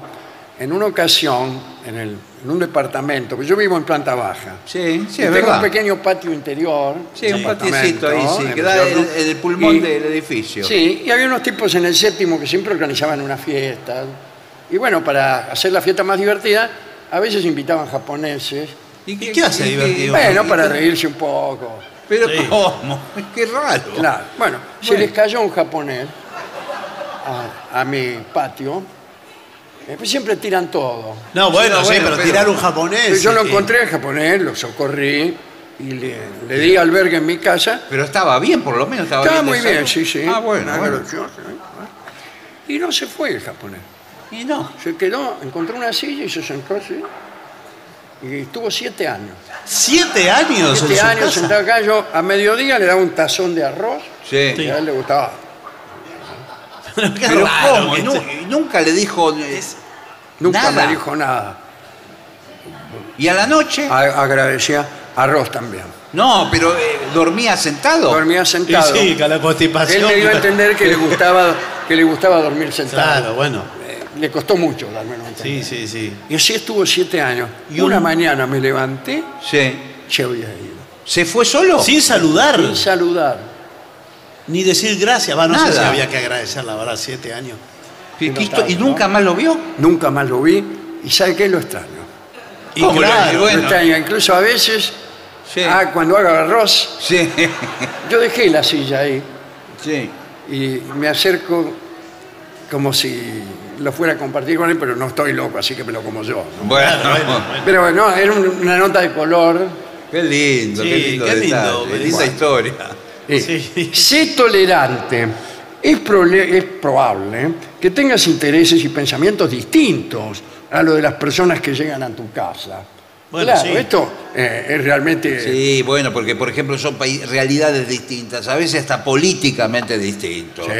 [SPEAKER 1] En una ocasión, en, el- en un departamento, porque yo vivo en planta baja.
[SPEAKER 2] Sí,
[SPEAKER 1] Y
[SPEAKER 2] sí, es
[SPEAKER 1] tengo un
[SPEAKER 2] verdad.
[SPEAKER 1] pequeño patio interior.
[SPEAKER 2] Sí, un patiecito
[SPEAKER 1] apartamento,
[SPEAKER 2] ahí, sí,
[SPEAKER 1] en
[SPEAKER 2] que da el,
[SPEAKER 1] Belgrano.
[SPEAKER 2] el pulmón
[SPEAKER 1] Y-
[SPEAKER 2] del edificio.
[SPEAKER 1] Sí, y había unos tipos en el séptimo que siempre organizaban una fiesta. Y bueno, para hacer la fiesta más divertida, a veces invitaban japoneses.
[SPEAKER 3] ¿Y qué hace divertido?
[SPEAKER 1] Bueno,
[SPEAKER 2] y-
[SPEAKER 1] para reírse un poco.
[SPEAKER 2] Pero
[SPEAKER 3] Sí.
[SPEAKER 2] ¿cómo? Qué raro.
[SPEAKER 1] Claro. Bueno, se les cayó un japonés a, a mi patio. Eh, pues siempre tiran todo.
[SPEAKER 3] No, bueno,
[SPEAKER 2] Sí, no,
[SPEAKER 3] sí,
[SPEAKER 2] bueno,
[SPEAKER 3] pero,
[SPEAKER 2] pero-
[SPEAKER 3] tirar un japonés.
[SPEAKER 1] Entonces yo lo
[SPEAKER 3] sí.
[SPEAKER 1] encontré en japonés, lo socorrí y le, le di albergue en mi casa.
[SPEAKER 2] Pero estaba bien, por lo menos estaba,
[SPEAKER 1] Estaba
[SPEAKER 2] bien.
[SPEAKER 1] muy
[SPEAKER 2] de salud.
[SPEAKER 1] bien, sí, sí.
[SPEAKER 2] Ah, bueno,
[SPEAKER 1] Una
[SPEAKER 2] bueno.
[SPEAKER 1] gracia, ¿eh? Y no se fue el japonés.
[SPEAKER 2] Y no.
[SPEAKER 1] Se quedó, encontró una silla y se sentó así. Y estuvo siete años.
[SPEAKER 3] ¿Siete años? en
[SPEAKER 1] Siete
[SPEAKER 3] su
[SPEAKER 1] años
[SPEAKER 3] casa?
[SPEAKER 1] sentado acá, yo a mediodía le daba un tazón de arroz
[SPEAKER 2] Sí.
[SPEAKER 1] y a él le gustaba.
[SPEAKER 3] Pero qué
[SPEAKER 2] Pero
[SPEAKER 3] raro
[SPEAKER 2] ¿cómo?
[SPEAKER 3] que
[SPEAKER 2] Y nu-
[SPEAKER 3] esté-
[SPEAKER 2] y nunca le dijo. eh,
[SPEAKER 1] Nunca
[SPEAKER 2] Nada.
[SPEAKER 1] me dijo nada.
[SPEAKER 2] ¿Y a la noche?
[SPEAKER 1] A- agradecía arroz también.
[SPEAKER 2] No, pero eh, dormía sentado.
[SPEAKER 1] Dormía
[SPEAKER 3] Y
[SPEAKER 1] sentado.
[SPEAKER 3] sí, con la
[SPEAKER 1] él
[SPEAKER 3] constipación.
[SPEAKER 1] me dio a entender que le gustaba, que le gustaba dormir sentado. Eh,
[SPEAKER 3] Claro, bueno.
[SPEAKER 1] Le costó mucho darme cuenta.
[SPEAKER 3] Sí, sí, sí.
[SPEAKER 1] Y así estuvo siete años. Y
[SPEAKER 3] Y un-
[SPEAKER 1] una mañana me levanté,
[SPEAKER 2] Sí.
[SPEAKER 1] se había ido.
[SPEAKER 2] ¿Se fue solo?
[SPEAKER 3] Sin saludar.
[SPEAKER 1] Sin saludar.
[SPEAKER 3] Ni decir gracias, va, no sé
[SPEAKER 2] Nada.
[SPEAKER 3] si había que agradecer, la verdad, siete años.
[SPEAKER 2] ¿Y,
[SPEAKER 1] no
[SPEAKER 2] y esto- y
[SPEAKER 1] estaba,
[SPEAKER 2] nunca
[SPEAKER 1] ¿no?
[SPEAKER 2] más lo vio?
[SPEAKER 1] Nunca más lo vi. ¿Y sabe qué? Lo extraño.
[SPEAKER 3] Y
[SPEAKER 2] ¿Cómo le-
[SPEAKER 3] claro,
[SPEAKER 2] bueno?
[SPEAKER 1] Lo extraño. Incluso a veces,
[SPEAKER 2] Sí.
[SPEAKER 1] ah, cuando hago arroz,
[SPEAKER 2] Sí.
[SPEAKER 1] yo dejé la silla ahí
[SPEAKER 2] sí.
[SPEAKER 1] y me acerco como si lo fuera a compartir con él, pero no estoy loco, así que me lo como yo. ¿no?
[SPEAKER 2] Bueno,
[SPEAKER 3] Claro, bueno, bueno.
[SPEAKER 1] Pero bueno, era un- una nota de color
[SPEAKER 2] Qué lindo,
[SPEAKER 3] Sí,
[SPEAKER 2] qué lindo.
[SPEAKER 3] qué lindo,
[SPEAKER 2] detalle,
[SPEAKER 3] qué
[SPEAKER 2] linda
[SPEAKER 3] lindo.
[SPEAKER 2] historia.
[SPEAKER 1] Sí.
[SPEAKER 3] Sí.
[SPEAKER 1] Sé tolerante. Es, prole- es probable que tengas intereses y pensamientos distintos a lo de las personas que llegan a tu casa.
[SPEAKER 3] Bueno,
[SPEAKER 1] claro,
[SPEAKER 3] sí.
[SPEAKER 1] esto eh, es realmente...
[SPEAKER 2] Sí, bueno, porque por ejemplo son paí- realidades distintas, a veces hasta políticamente distintos.
[SPEAKER 1] Sí,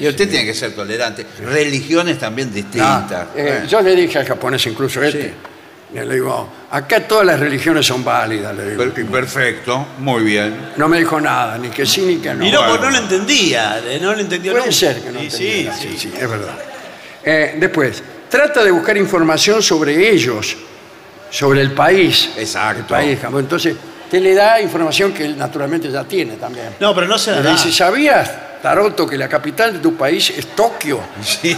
[SPEAKER 2] y usted
[SPEAKER 1] sí.
[SPEAKER 2] tiene que ser tolerante. Religiones también
[SPEAKER 1] Ah,
[SPEAKER 2] distintas.
[SPEAKER 1] eh,
[SPEAKER 2] Bueno.
[SPEAKER 1] Yo le dije al japonés, incluso este, le digo, acá todas las religiones son válidas, le digo.
[SPEAKER 2] Per- Perfecto, muy bien.
[SPEAKER 1] No me dijo nada, ni que sí ni que no.
[SPEAKER 3] Miró, porque no lo entendía, eh, no lo entendió
[SPEAKER 1] Puede
[SPEAKER 3] nunca.
[SPEAKER 1] ser que no
[SPEAKER 3] Y
[SPEAKER 1] entendiera,
[SPEAKER 3] sí,
[SPEAKER 1] sí,
[SPEAKER 3] sí.
[SPEAKER 1] sí, es verdad. Eh, después, trata de buscar información sobre ellos, sobre el país.
[SPEAKER 2] Exacto.
[SPEAKER 1] El país, Japón. Entonces, te le da información que él naturalmente ya tiene también.
[SPEAKER 3] No, pero no se la
[SPEAKER 1] Le
[SPEAKER 3] da.
[SPEAKER 1] dice, ¿sabías, Taroto, que la capital de tu país es Tokio?
[SPEAKER 2] Sí.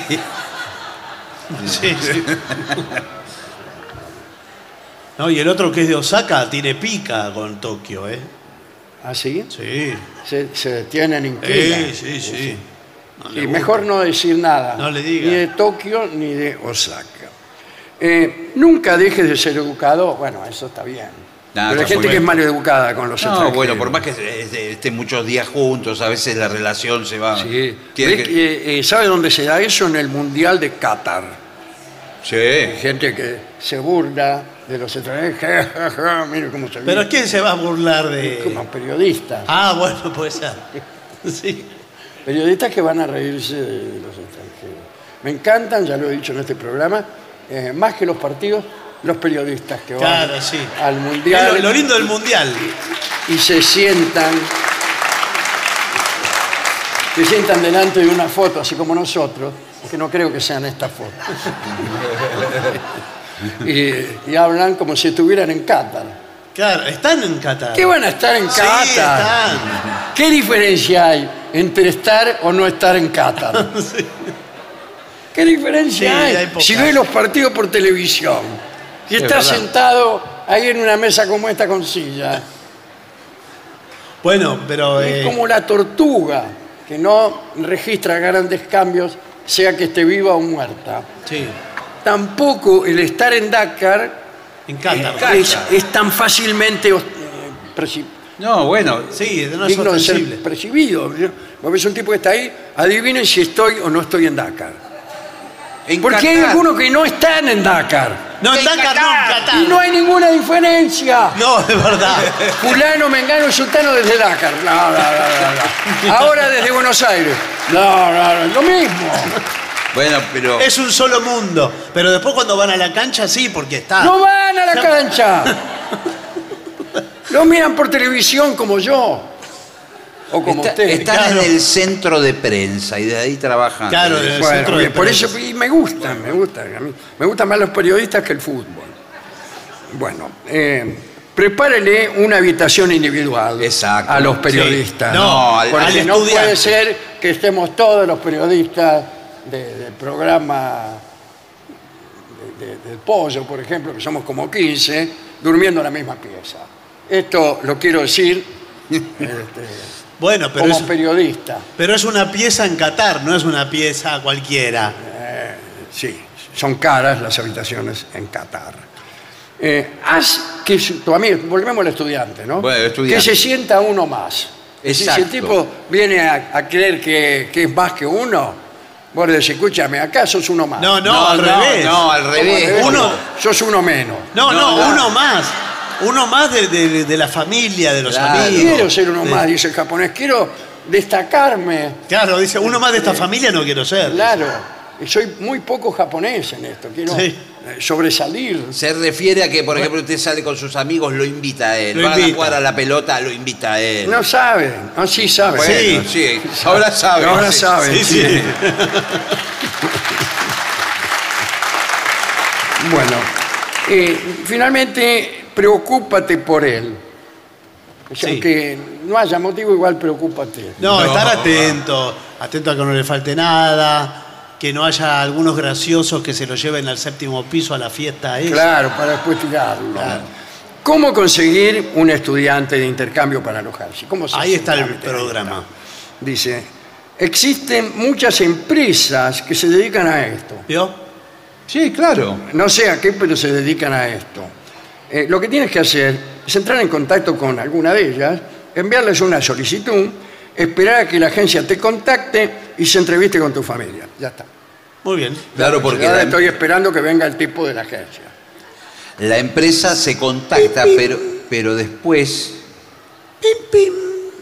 [SPEAKER 3] Sí, sí. No, y el otro que es de Osaka tiene pica con Tokio, ¿eh?
[SPEAKER 1] ¿Así?
[SPEAKER 3] Sí.
[SPEAKER 1] ¿Ah, Se, se detienen en
[SPEAKER 3] Sí, sí, sí. No le
[SPEAKER 1] Y
[SPEAKER 3] gusta.
[SPEAKER 1] mejor no decir nada.
[SPEAKER 3] No le diga.
[SPEAKER 1] Ni de Tokio ni de Osaka. Eh, nunca dejes de ser educado. Bueno, eso está bien.
[SPEAKER 3] Ah,
[SPEAKER 2] Nah, está
[SPEAKER 1] Pero hay
[SPEAKER 2] muy
[SPEAKER 1] gente que
[SPEAKER 2] bien.
[SPEAKER 1] es mal educada con los
[SPEAKER 2] No,
[SPEAKER 1] extranjeros.
[SPEAKER 2] bueno, por más que eh, este- estén muchos días juntos, a veces la relación se va.
[SPEAKER 1] Sí.
[SPEAKER 2] Tiene
[SPEAKER 1] ¿Ves
[SPEAKER 2] que-
[SPEAKER 1] que, eh, ¿Sabe dónde se da eso? En el Mundial de Qatar. Hay
[SPEAKER 2] Sí.
[SPEAKER 1] gente que se burla de los extranjeros. ah, Mire cómo se
[SPEAKER 3] Pero
[SPEAKER 1] viene.
[SPEAKER 3] ¿quién se va a burlar
[SPEAKER 1] Como
[SPEAKER 3] de.?
[SPEAKER 1] periodistas.
[SPEAKER 3] Ah, bueno, puede ser. Sí.
[SPEAKER 1] Periodistas que van a reírse de los extranjeros. Me encantan, ya lo he dicho en este programa, eh, más que los partidos, los periodistas que
[SPEAKER 3] Claro,
[SPEAKER 1] van
[SPEAKER 3] sí.
[SPEAKER 1] al
[SPEAKER 3] Es
[SPEAKER 1] mundial
[SPEAKER 3] Lo, lo lindo del mundial.
[SPEAKER 1] y se sientan. Se sientan delante de una foto, así como nosotros, que no creo que sean estas fotos. y, y hablan como si estuvieran en Qatar.
[SPEAKER 3] Claro, están en Qatar.
[SPEAKER 1] ¿Qué van a estar en
[SPEAKER 3] Sí,
[SPEAKER 1] Qatar?
[SPEAKER 3] están.
[SPEAKER 1] ¿Qué diferencia hay entre estar o no estar en Qatar? ¿Qué diferencia
[SPEAKER 3] Sí,
[SPEAKER 1] hay,
[SPEAKER 3] hay poca.
[SPEAKER 1] si ves los partidos por televisión y
[SPEAKER 2] Es
[SPEAKER 1] estás
[SPEAKER 2] verdad.
[SPEAKER 1] sentado ahí en una mesa como esta con silla?
[SPEAKER 3] Bueno, pero. eh,
[SPEAKER 1] Es como la tortuga que no registra grandes cambios, sea que esté viva o muerta.
[SPEAKER 3] Sí,
[SPEAKER 1] Tampoco el estar en Dakar
[SPEAKER 3] en Qatar.
[SPEAKER 1] es, es tan fácilmente eh, perci-
[SPEAKER 2] No, bueno.
[SPEAKER 3] Sí, no es
[SPEAKER 1] digno de
[SPEAKER 3] ostensible.
[SPEAKER 1] ser percibido. Vos ves un tipo que está ahí, adivinen si estoy o no estoy en Dakar.
[SPEAKER 2] en
[SPEAKER 1] Porque hay
[SPEAKER 2] Qatar-
[SPEAKER 1] algunos que no están en Dakar.
[SPEAKER 3] No, en Dakar, no, en Qatar.
[SPEAKER 1] Y no hay ninguna diferencia.
[SPEAKER 3] No, es verdad.
[SPEAKER 1] Fulano, Mengano, Sultano desde Dakar. No, no, no, no, no. Ahora desde Buenos Aires. No, no, no, es lo mismo.
[SPEAKER 2] Bueno, pero.
[SPEAKER 1] eh,
[SPEAKER 3] Es un solo mundo. Pero después cuando van a la cancha, sí, porque está.
[SPEAKER 1] No van a la cancha. Lo miran por televisión como yo. O como
[SPEAKER 2] Está-
[SPEAKER 1] ustedes.
[SPEAKER 2] están
[SPEAKER 3] claro.
[SPEAKER 2] en el centro de prensa y de ahí trabajan.
[SPEAKER 3] Claro, de-
[SPEAKER 1] Bueno,
[SPEAKER 3] centro de
[SPEAKER 1] bien, por
[SPEAKER 3] prensa.
[SPEAKER 1] eso y me gustan, me gustan. a mí- me gustan más los periodistas que el fútbol. Bueno, eh, prepárele una habitación individual
[SPEAKER 2] Exacto.
[SPEAKER 1] a los
[SPEAKER 2] Sí.
[SPEAKER 1] periodistas.
[SPEAKER 3] No, al-
[SPEAKER 1] porque
[SPEAKER 3] al
[SPEAKER 1] no
[SPEAKER 3] estudiante.
[SPEAKER 1] puede ser que estemos todos los periodistas de- del programa de- de- del pollo, por ejemplo, que somos como 15, durmiendo en la misma pieza. Esto lo quiero decir este,
[SPEAKER 3] Bueno, pero
[SPEAKER 1] como
[SPEAKER 3] es,
[SPEAKER 1] periodista.
[SPEAKER 3] pero es una pieza en Qatar, no es una pieza cualquiera.
[SPEAKER 1] Eh, Sí, son caras las habitaciones en Qatar. Eh, haz que su- tu amigo, volvemos al estudiante, ¿no?
[SPEAKER 2] Bueno, estudiante.
[SPEAKER 1] Que se sienta uno más. Es decir, Si el
[SPEAKER 2] Exacto.
[SPEAKER 1] tipo viene a, a creer que, que es más que uno, vos le decís, escúchame, acá sos uno más.
[SPEAKER 3] No, no, al revés.
[SPEAKER 2] No, al revés.
[SPEAKER 3] Uno-
[SPEAKER 1] Sos uno menos.
[SPEAKER 3] No, no,
[SPEAKER 2] No, no.
[SPEAKER 3] uno más. Uno más de, de- de la familia, de los
[SPEAKER 2] Claro.
[SPEAKER 3] amigos.
[SPEAKER 1] Quiero ser uno
[SPEAKER 3] De-
[SPEAKER 1] más, dice el japonés. Quiero destacarme.
[SPEAKER 3] Claro, dice, uno más de esta familia no quiero ser.
[SPEAKER 1] Claro. Y soy muy poco japonés en esto. Quiero
[SPEAKER 3] Sí.
[SPEAKER 1] eh, sobresalir.
[SPEAKER 2] Se refiere a que, por ejemplo, usted sale con sus amigos, lo invita a él.
[SPEAKER 3] Lo
[SPEAKER 2] Van
[SPEAKER 3] invita.
[SPEAKER 2] a jugar a la pelota, lo invita a él.
[SPEAKER 1] No saben. No, sí saben.
[SPEAKER 2] Bueno, sí. Ahora sabe.
[SPEAKER 1] Ahora
[SPEAKER 2] sí.
[SPEAKER 1] saben.
[SPEAKER 3] Sí, sí.
[SPEAKER 1] Bueno, eh, finalmente, preocúpate por él. O sea,
[SPEAKER 3] Sí.
[SPEAKER 1] Aunque no haya motivo, igual preocúpate.
[SPEAKER 3] No,
[SPEAKER 2] No.
[SPEAKER 3] estar atento. Atento a que no le falte nada. Que no haya algunos graciosos que se lo lleven al séptimo piso a la fiesta esa.
[SPEAKER 1] Claro, para después tirarlo.
[SPEAKER 3] Claro.
[SPEAKER 1] ¿Cómo conseguir un estudiante de intercambio para alojarse? ¿Cómo se
[SPEAKER 3] Ahí
[SPEAKER 1] hace
[SPEAKER 3] está el
[SPEAKER 1] trámite?
[SPEAKER 3] programa.
[SPEAKER 1] Ahí está. Dice, existen muchas empresas que se dedican a esto.
[SPEAKER 3] ¿Vio?
[SPEAKER 2] Sí, claro.
[SPEAKER 1] No sé a qué, pero se dedican a esto. Eh, lo que tienes que hacer es entrar en contacto con alguna de ellas, enviarles una solicitud, esperar a que la agencia te contacte y se entreviste con tu familia. Ya está.
[SPEAKER 3] Muy bien.
[SPEAKER 2] Claro, porque
[SPEAKER 1] Ahora
[SPEAKER 2] la,
[SPEAKER 1] estoy esperando que venga el tipo de la agencia.
[SPEAKER 2] la empresa se contacta, pero, pero después.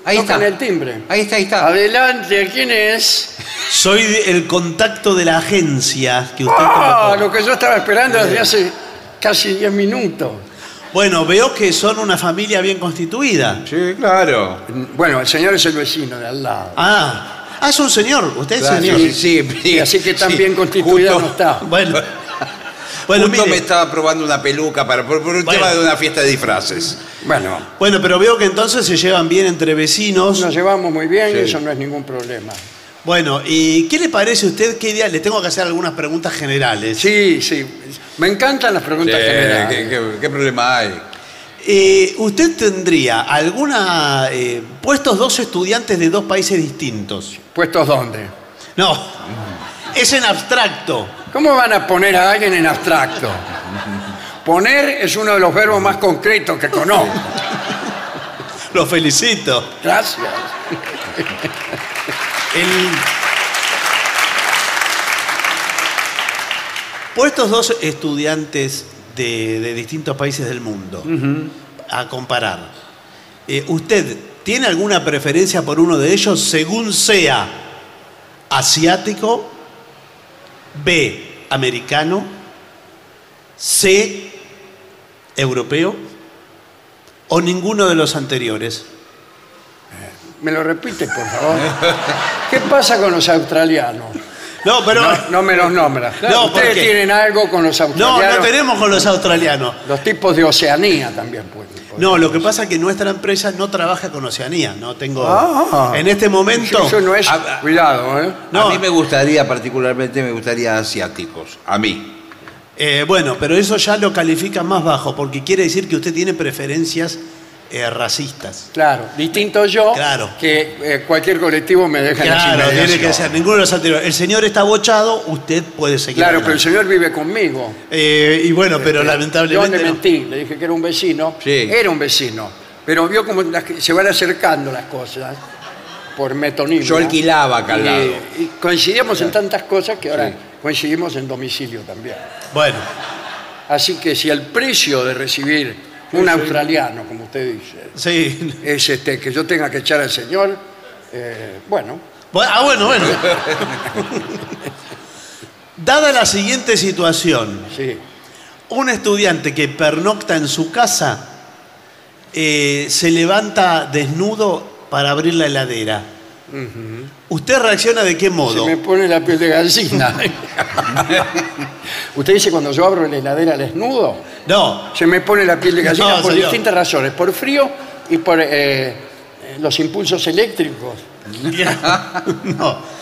[SPEAKER 2] Ahí
[SPEAKER 1] Tocan
[SPEAKER 2] está.
[SPEAKER 1] el timbre.
[SPEAKER 2] Ahí está, ahí está.
[SPEAKER 1] Adelante, ¿quién es?
[SPEAKER 3] Soy de- el contacto de la agencia que usted
[SPEAKER 1] Ah,
[SPEAKER 3] trató.
[SPEAKER 1] lo que yo estaba esperando desde hace casi 10 minutos.
[SPEAKER 3] Bueno, veo que son una familia bien constituida.
[SPEAKER 2] Sí, claro.
[SPEAKER 1] Bueno, el señor es el vecino de al lado.
[SPEAKER 3] Ah, ah, es un señor. Usted es
[SPEAKER 2] Claro,
[SPEAKER 3] señor.
[SPEAKER 2] sí, sí, sí,
[SPEAKER 1] así que tan
[SPEAKER 2] sí.
[SPEAKER 1] bien constituida
[SPEAKER 2] Justo-
[SPEAKER 1] no está.
[SPEAKER 3] Bueno, bueno,
[SPEAKER 2] Justo
[SPEAKER 3] mire.
[SPEAKER 2] me estaba probando una peluca para, por, por un
[SPEAKER 3] Bueno.
[SPEAKER 2] tema de una fiesta de disfraces.
[SPEAKER 1] Bueno,
[SPEAKER 3] bueno, pero veo que entonces se llevan bien entre vecinos.
[SPEAKER 1] nos llevamos muy bien
[SPEAKER 2] Sí.
[SPEAKER 1] y eso no es ningún problema.
[SPEAKER 3] Bueno, ¿y qué le parece a usted? ¿Qué idea? Le tengo que hacer algunas preguntas generales.
[SPEAKER 1] Sí, sí. Me encantan las preguntas
[SPEAKER 2] Sí,
[SPEAKER 1] generales.
[SPEAKER 2] ¿qué, qué- qué problema hay?
[SPEAKER 3] Eh, ¿Usted tendría alguna eh, puestos dos estudiantes de dos países distintos?
[SPEAKER 1] ¿Puestos dónde?
[SPEAKER 3] No, es en abstracto.
[SPEAKER 1] ¿Cómo van a poner a alguien en abstracto? Poner es uno de los verbos más concretos que conozco.
[SPEAKER 3] Lo felicito.
[SPEAKER 1] Gracias.
[SPEAKER 3] El- Puestos dos estudiantes de, de distintos países del mundo a comparar. eh, ¿Usted tiene alguna preferencia por uno de ellos según sea asiático, B, americano, C, europeo o ninguno de los anteriores?
[SPEAKER 1] ¿Me lo repite, por favor? ¿Qué pasa con los australianos?
[SPEAKER 3] No, pero...
[SPEAKER 1] No, no me los nombra.
[SPEAKER 3] No, ¿por
[SPEAKER 1] Ustedes
[SPEAKER 3] qué?
[SPEAKER 1] tienen algo con los
[SPEAKER 3] No,
[SPEAKER 1] australianos.
[SPEAKER 3] no tenemos con los australianos.
[SPEAKER 1] Los tipos de Oceanía también pueden. pueden.
[SPEAKER 3] No, lo que pasa es que nuestra empresa no trabaja con Oceanía. No tengo.
[SPEAKER 1] Ah.
[SPEAKER 3] en este momento.
[SPEAKER 1] Eso no es.
[SPEAKER 2] Ah, ah.
[SPEAKER 1] Cuidado, ¿eh?
[SPEAKER 3] No.
[SPEAKER 2] A mí me gustaría, particularmente, me gustaría asiáticos. A mí.
[SPEAKER 3] Eh, bueno, pero eso ya lo califica más bajo, porque quiere decir que usted tiene preferencias eh, racistas.
[SPEAKER 1] Claro, distinto yo
[SPEAKER 3] Claro.
[SPEAKER 1] que eh, cualquier colectivo me deja en
[SPEAKER 3] Claro,
[SPEAKER 1] las
[SPEAKER 3] tiene que
[SPEAKER 1] inmediaciones.
[SPEAKER 3] ser. Ninguno de los anteriores. El señor está bochado, usted puede seguir.
[SPEAKER 1] Claro, pero el
[SPEAKER 3] adelante.
[SPEAKER 1] señor vive conmigo.
[SPEAKER 3] Eh, y bueno, pero
[SPEAKER 1] Eh,
[SPEAKER 3] lamentablemente.
[SPEAKER 1] Yo le
[SPEAKER 3] no.
[SPEAKER 1] mentí, le dije que era un vecino.
[SPEAKER 2] Sí.
[SPEAKER 1] Era un vecino. Pero vio como las que- se van acercando las cosas por metonimia.
[SPEAKER 2] Yo alquilaba acá al
[SPEAKER 1] Y-
[SPEAKER 2] lado.
[SPEAKER 1] Y, coincidíamos en tantas cosas que ahora
[SPEAKER 2] Sí.
[SPEAKER 1] coincidimos en domicilio también.
[SPEAKER 3] Bueno,
[SPEAKER 1] Así que si el precio de recibir un australiano, como usted dice,
[SPEAKER 3] sí.
[SPEAKER 1] es este que yo tenga que echar al señor, eh, bueno,
[SPEAKER 3] Bueno, Ah, bueno, bueno. Dada la siguiente situación,
[SPEAKER 1] sí.
[SPEAKER 3] Un estudiante que pernocta en su casa eh, se levanta desnudo para abrir la heladera. ¿Usted reacciona de qué
[SPEAKER 1] Se
[SPEAKER 3] modo?
[SPEAKER 1] me pone la piel de gallina. Usted dice cuando yo abro la heladera al desnudo,
[SPEAKER 3] No,
[SPEAKER 1] se me pone la piel de gallina
[SPEAKER 3] No,
[SPEAKER 1] por
[SPEAKER 3] señor.
[SPEAKER 1] distintas razones, por frío y por eh, los impulsos eléctricos.
[SPEAKER 3] no.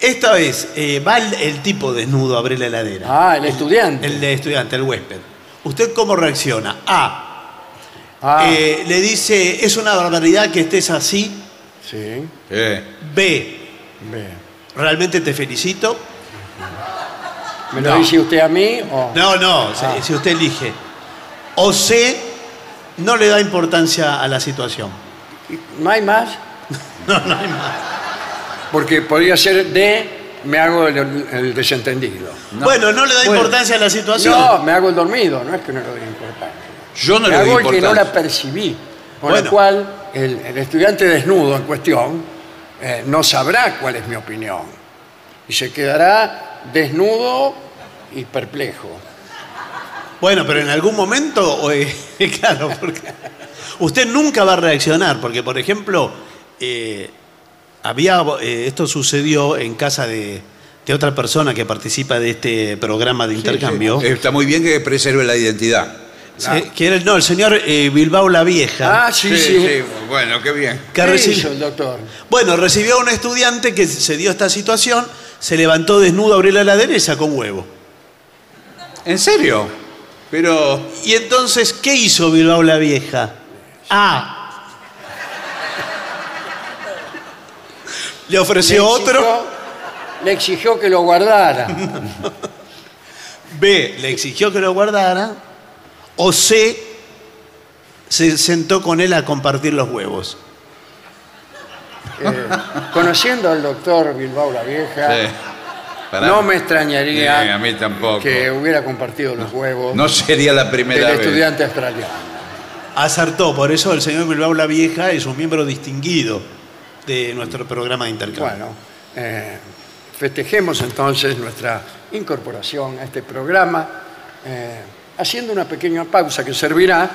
[SPEAKER 3] Esta vez eh, va el, el tipo desnudo a abrir la heladera.
[SPEAKER 1] Ah, el estudiante.
[SPEAKER 3] El estudiante, el huésped. ¿Usted cómo reacciona? A.
[SPEAKER 1] Ah,
[SPEAKER 3] eh, le dice, es una barbaridad que estés así.
[SPEAKER 1] sí.
[SPEAKER 2] Eh,
[SPEAKER 3] B.
[SPEAKER 1] bien.
[SPEAKER 3] Realmente te felicito.
[SPEAKER 1] ¿Me lo
[SPEAKER 3] No.
[SPEAKER 1] dice usted a mí o Ah.
[SPEAKER 3] No, no, si- si usted elige. O C, no le da importancia a la situación.
[SPEAKER 1] no hay más?
[SPEAKER 3] No, no hay más.
[SPEAKER 1] Porque podría ser de me hago el, el desentendido.
[SPEAKER 3] Bueno, no le da
[SPEAKER 2] Bueno.
[SPEAKER 3] importancia a la situación.
[SPEAKER 1] No, me hago el dormido, no es que no lo doy importancia.
[SPEAKER 2] yo no
[SPEAKER 1] Me
[SPEAKER 2] le doy
[SPEAKER 1] hago el que no
[SPEAKER 2] importancia.
[SPEAKER 1] la percibí. Con
[SPEAKER 3] Bueno.
[SPEAKER 1] lo cual, el, el estudiante desnudo en cuestión eh, no sabrá cuál es mi opinión. Y se quedará desnudo y perplejo.
[SPEAKER 3] Bueno, pero en algún momento, o, eh, claro, porque usted nunca va a reaccionar, porque por ejemplo, eh, había, eh, esto sucedió en casa de, de otra persona que participa de este programa de intercambio,
[SPEAKER 2] Está muy bien que preserve la identidad.
[SPEAKER 3] Se- que era el- no, el señor eh, Bilbao la Vieja,
[SPEAKER 1] Ah, sí, sí.
[SPEAKER 2] Bueno, qué bien.
[SPEAKER 3] que
[SPEAKER 1] ¿Qué
[SPEAKER 3] recibe-
[SPEAKER 1] hizo el doctor?
[SPEAKER 3] Bueno, recibió a un estudiante que se dio esta situación, se levantó desnudo, abrió la heladera y sacó un huevo.
[SPEAKER 2] ¿En serio? Pero.
[SPEAKER 3] Y entonces, ¿qué hizo Bilbao la vieja?
[SPEAKER 8] Ah,
[SPEAKER 3] A. Le ofreció otro.
[SPEAKER 1] Le exigió que lo guardara.
[SPEAKER 3] B. Le exigió que lo guardara. O C. se sentó con él a compartir los huevos.
[SPEAKER 1] Eh, conociendo al doctor Bilbao la Vieja,
[SPEAKER 2] Sí. Pará.
[SPEAKER 1] no me
[SPEAKER 2] Sí, a
[SPEAKER 1] extrañaría
[SPEAKER 2] mí tampoco.
[SPEAKER 1] que hubiera compartido los huevos
[SPEAKER 2] No sería la
[SPEAKER 1] del
[SPEAKER 2] primera vez.
[SPEAKER 1] estudiante australiano.
[SPEAKER 3] Acertó, por eso el señor Bilbao la Vieja es un miembro distinguido de nuestro programa de intercambio.
[SPEAKER 1] Bueno, eh, festejemos entonces nuestra incorporación a este programa eh, haciendo una pequeña pausa que servirá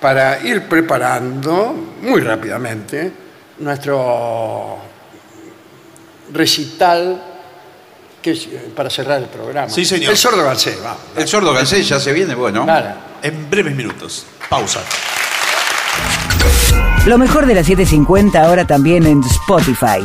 [SPEAKER 1] para ir preparando muy rápidamente nuestro recital que es, eh, para cerrar el programa.
[SPEAKER 3] Sí, señor.
[SPEAKER 1] El sordo Garcés, vamos.
[SPEAKER 2] El sordo Garcés ya se viene, bueno.
[SPEAKER 1] Nada.
[SPEAKER 3] En breves minutos. Pausa.
[SPEAKER 7] Lo mejor de la 750 ahora también en Spotify.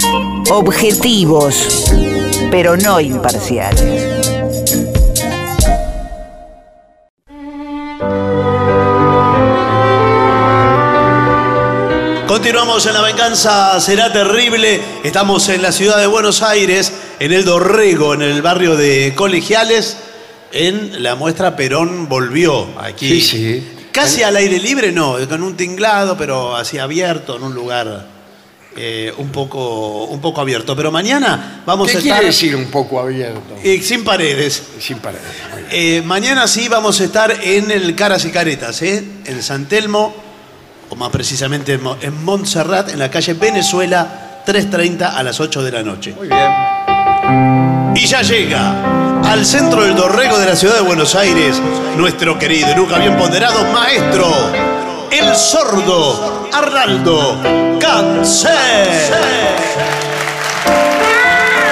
[SPEAKER 7] Objetivos, pero no imparciales.
[SPEAKER 3] Continuamos en La Venganza Será Terrible. Estamos en la ciudad de Buenos Aires, en El Dorrego, en el barrio de Colegiales, en la muestra Perón Volvió, aquí.
[SPEAKER 1] Sí, sí.
[SPEAKER 3] Casi al aire libre, no, con un tinglado, pero así abierto, en un lugar eh, un, poco, un poco abierto. Pero mañana vamos
[SPEAKER 1] ¿Qué
[SPEAKER 3] a estar
[SPEAKER 1] quiere decir un poco abierto?
[SPEAKER 3] eh, sin paredes.
[SPEAKER 1] Sin paredes. Muy bien.
[SPEAKER 3] Eh, mañana sí vamos a estar en el Caras y Caretas, ¿eh? en San Telmo, o más precisamente en Mo- en Montserrat, en la calle Venezuela, 3.30 a las 8 de la noche.
[SPEAKER 2] Muy bien.
[SPEAKER 3] Y ya llega al centro del Dorrego de la ciudad de Buenos Aires, nuestro querido y nunca bien ponderado maestro, el sordo Arnaldo Cancel.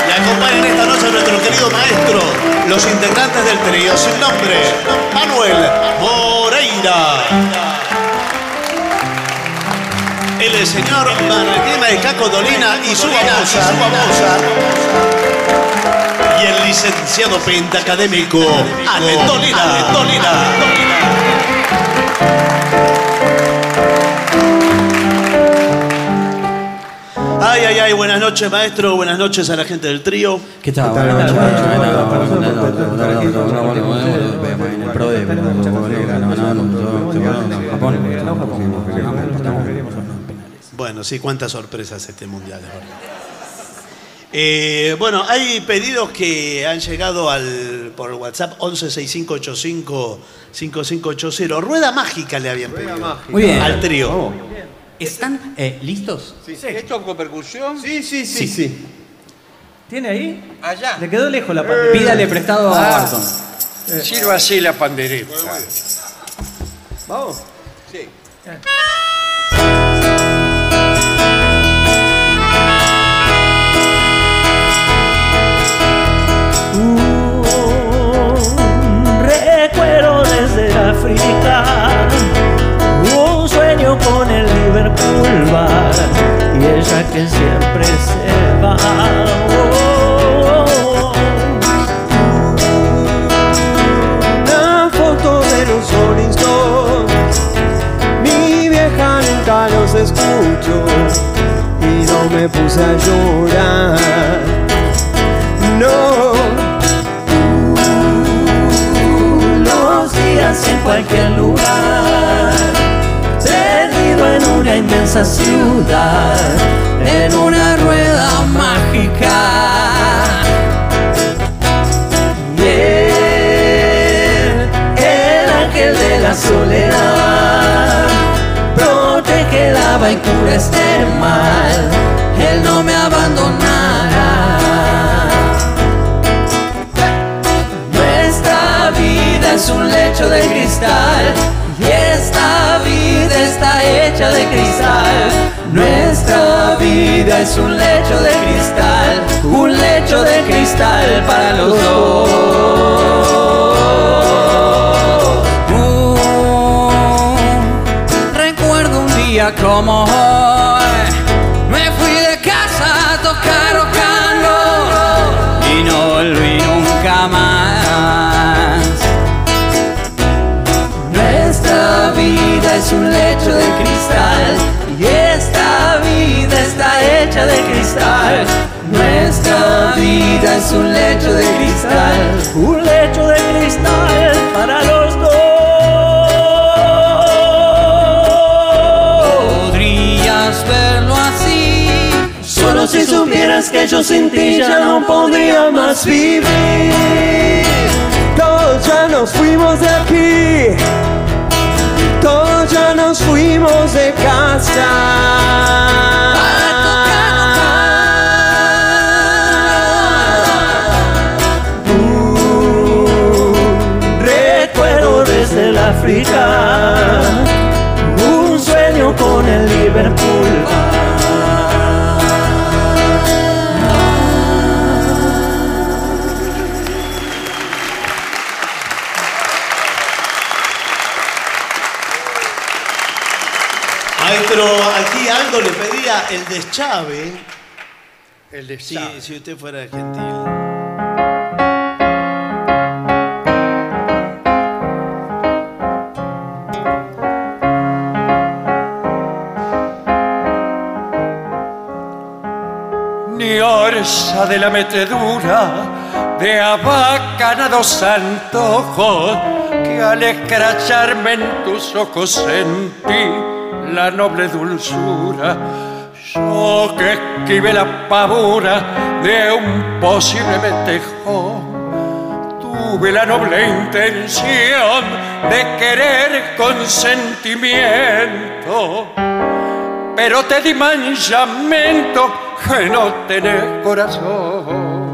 [SPEAKER 3] Y acompañan esta noche a nuestro querido maestro, los integrantes del trío sin nombre, Manuel Moreira. El señor Martín de Caco Dolina y su babosa, su babosa y el licenciado pentacadémico Ale Dolina. Ay, ay, ay, buenas noches, maestro. Buenas noches a la gente del trío.
[SPEAKER 9] ¿Qué tal? Buenas noches. Buenas noches. Buenas noches. Bueno, bueno, bueno, bueno, en el PRO de- bueno, bueno, bueno, bueno, bueno, Japón.
[SPEAKER 3] Bueno, sí, cuántas sorpresas este mundial, es verdad. Eh, bueno, hay pedidos que han llegado al, por WhatsApp 1165855580. Rueda mágica le habían pedido.
[SPEAKER 9] Muy bien.
[SPEAKER 3] Al
[SPEAKER 2] Oh.
[SPEAKER 3] trío.
[SPEAKER 9] ¿Están eh, listos?
[SPEAKER 2] ¿Esto con percusión? Sí, sí,
[SPEAKER 9] Sí, sí. ¿Tiene ahí?
[SPEAKER 2] Allá.
[SPEAKER 9] Le quedó lejos la parte. Pídale prestado a Barton.
[SPEAKER 1] Ah, Sirva así la pandereta.
[SPEAKER 9] Vamos.
[SPEAKER 8] Un recuerdo desde África, un sueño con el Liverpool Bar y ella que siempre se va. Oh, oh, oh. Una foto de los Rolling Stones, mi vieja nunca los escucho y no me puse a llorar. No, los días en cualquier lugar, perdido en una inmensa ciudad, en una rueda mágica. Y él, el ángel de la soledad, protege, lava y cura este mal, él no me abandonará. Nuestra vida es un lecho de cristal y esta vida está hecha de cristal. Nuestra vida es un lecho de cristal, un lecho de cristal para los dos. Un Recuerdo un día día como hoy me fui de casa a tocar rock and roll y no volví nunca más. Nuestra vida es un lecho de cristal y esta vida está hecha de cristal. Nuestra vida es un lecho de cristal, un lecho de cristal para los dos. Podrías verlo así, solo si supieras que yo sin ti ya no podría más vivir.
[SPEAKER 10] Todos ya nos fuimos de aquí, todos ya nos fuimos de casa.
[SPEAKER 8] recuerdo desde el África, un sueño con el Liverpool.
[SPEAKER 3] Maestro, aquí Aldo le pedía el deschave.
[SPEAKER 1] El
[SPEAKER 3] Si,
[SPEAKER 1] deschave.
[SPEAKER 3] si usted fuera gentil.
[SPEAKER 11] Ni orsa de la metedura de abacanados antojos que al escracharme en tus ojos sentí la noble dulzura. Yo que esquivé la pavura de un posible metejón, tuve la noble intención de querer con sentimiento pero te di manchamiento que no tenés corazón.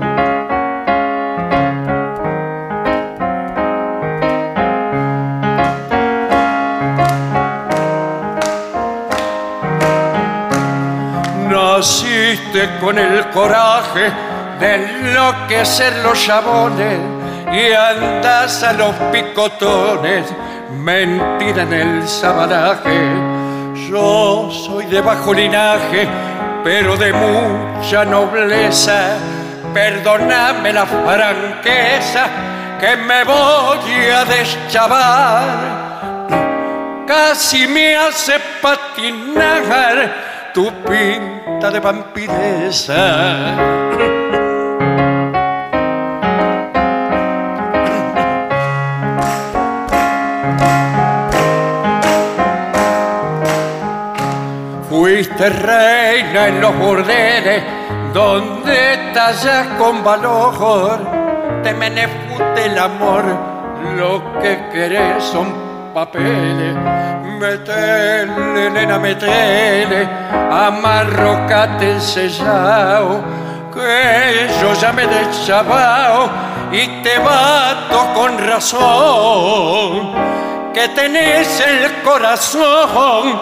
[SPEAKER 11] Naciste con el coraje de enloquecer los chabones y andás a los picotones, mentira en el sabanaje. Yo soy de bajo linaje, pero de mucha nobleza. Perdóname la franqueza que me voy a deschavar. Casi me hace patinar tu pinta de vampireza. Fuiste reina en los burdeles donde tallas con valor. Te menefute el amor, lo que querés son papeles. Metele, nena, metele, amarrocate el sellao, que yo ya me he deschavao y te bato con razón que tenés el corazón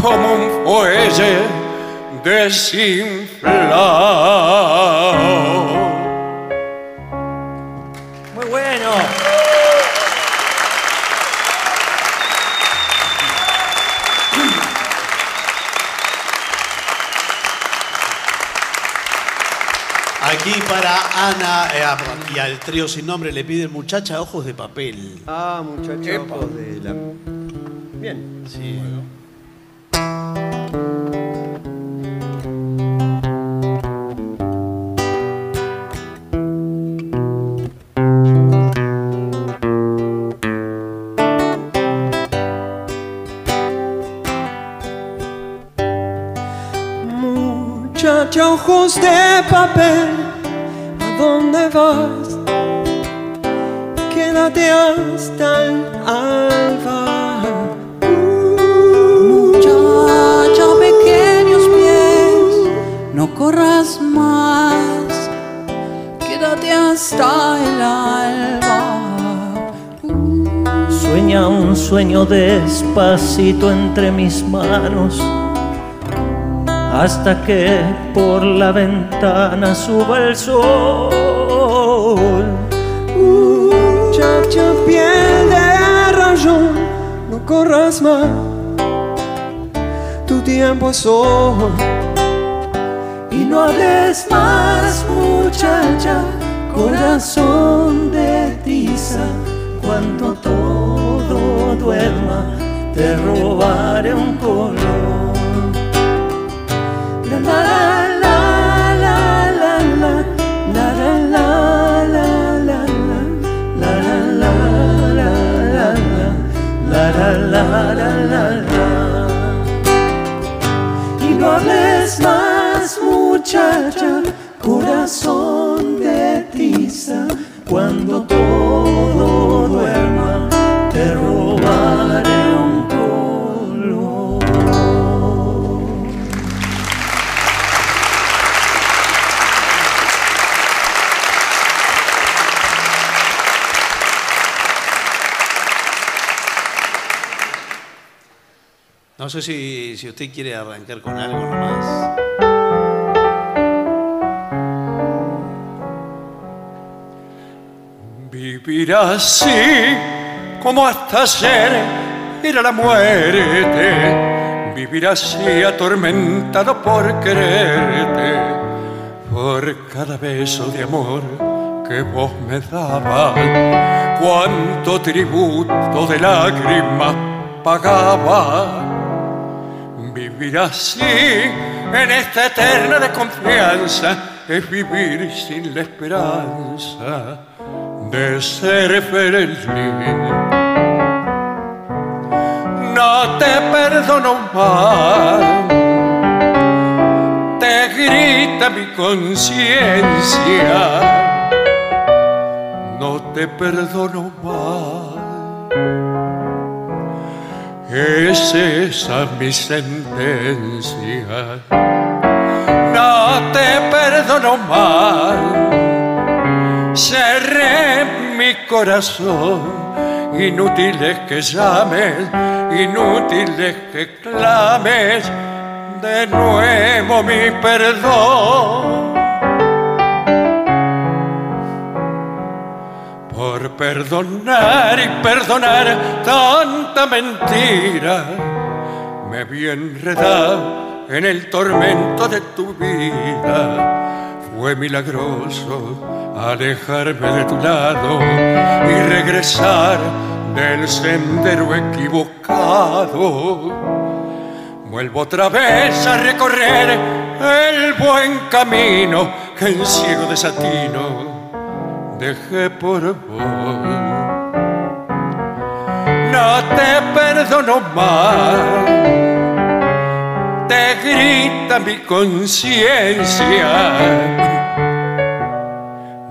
[SPEAKER 11] como un fuelle desinflado.
[SPEAKER 8] Muy bueno.
[SPEAKER 3] Aquí para Ana eh, ah, y al trío sin nombre le piden muchacha ojos de papel.
[SPEAKER 9] Ah, muchacho, ojos de la... Bien.
[SPEAKER 3] Sí.
[SPEAKER 10] Muchacha, ojos de papel, ¿a dónde vas? Quédate hasta el alba.
[SPEAKER 8] Muchacha, pequeños pies, no corras más, quédate hasta el alba.
[SPEAKER 12] Sueña un sueño despacito entre mis manos, hasta que por la ventana suba el sol. Uh,
[SPEAKER 10] Muchacha, piel de rayón, no corras más. Tu tiempo es hoy.
[SPEAKER 8] Y no hables más, muchacha, corazón de tiza, cuando todo duerma, te robaré un color. La, la, la, la, la, la, la, la, la, la, la, la, la, la, la, la, la, la, la, la, la, la. Y no hables más, muchacha, corazón de tiza, cuando todo duerma, te robaré un
[SPEAKER 3] No sé si, si usted quiere arrancar con algo nomás.
[SPEAKER 11] Vivir así como hasta ayer era la muerte. Vivir así atormentado por quererte, por cada beso de amor que vos me dabas, cuánto tributo de lágrimas pagaba. Vivir así en esta eterna desconfianza es vivir sin la esperanza de ser feliz. No te perdono más, te grita mi conciencia. No te perdono más, es esa mi sentencia. No te perdono más, cerré mi corazón. Inútiles que llames, inútiles que clames, de nuevo mi perdón. Por perdonar y perdonar tanta mentira, me vi enredado en el tormento de tu vida. Fue milagroso alejarme de tu lado y regresar del sendero equivocado. Vuelvo otra vez a recorrer el buen camino que en ciego desatino dejé por vos. No te perdono más, te grita mi conciencia.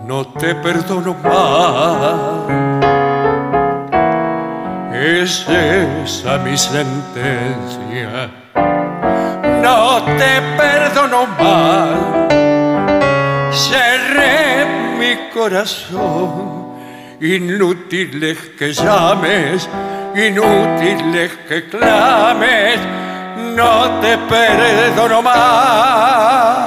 [SPEAKER 11] No te perdono más, es esa mi sentencia. No te perdono más, cerré mi corazón. Inútiles que llames, inútiles que clames, no te perdono más.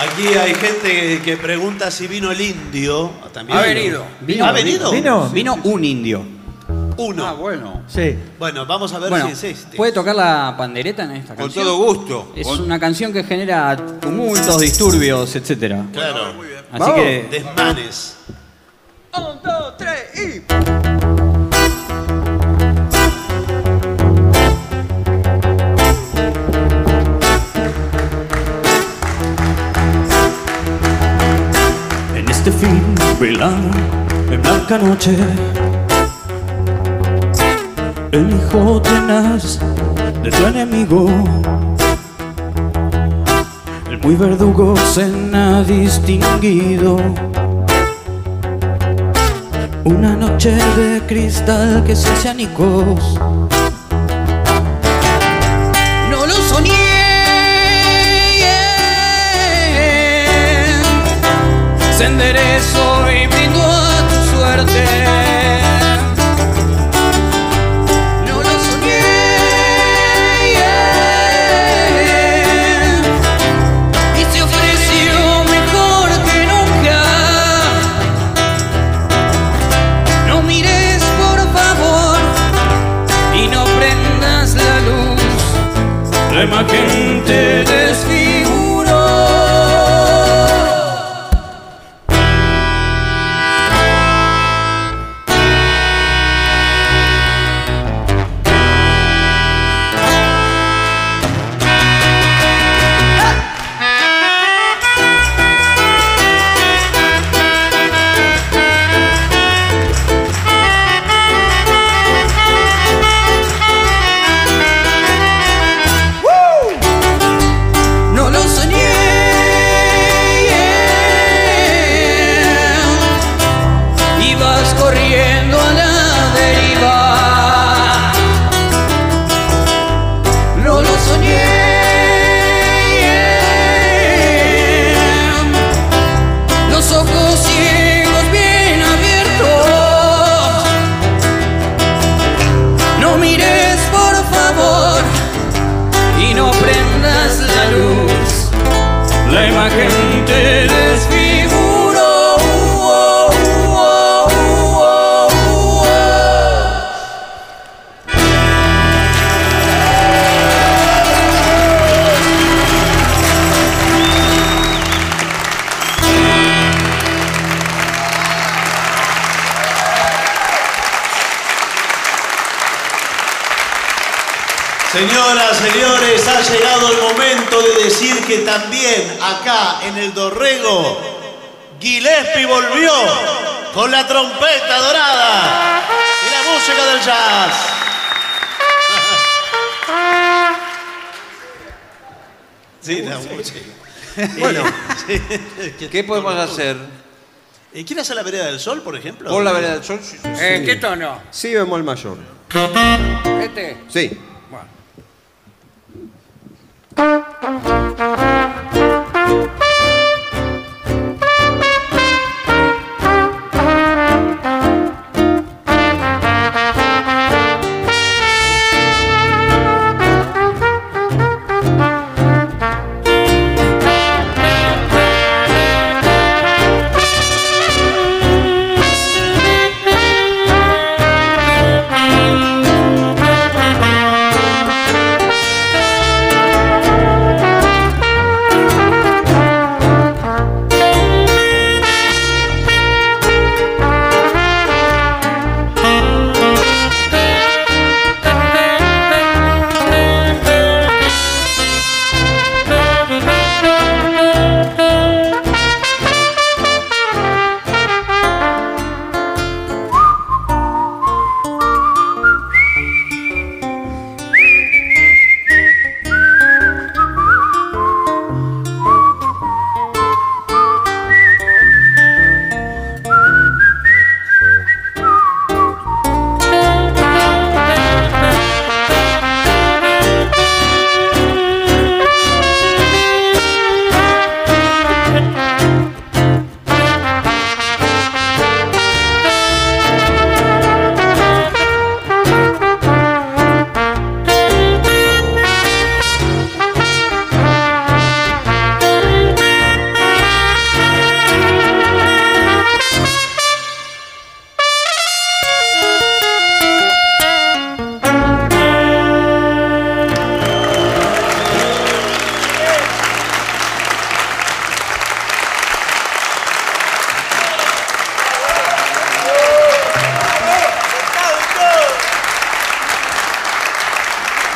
[SPEAKER 3] Aquí hay gente que pregunta si vino el indio. Ah, También
[SPEAKER 2] Ha venido. Vino,
[SPEAKER 3] ¿Ha venido?
[SPEAKER 9] Vino,
[SPEAKER 2] vino un indio.
[SPEAKER 3] Uno. Ah,
[SPEAKER 2] bueno.
[SPEAKER 9] Sí.
[SPEAKER 3] Bueno, vamos a ver
[SPEAKER 9] Bueno,
[SPEAKER 3] si es este.
[SPEAKER 9] ¿Puede tocar la pandereta en esta
[SPEAKER 3] Con
[SPEAKER 9] canción?
[SPEAKER 3] todo gusto.
[SPEAKER 9] Es
[SPEAKER 3] Con-
[SPEAKER 9] una canción que genera tumultos, disturbios, etcétera.
[SPEAKER 3] Claro.
[SPEAKER 9] Así
[SPEAKER 3] Vamos.
[SPEAKER 9] que-
[SPEAKER 3] Desmanes.
[SPEAKER 10] Un, dos, tres y.
[SPEAKER 13] En este fin velado, en blanca noche, el hijo tenaz de tu enemigo, el muy verdugo cena distinguido. Una noche de cristal que se hace anicos.
[SPEAKER 8] No lo soñé. Se enderezó y brindó a tu suerte.
[SPEAKER 14] alma que te desfiguró.
[SPEAKER 8] No lo soñé Y vas corriendo a la deriva No lo soñé Los ojos ciegos bien abiertos No mires por favor y no prendas la luz.
[SPEAKER 14] La imagen te desfiguró.
[SPEAKER 3] Señoras, señores, ha llegado el momento de decir que también acá en el Dorrego, Gillespie volvió con la trompeta dorada y la música del jazz. Sí, la música.
[SPEAKER 2] Bueno,
[SPEAKER 3] ¿qué podemos hacer? ¿Quiere hacer Eh, la vereda del sol, por ejemplo?
[SPEAKER 9] Por la vereda del sol, sí, sí,
[SPEAKER 3] ¿En
[SPEAKER 9] sí.
[SPEAKER 3] Eh, qué tono?
[SPEAKER 9] Si bemol mayor.
[SPEAKER 1] Este.
[SPEAKER 9] Sí.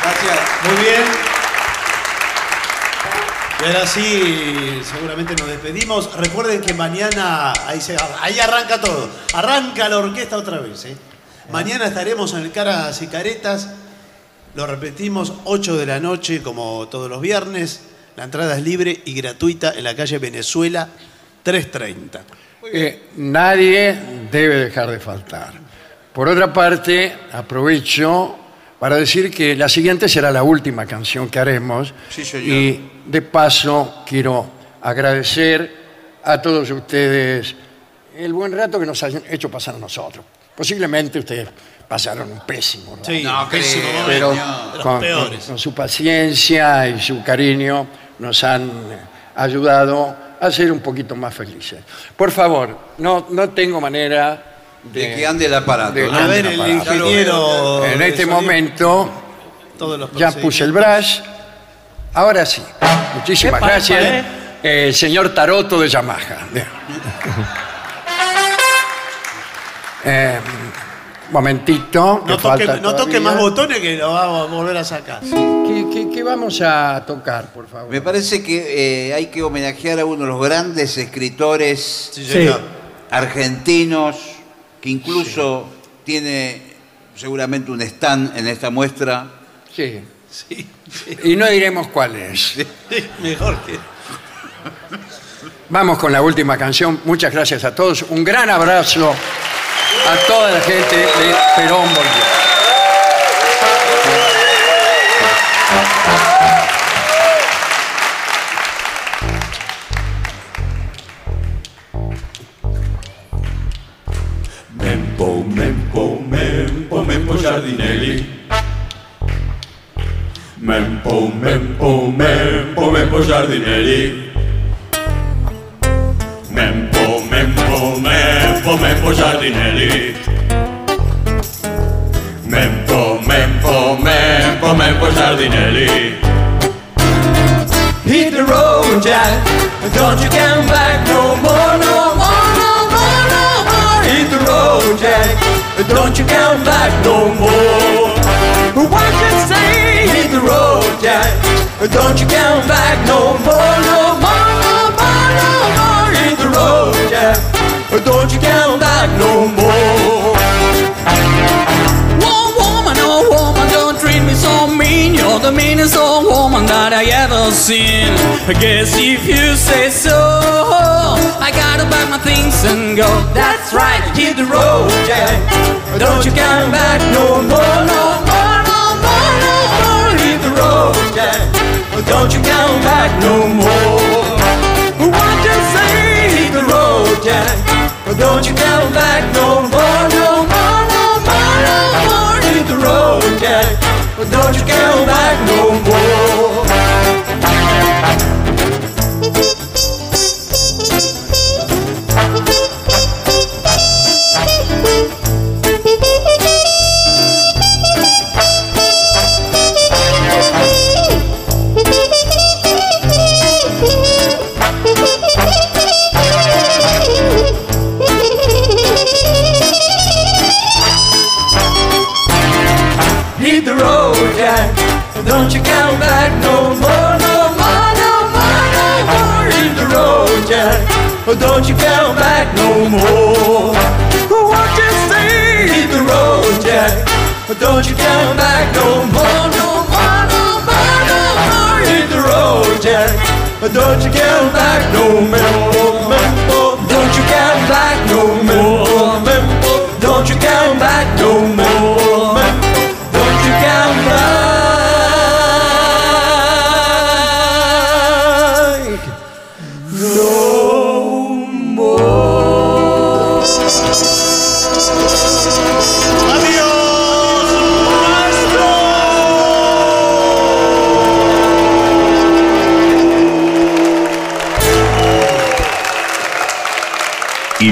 [SPEAKER 3] Gracias. Muy bien. Y ahora sí, seguramente nos despedimos. Recuerden que mañana, ahí, se- ahí arranca todo. Arranca la orquesta otra vez. ¿eh? Mañana estaremos en el Caras y Caretas. Lo repetimos, 8 de la noche, como todos los viernes. La entrada es libre y gratuita en la calle Venezuela 330.
[SPEAKER 1] Eh, nadie debe dejar de faltar. Por otra parte, aprovecho para decir que la siguiente será la última canción que haremos. Y de paso quiero agradecer a todos ustedes el buen rato que nos han hecho pasar a nosotros. Posiblemente ustedes pasaron un pésimo rato.
[SPEAKER 3] Sí, No, pésimo creo. momento.
[SPEAKER 1] Pero
[SPEAKER 3] De los
[SPEAKER 1] con,
[SPEAKER 3] peores.
[SPEAKER 1] con su paciencia y su cariño nos han ayudado a ser un poquito más felices. Por favor, no, no tengo manera de,
[SPEAKER 2] De que ande el aparato,
[SPEAKER 1] de
[SPEAKER 2] ¿no?
[SPEAKER 1] que ande
[SPEAKER 2] A ver, el
[SPEAKER 1] aparato.
[SPEAKER 2] ingeniero
[SPEAKER 1] En
[SPEAKER 2] de
[SPEAKER 1] este
[SPEAKER 2] sonido.
[SPEAKER 1] momento
[SPEAKER 3] Todos los
[SPEAKER 1] ya puse el brush, Ahora sí.
[SPEAKER 15] Epa,
[SPEAKER 1] Muchísimas
[SPEAKER 15] epa,
[SPEAKER 1] gracias,
[SPEAKER 15] eh.
[SPEAKER 1] eh, señor Taroto de Yamaha. Bien. Eh, momentito.
[SPEAKER 3] No
[SPEAKER 1] que
[SPEAKER 3] toque,
[SPEAKER 1] falta
[SPEAKER 3] no toque
[SPEAKER 1] todavía.
[SPEAKER 3] más botones que lo vamos a volver a sacar.
[SPEAKER 1] ¿Qué, qué- qué vamos a tocar, por favor?
[SPEAKER 2] Me parece que eh, hay que homenajear a uno de los grandes escritores
[SPEAKER 1] señor.
[SPEAKER 2] argentinos, que incluso tiene seguramente un stand en esta muestra.
[SPEAKER 1] Sí. Y no diremos cuál es.
[SPEAKER 3] Eh, Mejor que.
[SPEAKER 1] Vamos con la última canción. Muchas gracias a todos. Un gran abrazo a toda la gente de Perón Bolívar.
[SPEAKER 11] Mempo, mempo, mempo, mempo Giardinelli. Mempo, mempo, mempo, mempo Giardinelli. Mempo, mempo, mempo, mempo Giardinelli. Mempo, mempo, mempo, mempo Giardinelli.
[SPEAKER 8] Hit the road, Jack. Don't you come back no more, no more, no more, no more. Hit the road, Jack. Don't you come back no more. What you say? Hit the road, Jack. Don't you come back no more, no more, no more, no more. Hit the road, Jack. Don't you come back no more.
[SPEAKER 10] Oh woman, oh woman, don't treat me so mean. You're the meanest old woman that I ever seen. I guess if you say so, I gotta buy my things and go. That's right, hit the road, Jack. Don't you come back no more, no more, no more, no more. Hit the road, Jack. Don't you come back no more. What you say? Hit the road, Jack.
[SPEAKER 8] Don't you come back no more, no more, no more, no more. Hit the road, Jack. Don't you come back no more. Hit the road, Jack. Don't you come back no more, no more, no more, no more. Hit the road, Jack. Don't you come back no more. What you say? Hit the road, Jack. Don't you come back no more, no more, no more, no more. Hit the road, Jack. Don't you come back no more, more. Don't you come back no more, more. Don't you come back no more, more. Don't you come back no more.
[SPEAKER 4] Y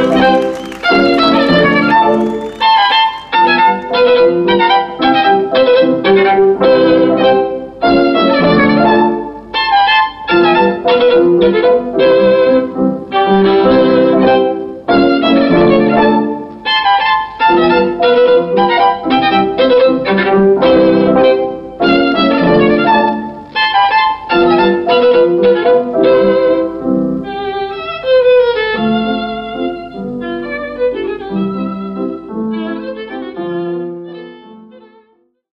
[SPEAKER 10] Thank you.